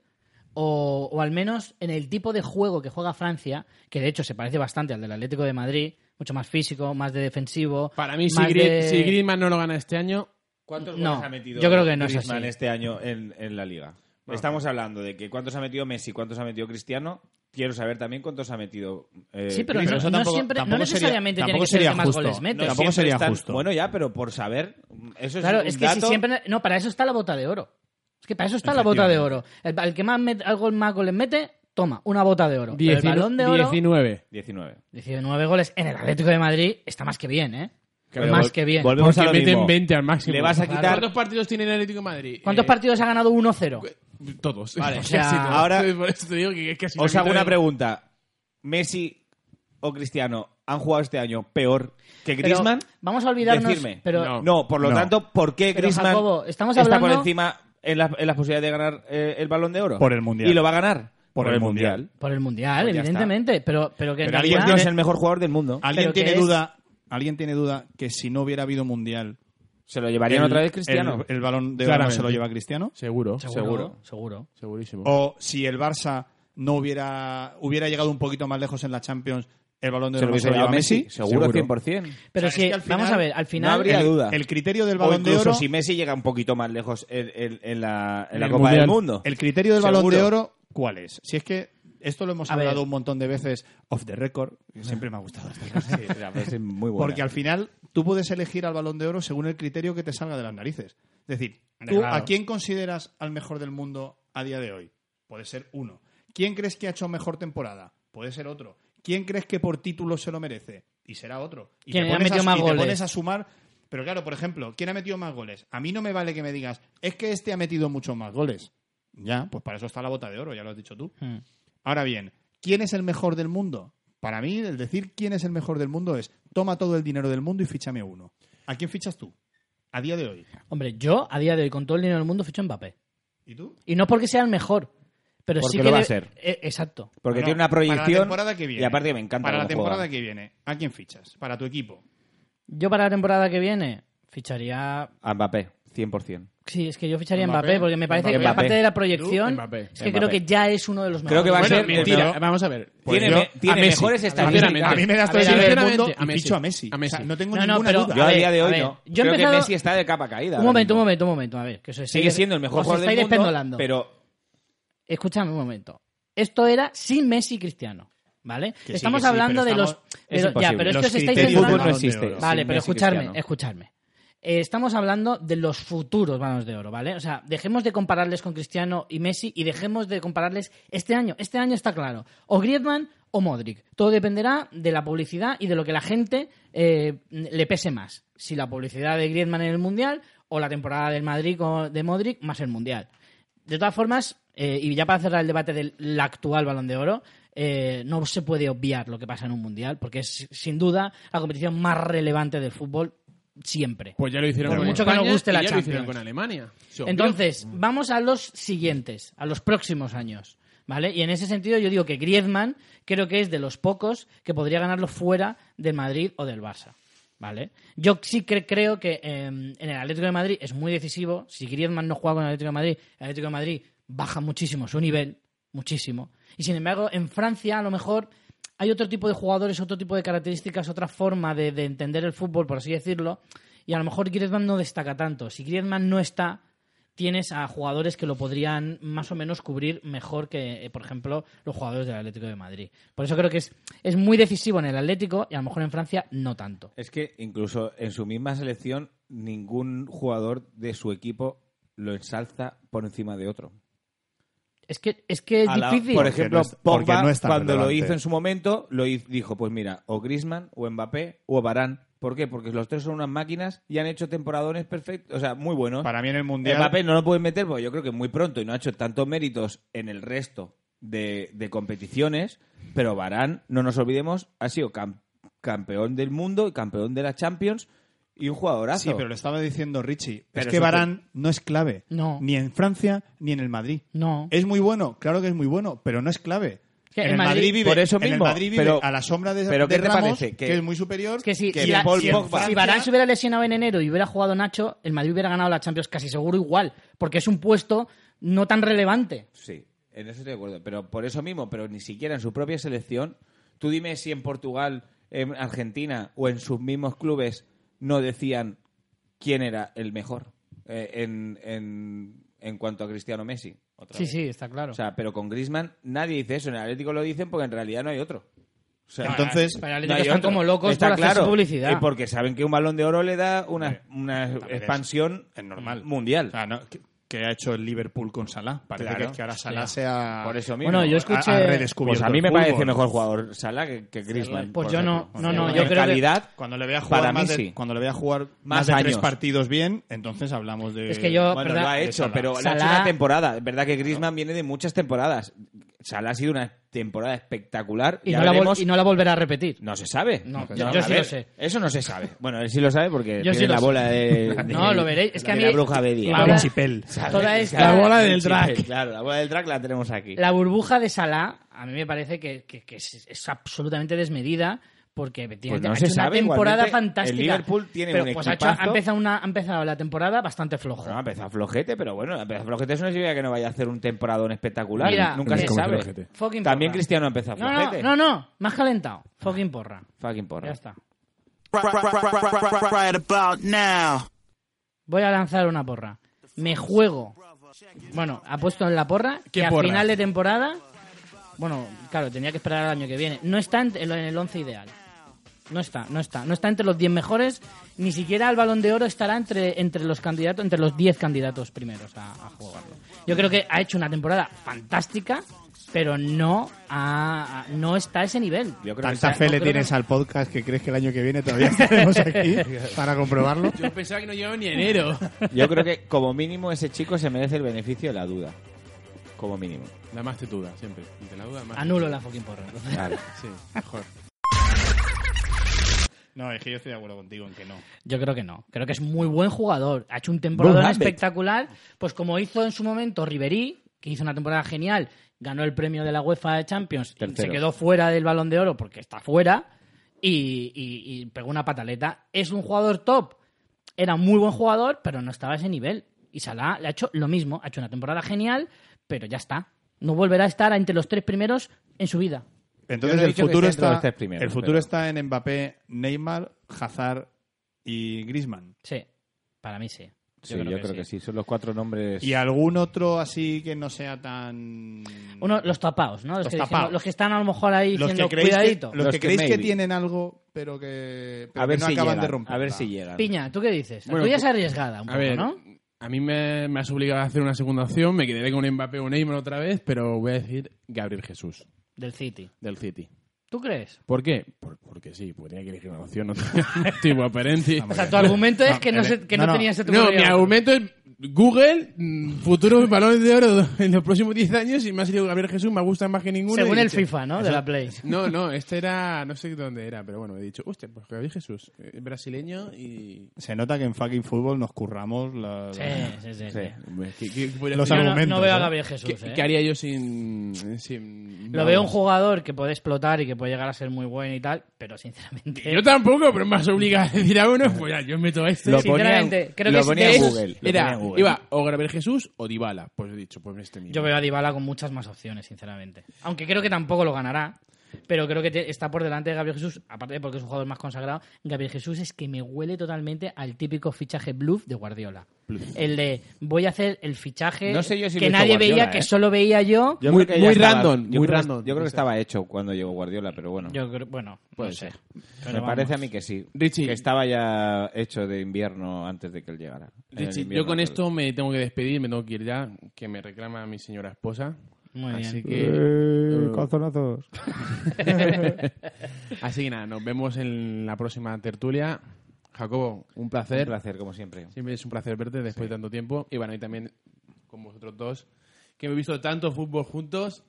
A: O, o al menos en el tipo de juego que juega Francia, que de hecho se parece bastante al del Atlético de Madrid, mucho más físico, más de defensivo.
F: Para mí, si,
A: más
F: Gri-
A: de-
F: si Griezmann no lo gana este año,
D: ¿Cuántos
A: No,
D: goles ha metido
A: yo creo que no es
D: Griezmann
A: así.
D: este año en, en la liga? Estamos hablando de que cuántos ha metido Messi, cuántos ha metido Cristiano. Quiero saber también cuántos ha metido. eh,
A: Sí, pero,
D: Griezmann.
A: no, no siempre, no
C: tampoco sería-
A: necesariamente tiene
C: tampoco
A: que ser el
C: sería
A: que más
C: justo.
A: goles
D: No
A: mete.
C: Tampoco
D: siempre
C: sería
D: están-
C: justo.
D: Bueno, ya, pero por saber. Eso es
A: Claro,
D: un
A: es que si
D: dato-
A: siempre. No, para eso está la bota de oro. Es que para eso está la bota de oro. El, al que más met- al gol más goles mete, toma, una bota de oro. Pero el
F: 19.
A: balón de oro.
F: 19.
D: 19.
A: 19 goles en el Atlético de Madrid está más que bien, ¿eh?
D: Pero
A: más
D: vol-
A: que bien. Pues
D: Volvemos
F: Porque
D: a lo
F: meten
D: mismo.
F: 20 al máximo.
D: Le vas a
A: Claro.
D: quitar
F: ¿Cuántos partidos tiene el Atlético de Madrid?
A: ¿Cuántos
F: Eh,
A: partidos ha ganado 1-0?
F: Todos.
A: Vale, o sea,
D: ahora-
F: Sí, Por eso te digo que es casi
D: Os
F: la
D: hago
F: mitad
D: una
F: de-
D: pregunta. ¿Messi o Cristiano han jugado este año peor que
A: Pero
D: Griezmann?
A: Vamos a olvidarnos.
D: Decidme.
A: Pero
F: No.
D: No, por lo
C: No.
D: tanto, ¿por qué
A: Pero,
D: Griezmann
A: Jacobo, estamos
D: está por
A: hablando-
D: encima en las en las posibilidades de ganar eh, el Balón de Oro?
C: Por el Mundial.
D: ¿Y lo va a ganar?
C: Por el Mundial.
A: por el Mundial,
D: Pues ya
A: evidentemente. Pero, pero ¿eh? que en
D: Pero alguien
A: realidad-
D: es el mejor jugador del mundo.
C: ¿Alguien
A: Pero que
C: tiene,
A: es-
C: duda, Ah, ¿Alguien tiene duda que si no hubiera habido mundial,
D: ¿Se lo llevarían
C: el-
D: otra vez Cristiano?
C: El, el balón de oro no
F: Claramente.
C: se lo lleva Cristiano?
F: Seguro.
A: Seguro, seguro.
F: Segurísimo.
C: ¿O si el Barça no hubiera, hubiera llegado un poquito más lejos en la Champions, el balón de
D: ¿Se
C: oro
D: lo
C: no se
D: hubiese
C: lo lleva
D: llevado
C: Messi?
D: Messi? Seguro,
F: Seguro.
D: 100%.
A: Pero
C: O sea,
A: si,
C: es que al final
A: vamos a ver, al final.
D: habría
A: el-
D: duda.
C: El criterio del
D: O
C: balón de
D: incluso
C: oro...
D: si Messi llega un poquito más lejos en, en- en la, en la
F: el
D: Copa del
F: Mundial.
D: Mundo.
C: El criterio del balón
D: Seguro.
C: de oro, ¿cuál es? Si es que esto lo hemos
A: A
C: hablado
A: ver.
C: un montón de veces off the record, que siempre me ha gustado esta cosa.
D: Sí, la verdad es muy buena.
C: Porque al final tú puedes elegir al balón de oro según el criterio que te salga de las narices. Es decir, tú
F: Claro.
C: a quién consideras al mejor del mundo a día de hoy. Puede ser uno. ¿Quién crees que ha hecho mejor temporada? Puede ser otro. ¿Quién crees que por título se lo merece? Y será otro. Y
A: ¿Quién
C: te
A: ha
C: pones
A: metido
C: a,
A: más
C: y te
A: goles?
C: pones a sumar. Pero claro, por ejemplo, ¿quién ha metido más goles? A mí no me vale que me digas, es que este ha metido muchos más goles. Ya, pues para eso está la bota de oro, ya lo has dicho tú.
A: Hmm.
C: Ahora bien, ¿quién es el mejor del mundo? Para mí, el decir quién es el mejor del mundo es toma todo el dinero del mundo y fíchame uno. ¿A quién fichas tú? A día de hoy.
A: Hombre, yo a día de hoy, con todo el dinero del mundo, ficho a Mbappé.
C: ¿Y tú?
A: Y no porque sea el mejor. Pero
D: Porque
A: sí que
D: lo va a
A: de-
D: ser.
A: eh, exacto.
D: Porque
C: Bueno,
D: tiene una proyección.
C: Para la temporada que viene.
D: Y aparte que me encanta.
C: Para la
D: cómo
C: temporada
D: juega.
C: que viene. ¿A quién fichas? Para tu equipo.
A: Yo para la temporada que viene ficharía
D: A Mbappé, 100%.
A: Sí, es que yo ficharía
F: Mbappé,
A: Mbappé, porque me parece que
D: Mbappé.
A: aparte de la
F: Tú,
A: proyección,
F: Mbappé.
A: es que
D: Mbappé.
A: creo que ya es uno de los mejores.
D: Creo que va a
F: Bueno,
D: ser.
F: mentira.
D: pero-
F: Vamos a ver. Pues
D: tiene
C: Pues yo-
D: me- tiene
F: a Messi.
D: mejores
C: A
D: estadísticas.
F: Sinceramente.
C: mí- a mí me das
F: A
C: todo el dinero del
F: sinceramente,
C: mundo
F: a
C: y
F: Messi.
C: ficho a Messi.
F: A
C: O sea,
F: Messi.
C: no tengo
A: No, no,
C: ninguna
A: pero-
C: duda.
D: Yo a,
A: ver,
D: día de
A: a
D: hoy
A: ver,
D: no.
A: yo he
D: Creo que
A: empezado-
D: Messi está de capa caída.
A: Un
D: ahora
A: momento, un
D: mismo.
A: momento, un momento, a ver, que se
D: Sigue siendo el mejor
A: os
D: jugador
A: estáis
D: del mundo.
A: despendolando.
D: Pero
A: Escúchame un momento. Esto era sin Messi y Cristiano, ¿vale?
C: Que sí,
A: estamos
C: que sí,
A: hablando
C: pero
A: de los
C: estamos-
A: de los-
D: es
A: ya,
D: imposible.
A: pero es
C: Los
A: que os estáis
C: criterios
D: el
C: del
A: centrando-
D: fútbol no
C: Balón de
D: existe.
C: Oro.
D: sin
A: Vale, pero
D: Messi y
A: escuchadme,
D: Cristiano.
A: escuchadme. Eh, estamos hablando de los futuros Balones de Oro, ¿vale? O sea, dejemos de compararles con Cristiano y Messi y dejemos de compararles este año. Este año está claro. O Griezmann o Modric. Todo dependerá de la publicidad y de lo que la gente eh, le pese más. Si la publicidad de Griezmann en el Mundial o la temporada del Madrid o de Modric más el Mundial. De todas formas, eh, y ya para cerrar el debate del el actual Balón de Oro, eh, eh, no se puede obviar lo que pasa en un mundial, porque es sin duda la competición más relevante del fútbol siempre.
F: Pues ya lo hicieron
A: Por
F: con
A: mucho que
F: España
A: nos guste
F: y
A: la
F: ya lo hicieron
A: Champions.
F: con Alemania. Se obvió.
A: Entonces, vamos a los siguientes, a los próximos años. ¿Vale? Y en ese sentido yo digo que Griezmann creo que es de los pocos que podría ganarlo fuera del Madrid o del Barça. ¿Vale? Yo sí cre- creo que eh, en el Atlético de Madrid es muy decisivo. Si Griezmann no juega con el Atlético de Madrid, el Atlético de Madrid baja muchísimo su nivel, muchísimo. Y sin embargo, en Francia a lo mejor hay otro tipo de jugadores, otro tipo de características, otra forma de, de entender el fútbol, por así decirlo. Y a lo mejor Griezmann no destaca tanto. Si Griezmann no está, tienes a jugadores que lo podrían más o menos cubrir mejor que, eh, por ejemplo, los jugadores del Atlético de Madrid. Por eso creo que es, es muy decisivo en el Atlético y a lo mejor en Francia no tanto.
D: Es que incluso en su misma selección, ningún jugador de su equipo lo ensalza por encima de otro.
A: Es que es, que es
D: A la-
A: difícil.
D: por
H: Porque
D: ejemplo,
H: no es- porque
D: Pogba,
H: no es tan
D: cuando lo
H: relevante.
D: hizo en su momento, lo hi- dijo, pues mira, o Griezmann, o Mbappé, o Barán. ¿Por qué? Porque los tres son unas máquinas y han hecho temporadones perfectos, o sea, muy buenos.
H: Para mí en el Mundial...
D: Mbappé no lo pueden meter porque yo creo que muy pronto y no ha hecho tantos méritos en el resto de, de competiciones, pero Barán, no nos olvidemos, ha sido cam- campeón del mundo y campeón de la Champions y un
H: Sí,
D: jugadorazo.
H: pero lo estaba diciendo Richie.
D: Pero
H: es
D: eso te-
H: que Barán no es clave.
A: No.
H: Ni en Francia, ni en el Madrid.
A: No.
H: Es muy bueno, claro que es muy bueno, pero no es clave.
A: que
H: en
A: el
H: el Madrid,
A: Madrid-
H: vive,
D: por eso
H: en el
D: mismo,
H: Madrid vive
D: pero-
H: a la sombra de,
D: pero
H: de
D: ¿qué te
H: Ramos,
D: parece?
H: que,
D: Que-
H: es muy superior.
A: Es que si,
D: que
A: la-
D: Paul
A: si en-
D: Pogba-
A: si Varane se hubiera lesionado en enero y hubiera jugado Nacho, el Madrid hubiera ganado la Champions casi seguro igual, porque es un puesto no tan relevante.
D: Sí, en eso estoy de acuerdo. Pero por eso mismo, pero ni siquiera en su propia selección, tú dime si en Portugal, en Argentina o en sus mismos clubes no decían quién era el mejor eh, en, en, en cuanto a Cristiano Messi. otra
A: Sí,
D: vez.
A: sí, está claro.
D: O sea, pero con Griezmann nadie dice eso. En el Atlético lo dicen porque en realidad no hay otro. O sea,
H: Entonces,
A: Para el Atlético
D: no hay
A: están
D: otro.
A: como locos
D: Está
A: por hacer
D: claro.
A: publicidad.
D: Y porque saben que un balón de oro le da una, una expansión
C: es normal.
D: mundial.
C: O sea, no, que, que ha hecho el Liverpool con Salah. Parece
D: Claro.
C: que, es que ahora Salah
A: Sí.
C: sea...
D: Por eso mismo.
A: bueno, yo
H: ha- ha
A: escuché...
H: redescubierto
D: Pues a mí
H: el
D: me
H: fútbol.
D: parece mejor jugador Salah que, que Griezmann.
A: Pues
D: por
A: yo no-
D: ejemplo.
A: no, no,
D: En
A: yo creo que-
D: calidad,
H: Cuando le vea jugar,
D: Para mí
H: más, de,
D: sí.
H: cuando le vea jugar
D: Más
H: más, de tres
D: años.
H: partidos bien, entonces hablamos de...
A: Es que yo-
D: bueno,
A: ¿verdad?
D: lo ha
A: de
D: hecho,
A: Salah.
D: pero lo ha hecho
A: Salah-
D: una temporada. Es verdad que Griezmann viene de muchas temporadas. Salah ha sido una temporada espectacular.
A: y,
D: Ya
A: no la vol-
D: veremos.
A: y no la volverá a repetir.
D: No se sabe.
A: No,
D: Se
A: yo-
D: sabe.
A: yo
D: A
A: sí
D: ver,
A: lo sé.
D: Eso no se sabe. Bueno, él sí lo sabe porque
A: Yo sí
D: tiene
A: lo
D: la
A: sé.
D: bola de, de-
A: No, lo veréis. Es que a
D: de
A: mí-
D: la bruja de Diez.
A: La bola-
H: Chipel.
D: ¿Sabes?
A: toda esta-
D: Claro,
A: La bola
D: el
A: del
D: Chipel,
A: drag.
D: Claro, la bola del drag la tenemos aquí.
A: La burbuja de Salah, a mí me parece que, que- que es, es absolutamente desmedida porque
D: Pues
A: efectivamente,
D: no
A: ha
D: se
A: hecho una
D: sabe,
A: temporada
D: igualmente,
A: fantástica.
D: el Liverpool tiene
A: pero
D: un
A: pues ha, hecho- ha
D: equipazo. Ah,
A: empezado una, ha empezado la temporada bastante flojo.
D: No, ha empezado flojete, pero bueno, ha empezado flojete eso no significa que no vaya a hacer un temporadón espectacular.
A: Mira,
D: Nunca
A: eh,
D: se
A: como
D: sabe.
B: flojete.
A: Fucking
D: También
A: porra.
D: Cristiano ha empezado
A: no, no,
D: flojete. Ah.
A: no, no, más calentado. Fucking porra.
D: Fucking porra.
A: Ya está.
E: Right about now.
A: Voy a lanzar una porra. Me juego. Bueno, ha puesto en la porra
F: ¿Qué
A: que a
F: porra?
A: final de temporada. Bueno, claro, tenía que esperar al año que viene. No está en en el 11 ideal. No está, no está. No está entre los 10 mejores. Ni siquiera el balón de oro estará entre, entre los candidatos, entre los 10 candidatos primeros a, a jugarlo. Yo creo que ha hecho una temporada fantástica, pero no, ha- no está a ese nivel.
D: Yo creo que
H: Tanta
D: sea-
H: fe
A: no
H: le
A: creo
H: tienes
A: que-
H: al podcast que crees que el año que viene todavía estaremos aquí para comprobarlo.
F: Yo pensaba que no llegaba ni a enero.
D: Yo creo que como mínimo ese chico se merece el beneficio de la duda. Como mínimo.
F: La más te duda, siempre. Y te la duda más.
A: Anulo la fucking porra.
F: Sí, mejor.
C: No, es que yo estoy de acuerdo contigo en que no.
A: Yo creo que no. Creo que es muy buen jugador. Ha hecho un temporada
D: Gambit.
A: espectacular, pues como hizo en su momento Ribery, que hizo una temporada genial, ganó el premio de la UEFA Champions, y se
D: Tercero.
A: quedó fuera del Balón de Oro porque está fuera y, y- y pegó una pataleta. Es un jugador top. Era muy buen jugador, pero no estaba a ese nivel. Y Salah le ha hecho lo mismo. Ha hecho una temporada genial, pero ya está. No volverá a estar entre los tres primeros en su vida.
H: Entonces
D: Yo no he
H: el
D: dicho que
H: futuro,
D: esté entre
H: está,
D: los tres primeros,
H: el futuro
D: pero-
H: está en Mbappé, Neymar, Hazard y Griezmann.
A: Sí, para mí sí.
D: Sí, yo creo, que, sí. Son los cuatro nombres.
H: ¿Y algún otro así que no sea tan...
A: Uno, los tapados, ¿no? Los,
H: Los
A: que dijimos-
H: tapados.
A: los que están a lo mejor ahí
H: los que
A: diciendo
H: creéis, que,
A: cuidadito.
H: los
D: Los
H: que,
D: que
H: creéis que
D: maybe.
H: tienen algo, pero que, pero
D: a ver
H: que no
D: si
H: acaban
D: llegan,
H: de romper.
D: A ver si llegan.
A: Piña, ¿tú qué dices? La
F: Bueno,
A: tuya es
F: pues-
A: arriesgada un
F: A
A: poco,
F: ver,
A: ¿no?
F: a mí me, me has obligado a hacer una segunda opción. Me quedaré con Mbappé o Neymar otra vez, pero voy a decir Gabriel Jesús,
A: Del City.
F: del City.
A: ¿Tú crees?
F: ¿Por qué? Por- porque sí, porque tenía que elegir una opción, no tenía motivo aparente.
A: O sea, tu argumento es que no, se- que no,
H: No, no.
A: tenías ese
F: No, mi argumento es Google, mm, futuros balones de oro en los próximos 10 años y me ha salido Gabriel Jesús, me gusta más que ninguno.
A: Según
F: y he
A: el
F: dicho-
A: FIFA, ¿no? De la Play.
F: No, no, este era, no sé dónde era, pero bueno, he dicho, hostia, pues Gabriel Jesús, eh, brasileño y...
C: Se nota que en fucking fútbol nos curramos la-
A: Sí, sí, sí. sí.
F: Hombre, ¿qué- qué podría
C: Los
A: Yo
F: hacer?
A: no- no,
C: argumentos,
A: veo a
C: ¿eh?
A: Gabriel Jesús.
F: ¿Qué,
A: eh.
F: qué haría yo sin... sin-
A: Lo veo un
F: vamos.
A: jugador que puede explotar y que puede llegar a ser muy bueno y tal, pero sinceramente.
F: Yo tampoco, pero me has obligado a decir a uno, pues ya, yo meto a este.
D: Lo
F: Sí,
A: sinceramente,
D: ponía en-
A: creo
D: lo
A: que es
D: ponía
A: de
D: en
A: esos-
D: Google. lo ponía
F: Era,
D: en Google.
F: iba o Gabriel Jesús o Dybala, pues he dicho, pues este mismo.
A: Yo veo a Dybala con muchas más opciones, sinceramente. Aunque creo que tampoco lo ganará. Pero creo que te- está por delante de Gabriel Jesús, aparte de porque es un jugador más consagrado. Gabriel Jesús es que me huele totalmente al típico fichaje bluff de Guardiola. El de voy a hacer el fichaje
D: No sé yo si
A: que
D: lo hizo
A: nadie
D: Guardiola,
A: veía, que
D: ¿eh?
A: solo veía yo.
D: Yo
F: Muy-
D: creo que ya
F: muy
D: estaba-
F: random,
D: yo
F: muy
D: creo que-
F: random.
D: Yo creo que estaba hecho cuando llegó Guardiola, pero bueno.
A: Yo creo, bueno, no sé. Pero
D: me
A: vamos.
D: parece a mí que sí.
F: Richie.
D: Que estaba ya hecho de invierno antes de que él llegara. Era el
F: Richie,
D: invierno
F: yo con
D: que-
F: esto me tengo que despedir, me tengo que ir ya, que me reclama mi señora esposa.
A: Muy
F: así
A: bien.
D: Eh,
F: que,
C: calzonazos.
F: así que nada, nos vemos en la próxima tertulia. Jacobo, un
D: Un
F: placer.
D: placer, como siempre.
F: Siempre es un placer verte después de tanto tiempo. Y bueno, y también con vosotros dos, que hemos visto tanto fútbol juntos.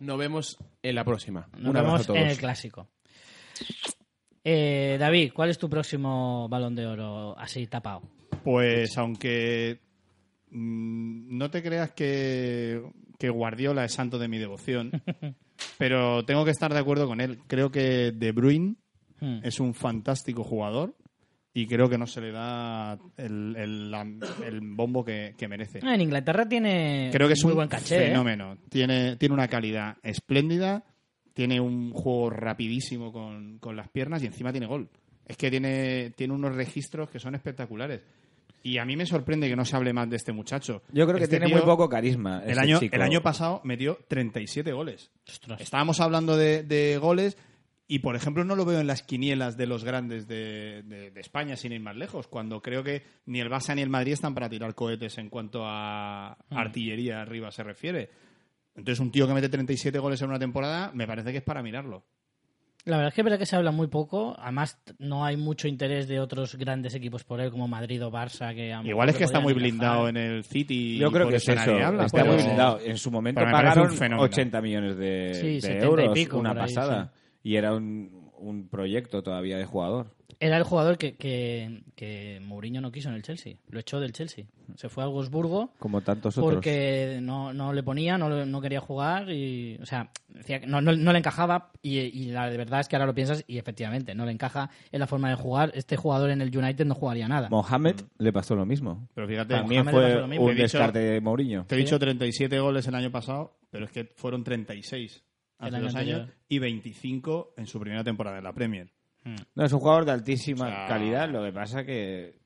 F: Nos vemos en la próxima.
A: Nos
F: un abrazo a
A: vemos
F: todos.
A: en el clásico. Eh, David, ¿cuál es tu próximo balón de oro así tapado?
C: Pues aunque mm, no te creas que, que Guardiola es santo de mi devoción, pero tengo que estar de acuerdo con él. Creo que De Bruyne
A: Hmm.
C: es un fantástico jugador y creo que no se le da el, el- la- el bombo que, que merece.
A: Ah, En Inglaterra tiene
C: Creo que es
A: muy
C: un
A: buen caché. ¿eh?
C: fenómeno. Tiene, tiene una calidad espléndida, tiene un juego rapidísimo con, con las piernas y encima tiene gol. Es que tiene, tiene unos registros que son espectaculares. Y a mí me sorprende que no se hable más de este muchacho.
D: Yo creo que
C: Este
D: tiene
C: tío,
D: muy poco carisma.
C: El
D: ese
C: año,
D: chico.
C: el año pasado metió 37 goles.
A: Ostras.
C: Estábamos hablando de, de goles y, por ejemplo, no lo veo en las quinielas de los grandes de, de- de España, sin ir más lejos, cuando creo que ni el Barça ni el Madrid están para tirar cohetes en cuanto a artillería arriba se refiere. Entonces, un tío que mete 37 goles en una temporada, me parece que es para mirarlo.
A: La verdad es que es verdad que se habla muy poco. Además, t- no hay mucho interés de otros grandes equipos por él, como Madrid o Barça. Que a lo mejor
C: Igual es que
A: le
C: está muy
A: podrían
C: blindado
A: encajar.
C: en el City. y
D: Yo creo
C: por
D: que es
C: nadie
D: eso.
C: habla,
D: está
C: pero-
D: muy blindado. En su momento
C: pero me parece un
D: pagaron
C: fenómeno.
D: 80 millones de,
A: Sí,
D: de
A: 70 y
D: euros.
A: pico,
D: una
A: por ahí,
D: pasada. Y era un, un proyecto todavía de jugador.
A: Era el jugador que, que, que Mourinho no quiso en el Chelsea. Lo echó del Chelsea. Se fue a Augsburgo
D: Como tantos otros.
A: porque no, no le ponía, no, le- no quería jugar. y O sea, decía que no, no- no le encajaba. Y, y la de verdad es que ahora lo piensas y efectivamente no le encaja en la forma de jugar. Este jugador en el United no jugaría nada.
D: Mohamed le pasó lo mismo.
C: Pero fíjate,
D: También
A: Mohamed le pasó
D: fue
A: lo mismo.
D: un
C: He dicho-
D: descarte de Mourinho.
C: Te he dicho 37 goles el año pasado, pero es que fueron 36
A: El
C: hace
A: año
C: dos años
A: anterior.
C: y 25 en su primera temporada en la Premier.
D: No, es un jugador de altísima
C: O sea-
D: calidad. Lo que pasa que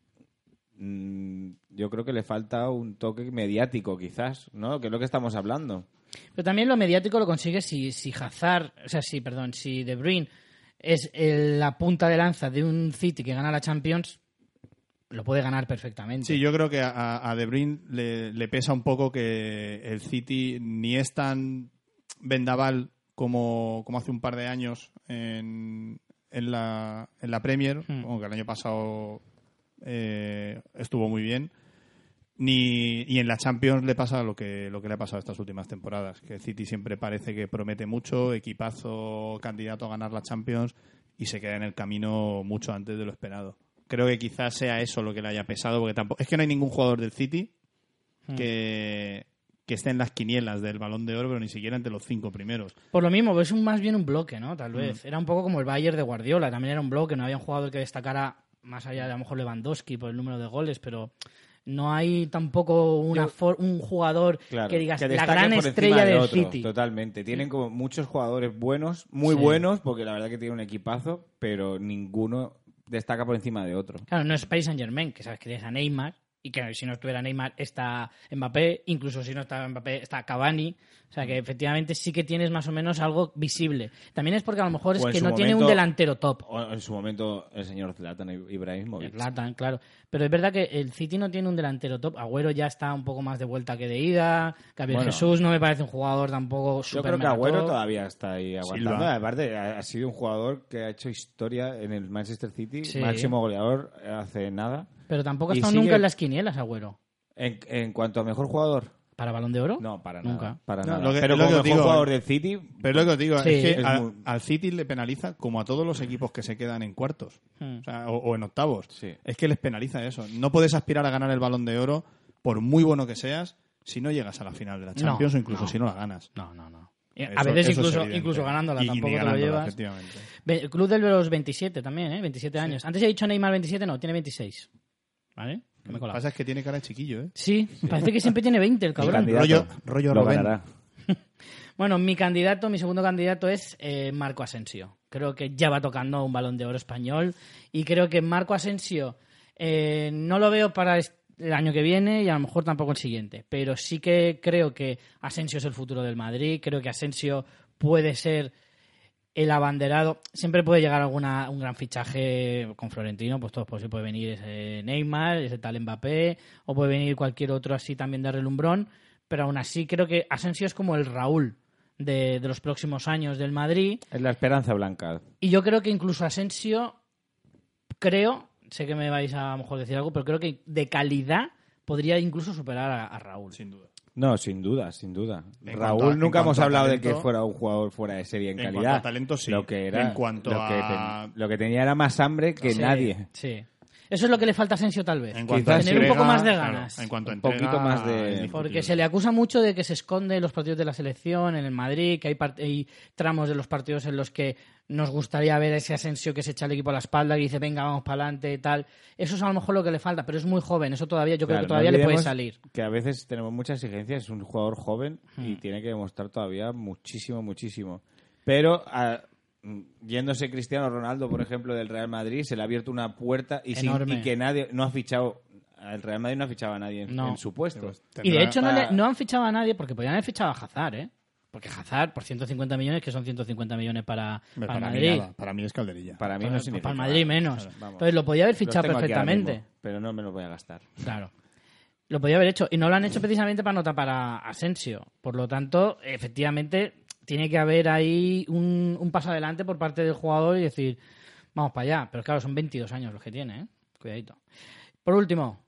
D: mm, yo creo que le falta un toque mediático, quizás, ¿no? Que es lo que estamos hablando.
A: Pero también lo mediático lo consigue si, si Hazard, o sea, si, perdón, si De Bruyne es el- la punta de lanza de un City que gana la Champions, lo puede ganar perfectamente.
C: Sí, yo creo que a, a De Bruyne le, le pesa un poco que el City ni es tan vendaval como, como hace un par de años en, en la, en la Premier,
A: Hmm.
C: aunque el año pasado eh, estuvo muy bien. Ni, y en la Champions le pasa lo que, lo que le ha pasado estas últimas temporadas, que el City siempre parece que promete mucho, equipazo, candidato a ganar la Champions y se queda en el camino mucho antes de lo esperado. Creo que quizás sea eso lo que le haya pesado, porque tampoco es que no hay ningún jugador del City que, que esté en las quinielas del balón de oro, pero ni siquiera entre los cinco primeros.
A: Por lo mismo, es un- más bien un bloque, ¿no?
D: Mm.
A: Tal vez. Era un poco como el Bayern de Guardiola, también era un bloque, no había un jugador que destacara más allá de a lo mejor Lewandowski por el número de goles, pero no hay tampoco una for- un jugador
D: Claro,
A: que digas la
D: destaque
A: gran
D: por encima
A: estrella
D: de
A: del
D: otro,
A: City.
D: Totalmente. Tienen como muchos jugadores buenos, muy
A: Sí.
D: buenos, porque la verdad que tiene un equipazo, pero ninguno destaca por encima de otro.
A: Claro, no es Paris Saint Germain, que sabes que tienes a Neymar y que si no estuviera Neymar está Mbappé, incluso si no está Mbappé está Cavani. O sea que efectivamente sí que tienes más o menos algo visible. También es porque a lo mejor es
D: O Pues en
A: que
D: su
A: no tiene un
D: momento-
A: delantero top.
D: O en su momento el señor Zlatan Ibrahimovic.
A: Zlatan, claro. Pero es verdad que el City no tiene un delantero top. Agüero ya está un poco más de vuelta que de ida. Gabriel
D: Bueno.
A: Jesús no me parece un jugador tampoco
D: Yo
A: super
D: creo que
A: mega
D: Agüero
A: top.
D: todavía está ahí aguantando.
C: Silva.
D: Aparte, ha ha sido un jugador que ha hecho historia en el Manchester City,
A: Sí.
D: máximo goleador eh, hace nada.
A: Pero tampoco ha
D: y
A: estado
D: sigue-
A: nunca en las quinielas, Agüero.
D: En, en cuanto a mejor jugador,
A: ¿Para balón de oro?
D: no, para
A: Nunca.
D: nada. Para
C: No,
D: nada.
C: lo que-
D: pero
C: lo que
D: como
C: os digo,
D: mejor
C: eh.
D: jugador del City,
C: Pero lo que os digo
A: Sí.
C: es que
D: Es
C: a-
D: muy-
C: al City le penaliza como a todos los equipos que se quedan en cuartos
A: Hmm.
C: o, sea, o- o en octavos.
D: Sí.
C: Es que les penaliza eso. No puedes aspirar a ganar el balón de oro, por muy bueno que seas, si no llegas a la final de la Champions
A: No,
C: o incluso
A: no.
C: si no la ganas.
A: No, no, no.
C: Eso-
A: a veces
C: eso es
A: incluso,
C: evidente.
A: incluso ganándola
C: Y- y
A: tampoco
C: ni
A: te lo
C: ganándola,
A: llevas.
C: efectivamente.
A: Ve- El Club del los 27 también, ¿eh? 27 años. Antes he dicho Neymar 27, no, tiene 26. ¿Vale? Que me he
C: Lo que
A: colado.
C: pasa es que tiene cara de chiquillo, ¿eh?
A: Sí, parece que siempre tiene 20 el cabrón.
D: candidato.
C: Rollo, rollo
D: lo
C: Rubén.
D: ganará.
A: Bueno, mi candidato, mi segundo candidato es eh, Marco Asensio. Creo que ya va tocando un balón de oro español y creo que Marco Asensio eh, no lo veo para est- el año que viene y a lo mejor tampoco el siguiente, pero sí que creo que Asensio es el futuro del Madrid, creo que Asensio puede ser el abanderado. Siempre puede llegar alguna un gran fichaje con Florentino, pues todo es posible. Puede venir ese Neymar, ese tal Mbappé, o puede venir cualquier otro así también de relumbrón. Pero aún así creo que Asensio es como el Raúl de, de los próximos años del Madrid.
D: Es la esperanza blanca.
A: Y yo creo que incluso Asensio, creo, sé que me vais a, a lo mejor decir algo, pero creo que de calidad podría incluso superar a, a Raúl.
C: Sin duda.
D: No, sin duda, sin duda.
C: En
D: Raúl
C: cuanto a- en
D: nunca hemos
C: cuanto a
D: hablado de
C: talento-
D: que fuera un jugador fuera de serie en,
C: En cuanto
D: calidad.
C: a talento, sí.
D: Lo que era,
C: En cuanto
D: lo que,
C: a-
D: ten- lo que tenía era más hambre que
A: Sí,
D: nadie.
A: Sí. Eso es lo que le falta a Asensio tal vez.
C: En cuanto
D: Quizás
C: a
A: tener un poco
C: entrega,
A: más de
C: claro,
A: ganas.
C: en cuanto a
D: Un poquito
C: entrega,
D: más de-
C: es discutible.
A: Porque se le acusa mucho de que se esconde en los partidos de la selección, en el Madrid, que hay, part- hay tramos de los partidos en los que nos gustaría ver ese Asensio que se echa el equipo a la espalda, que dice, venga, vamos para adelante y tal. Eso es a lo mejor lo que le falta, pero es muy joven, eso todavía, yo creo
D: Claro,
A: que
D: no
A: todavía le puede
D: olvidemos
A: salir. Hmm.
D: Que a veces tenemos muchas exigencias, es un jugador joven y tiene que demostrar todavía muchísimo, muchísimo. Pero a- mm, yéndose Cristiano Ronaldo, por ejemplo, del Real Madrid, se le ha abierto una puerta y, sin-
A: Enorme.
D: y que nadie no ha fichado. El Real Madrid no ha fichado a nadie en,
A: No.
D: en su puesto.
C: pues,
A: Y de hecho no,
D: para-
A: le- no han fichado a nadie porque podían haber fichado a Hazard, ¿eh? Porque Hazard, por 150 millones, que son 150 millones para, para
C: Hombre, Para, mí
A: Madrid.
C: nada, para mí es calderilla.
D: Para mí
A: Para-
D: no
A: para
D: significa.
A: el Madrid
D: nada.
A: menos.
D: Claro, vamos.
A: Entonces lo podía haber
D: Los
A: fichado
D: tengo aquí ahora
A: perfectamente.
D: mismo, pero no me los voy a gastar.
A: Claro. Lo podía haber hecho. Y no lo han hecho precisamente para nota para Asensio. Por lo tanto, efectivamente, tiene que haber ahí un, un paso adelante por parte del jugador y decir, vamos para allá. Pero claro, son 22 años los que tiene, ¿eh? Cuidadito. Por último,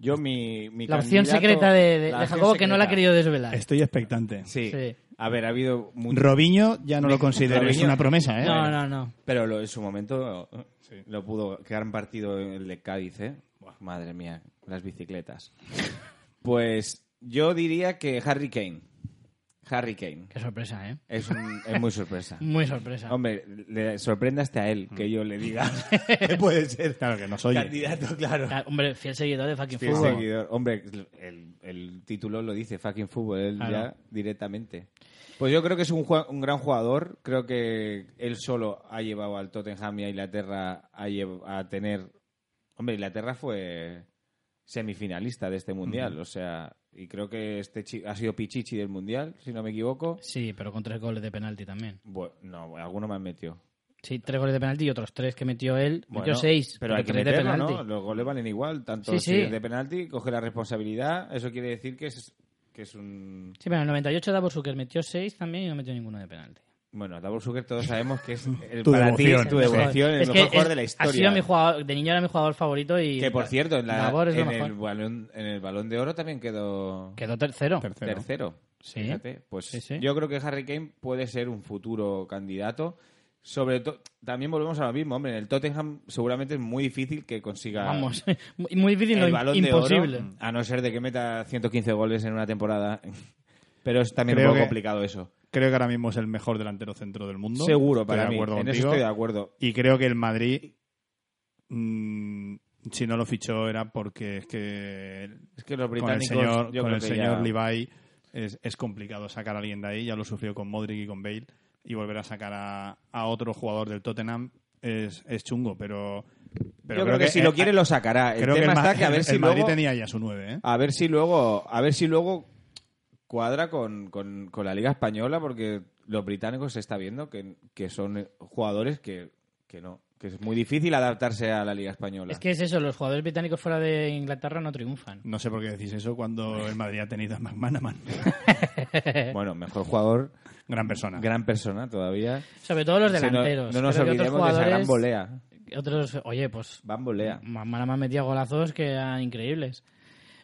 D: Yo mi, mi
A: la opción
D: candidato-
A: secreta de, de-
D: la
A: de
D: opción
A: Jacobo que no la ha
D: secreta.
A: querido desvelar.
C: Estoy expectante.
D: Sí.
A: Sí.
D: A ver, ha habido mucho-
C: Robiño ya no lo considero es
D: Robinho-
C: una promesa, ¿eh?
A: No, no, no.
D: pero lo- en su momento eh, lo pudo quedar en partido el de Cádiz, ¿eh? Buah, madre mía, las bicicletas. pues yo diría que Harry Kane. Harry Kane.
A: Qué sorpresa, ¿eh?
D: Es, un- es muy sorpresa.
A: Muy sorpresa.
D: Hombre, le sorprende hasta a él
A: Mm.
D: que yo le diga que puede ser
C: Claro que nos oye.
D: candidato, claro.
A: Claro, Ah, Hombre, fiel seguidor de fucking
D: Fiel
A: fútbol.
D: seguidor. Hombre, el, el título lo dice, fucking fútbol, él
A: Claro.
D: ya directamente. Pues yo creo que es un, jua- un gran jugador. Creo que él solo ha llevado al Tottenham y a Inglaterra a, lle- a tener. Hombre, Inglaterra fue semifinalista de este mundial, o sea, y creo que este chi- ha sido Pichichi del mundial, si no me equivoco.
A: Sí, pero con tres goles de penalti también.
D: Bueno, no, alguno me han metido.
A: Sí, tres goles de penalti y otros tres que metió él. metió
D: Bueno,
A: seis.
D: Pero hay que
A: tres de
D: meterlo,
A: penalti.
D: ¿no? Los goles valen igual. Tanto
A: Sí,
D: si
A: sí.
D: es de penalti, coge la responsabilidad. Eso quiere decir que es, que es un...
A: Sí, pero en el 98 Davor Zucker metió 6 también y no metió ninguno de penalti.
D: Bueno, Davor Zucker todos sabemos que es el,
C: Tu
D: para ti es
C: devoción.
D: tu devoción, el
A: Es que
D: mejor
A: es-
D: jugador de la
A: Ha sido
D: historia.
A: mi jugador, de niño era mi jugador favorito y...
D: Que por cierto, en, la-
A: Davor es lo
D: en
A: mejor.
D: el balón, en el balón de oro también quedó
A: Quedó tercero.
C: Tercero.
D: tercero.
A: Sí.
D: Fíjate, Pues
A: Sí, sí.
D: yo creo que Harry Kane puede ser un futuro candidato. Sobre todo, también volvemos a lo mismo, hombre, en el Tottenham seguramente es muy difícil que consiga
A: Vamos, muy muy difícil,
D: el
A: no,
D: balón
A: imposible.
D: de oro, a no ser de que meta 115 goles en una temporada. Pero es también
C: Creo
D: un poco
C: que-
D: complicado eso.
C: Creo que ahora mismo es el mejor delantero centro del mundo.
D: Seguro
C: Estoy
D: para
C: de
D: mí,
C: acuerdo
D: en eso
C: contigo.
D: estoy de acuerdo.
C: Y creo que el Madrid, mm, si no lo fichó, era porque es que
D: Es que los
C: con el
D: británicos
C: señor,
D: yo
C: con
D: creo
C: el
D: que
C: señor
D: ya-
C: Levi es, es complicado sacar a alguien de ahí. Ya lo sufrió con Modric y con Bale. Y volver a sacar a, a otro jugador del Tottenham es, es chungo, pero, pero
D: yo creo que, si lo quiere lo sacará. El
C: Creo que
D: tema
C: el, Ma-
D: está que a ver
C: el
D: si
C: Madrid
D: luego
C: tenía ya su 9, ¿eh?
D: a ver si luego a ver si luego cuadra con, con- con la liga española porque los británicos se está viendo que, que son jugadores que, que no que es muy difícil adaptarse a la liga española.
A: Es que es eso, los jugadores británicos fuera de Inglaterra no triunfan.
C: No sé por qué decís eso cuando el Madrid ha tenido a McManaman.
A: eh,
D: Bueno, mejor jugador,
C: Gran persona.
D: gran persona todavía.
A: Sobre todo los
D: Sí, no-
A: delanteros.
D: No, nos
A: Creo que otros
D: olvidemos de esa gran
A: jugadores-
D: volea.
A: Otros, oye, pues
D: Van volea.
A: más metía golazos que eran increíbles.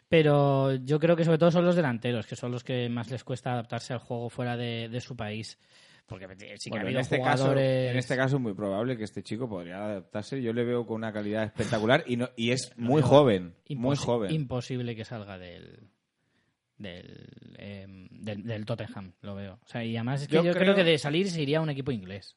A: Pero yo creo que sobre todo son los delanteros, que son los que más les cuesta adaptarse al juego fuera de, de su país. Porque eh, sí que ha
D: Bueno, en,
A: habido
D: este caso,
A: jugadores...
D: en este caso es muy probable que este chico podría adaptarse. Yo le veo con una calidad espectacular y, no, y es
A: Lo
D: muy
A: veo
D: joven. Muy
A: Impos-
D: joven.
A: Imposible que salga del del, em, del del Tottenham, lo veo. O sea, y además es que yo,
D: Yo
A: creo...
D: creo-
A: que de salir se iría a un equipo inglés.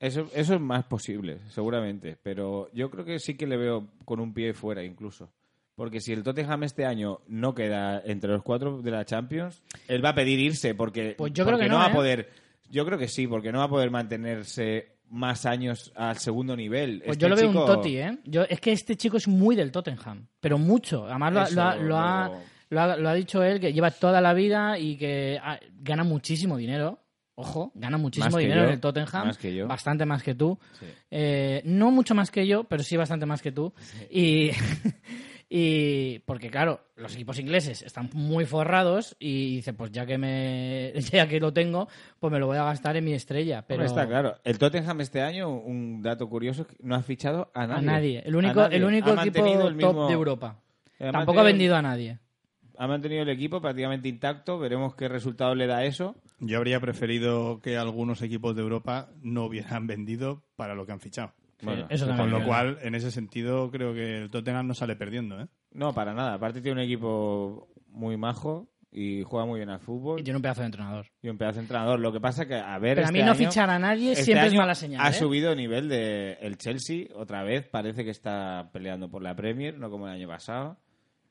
D: Eso, eso es más posible, seguramente. Pero yo creo que sí que le veo con un pie fuera incluso. Porque si el Tottenham este año no queda entre los cuatro de la Champions, él va a pedir irse porque,
A: Pues yo creo
D: porque
A: que no,
D: va
A: ¿eh?
D: a poder... Yo creo que sí, porque no va a poder mantenerse más años al segundo nivel.
A: Pues
D: Este
A: yo lo veo
D: chico-
A: un Totti, ¿eh? Yo, es que este chico es muy del Tottenham, pero mucho. Además Ah, lo, ha- lo ha-
D: Eso
A: lo ha,
D: lo-
A: lo ha- lo ha dicho él, que lleva toda la vida y que ah, gana muchísimo dinero. Ojo, gana muchísimo
D: Más que
A: dinero
D: yo,
A: en el Tottenham.
D: más que yo.
A: Bastante más que tú.
D: Sí.
A: Eh, no mucho más que yo, pero sí bastante más que tú. Y, y porque claro, los equipos ingleses están muy forrados y dice, pues ya que me ya que lo tengo, pues me lo voy a gastar en mi estrella, pero
D: Hombre, está claro. El Tottenham este año, un dato curioso, es que no ha fichado a nadie.
A: a nadie, el único
D: A nadie.
A: el único
D: Ha
A: equipo
D: mantenido el mismo-
A: top de Europa.
D: ha
A: Tampoco ha
D: mantenido-
A: vendido a nadie.
D: Ha mantenido el equipo prácticamente intacto. Veremos qué resultado le da eso.
H: Yo habría preferido que algunos equipos de Europa no hubieran vendido para lo que han fichado.
D: Bueno,
A: eso también
H: Con
A: es
H: lo
A: verdad.
H: cual, en ese sentido, creo que el Tottenham no sale perdiendo, ¿eh?
D: No, para nada. Aparte tiene un equipo muy majo y juega muy bien al fútbol
A: Y tiene un pedazo de entrenador.
D: y un pedazo de entrenador. Lo que pasa que, a ver,
A: Pero a
D: este
A: mí no
D: año-
A: fichar a nadie
D: este
A: siempre es
D: año
A: mala señal.
D: Ha
A: ¿eh?
D: subido nivel de el Chelsea otra vez. Parece que está peleando por la Premier, no como el año pasado.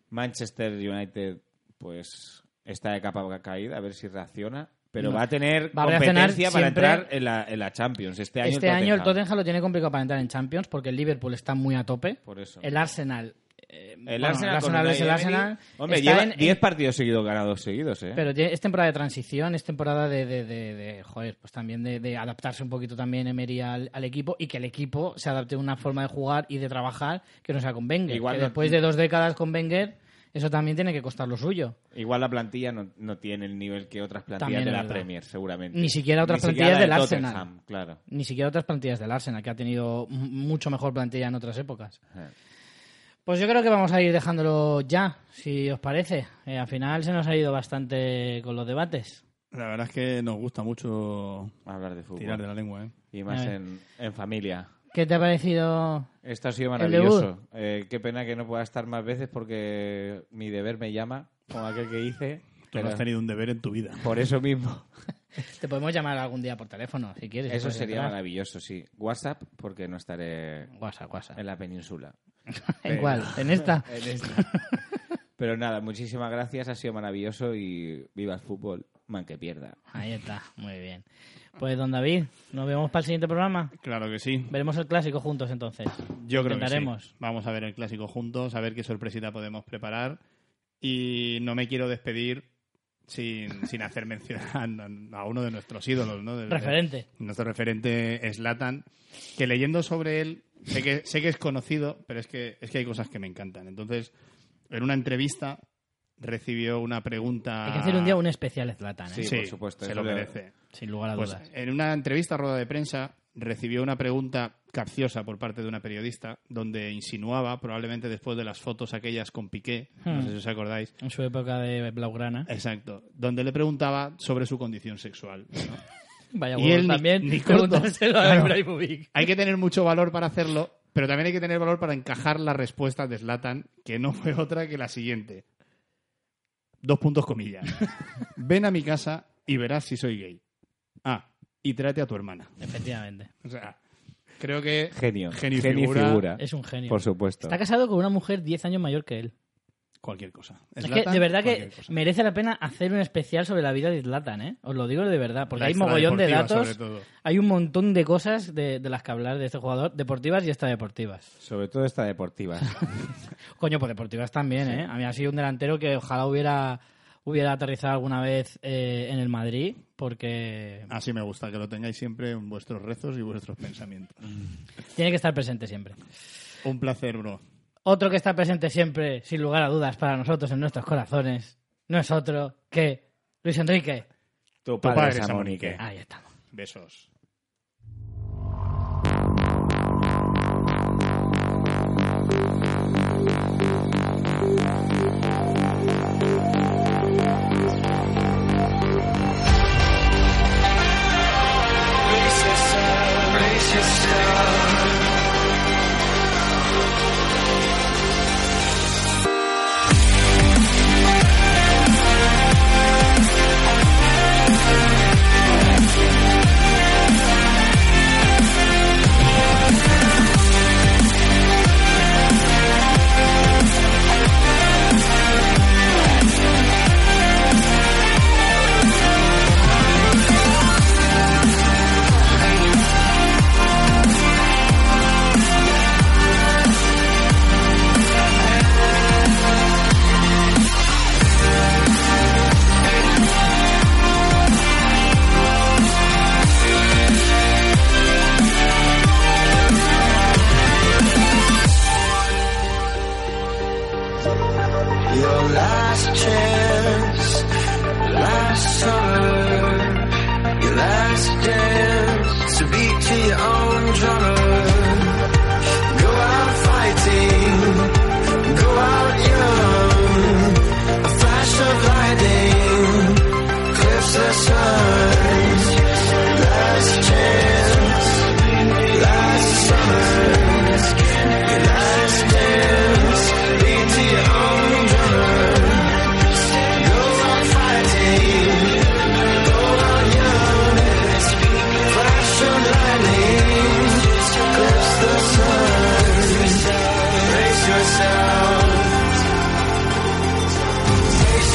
D: Manchester United, pues está de capa caída, a ver si reacciona. Pero
A: No.
D: va a tener
A: Va a reaccionar
D: competencia para
A: siempre-
D: entrar en la, en la Champions. Este año,
A: este
D: el,
A: año el Tottenham lo tiene complicado para entrar en Champions porque el Liverpool está muy a tope.
D: Por eso.
A: El Arsenal. eh, bueno,
D: El Arsenal, con
A: es el
D: Unai Emery-
A: Arsenal.
D: Hombre,
A: Está
D: lleva ¿eh?
A: en- en-
D: 10 partidos seguidos ganados seguidos, ¿eh?
A: Pero tiene- es temporada de transición, es temporada de, de, de- de, joder, pues también de, de adaptarse un poquito también Emery al, al equipo y que el equipo se adapte a una forma de jugar y de trabajar que no sea con Wenger.
D: Igual
A: que
D: no-
A: después de dos décadas con Wenger, eso también tiene que costar lo suyo.
D: Igual la plantilla no, no tiene el nivel que otras plantillas
A: También
D: de
A: es
D: la
A: verdad.
D: Premier, seguramente.
A: Ni siquiera otras
D: siquiera
A: plantillas
D: la
A: del
D: Tottenham,
A: Arsenal.
D: Claro.
A: Ni siquiera otras plantillas del Arsenal, que ha tenido m- mucho mejor plantilla en otras épocas.
D: Ajá.
A: Pues yo creo que vamos a ir dejándolo ya, si os parece. Eh, al final se nos ha ido bastante con los debates.
H: La verdad es que nos gusta mucho
D: Hablar de fútbol.
H: tirar de la lengua, ¿eh?
D: Y más
A: A ver.
D: en, en familia.
A: ¿Qué te ha parecido?
D: Esto ha sido
A: El
D: maravilloso. Eh, qué pena que no pueda estar más veces porque mi deber me llama, como aquel que hice.
H: Tú
D: pero
H: no has tenido un deber en tu vida.
D: Por eso mismo.
A: Te podemos llamar algún día por teléfono, si quieres.
D: Eso
A: puedes
D: sería
A: entrar.
D: maravilloso, sí. WhatsApp, porque no estaré
A: WhatsApp, WhatsApp.
D: en la península.
A: ¿En cuál? ¿En esta?
D: En esta. Pero nada, muchísimas gracias, ha sido maravilloso y viva el fútbol, man que pierda.
A: Ahí está, muy bien. Pues don David, nos vemos para el siguiente programa.
C: Claro que sí.
A: Veremos el clásico juntos entonces.
C: Yo creo que sí.
A: Intentaremos.
C: Vamos a ver el clásico juntos, a ver qué sorpresita podemos preparar. Y no me quiero despedir sin, sin hacer mención a, a uno de nuestros ídolos, ¿no? Del-
A: Referente.
C: nuestro referente es Latan, que leyendo sobre él, sé que, sé que es conocido, pero es que, es que hay cosas que me encantan. Entonces, en una entrevista recibió una pregunta...
A: Hay que hacer un día un especial Zlatan, ¿eh?
D: Sí. por supuesto,
C: Se
D: eso
C: lo
D: le-
C: merece.
A: sin lugar a
C: Pues,
A: dudas.
C: en una entrevista a rueda de prensa recibió una pregunta capciosa por parte de una periodista donde insinuaba, probablemente después de las fotos aquellas con Piqué, no
A: Hmm.
C: sé si os acordáis,
A: En su época de Blaugrana.
C: exacto, donde le preguntaba sobre su condición sexual. ¿no?
A: Vaya
C: y
A: huevos
C: él ni-
A: también.
C: ni corto.
A: Preguntárselo a
C: Claro.
A: Ibrahimovic.
C: hay que tener mucho valor para hacerlo, pero también hay que tener valor para encajar la respuesta de Slatan, que no fue otra que la siguiente. Dos puntos comillas. Ven a mi casa y verás si soy gay. Ah, y trate a tu hermana.
A: Efectivamente.
C: O sea, creo que
D: Genio.
C: Genio y
D: y
C: figura.
A: Es un genio.
D: Por supuesto.
A: Está casado con una mujer 10 años mayor que él.
C: cualquier cosa.
A: Es que
C: Zlatan,
A: de verdad que
C: cualquier cosa.
A: merece la pena hacer un especial sobre la vida de Zlatan, ¿eh? Os lo digo de verdad, porque
C: La
A: hay mogollón de
C: extradeportiva,
A: datos,
C: sobre todo.
A: hay un montón de cosas de, de las que hablar de este jugador, deportivas y extradeportivas.
D: Sobre todo esta deportiva.
A: Coño, pues deportivas también, ¿eh? A mí ha sido un delantero que ojalá hubiera, hubiera aterrizado alguna vez eh, en el Madrid, porque
C: Así me gusta, que lo tengáis siempre en vuestros rezos y vuestros pensamientos.
A: tiene que estar presente siempre.
C: Un placer, bro.
A: Otro que está presente siempre, sin lugar a dudas, para nosotros en nuestros corazones, no es otro que Luis Enrique.
D: tu
C: padre
D: padre,
C: es
D: Samonique.
C: Samonique.
A: Ahí estamos.
C: Besos.
E: Thank Your last chance, last summer, your last dance to beat to your own drummer. Go out fighting, go out young, a flash of lightning clips the sun. Last chance, last summer, your last dance, beat to your own drummer. Go out fighting, go out young, flash of lightning clips the sun. Brace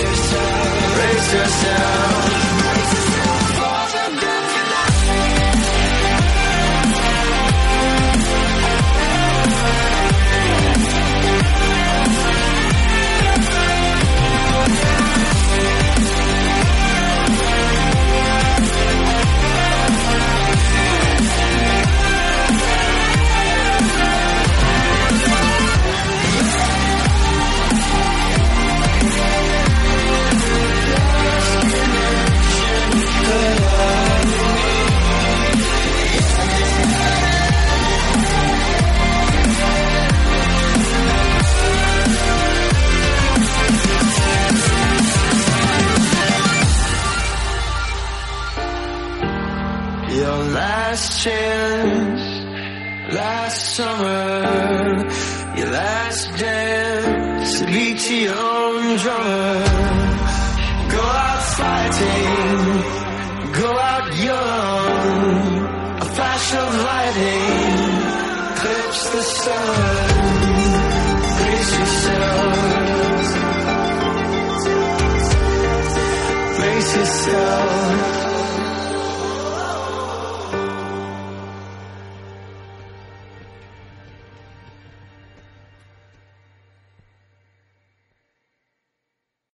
E: yourself. Brace yourself. Brace yourself. Your last chance, last summer, your last dance to beat to your own drummer. Go out fighting, go out young, a flash of lightning clips the sun. Brace yourself, brace yourself.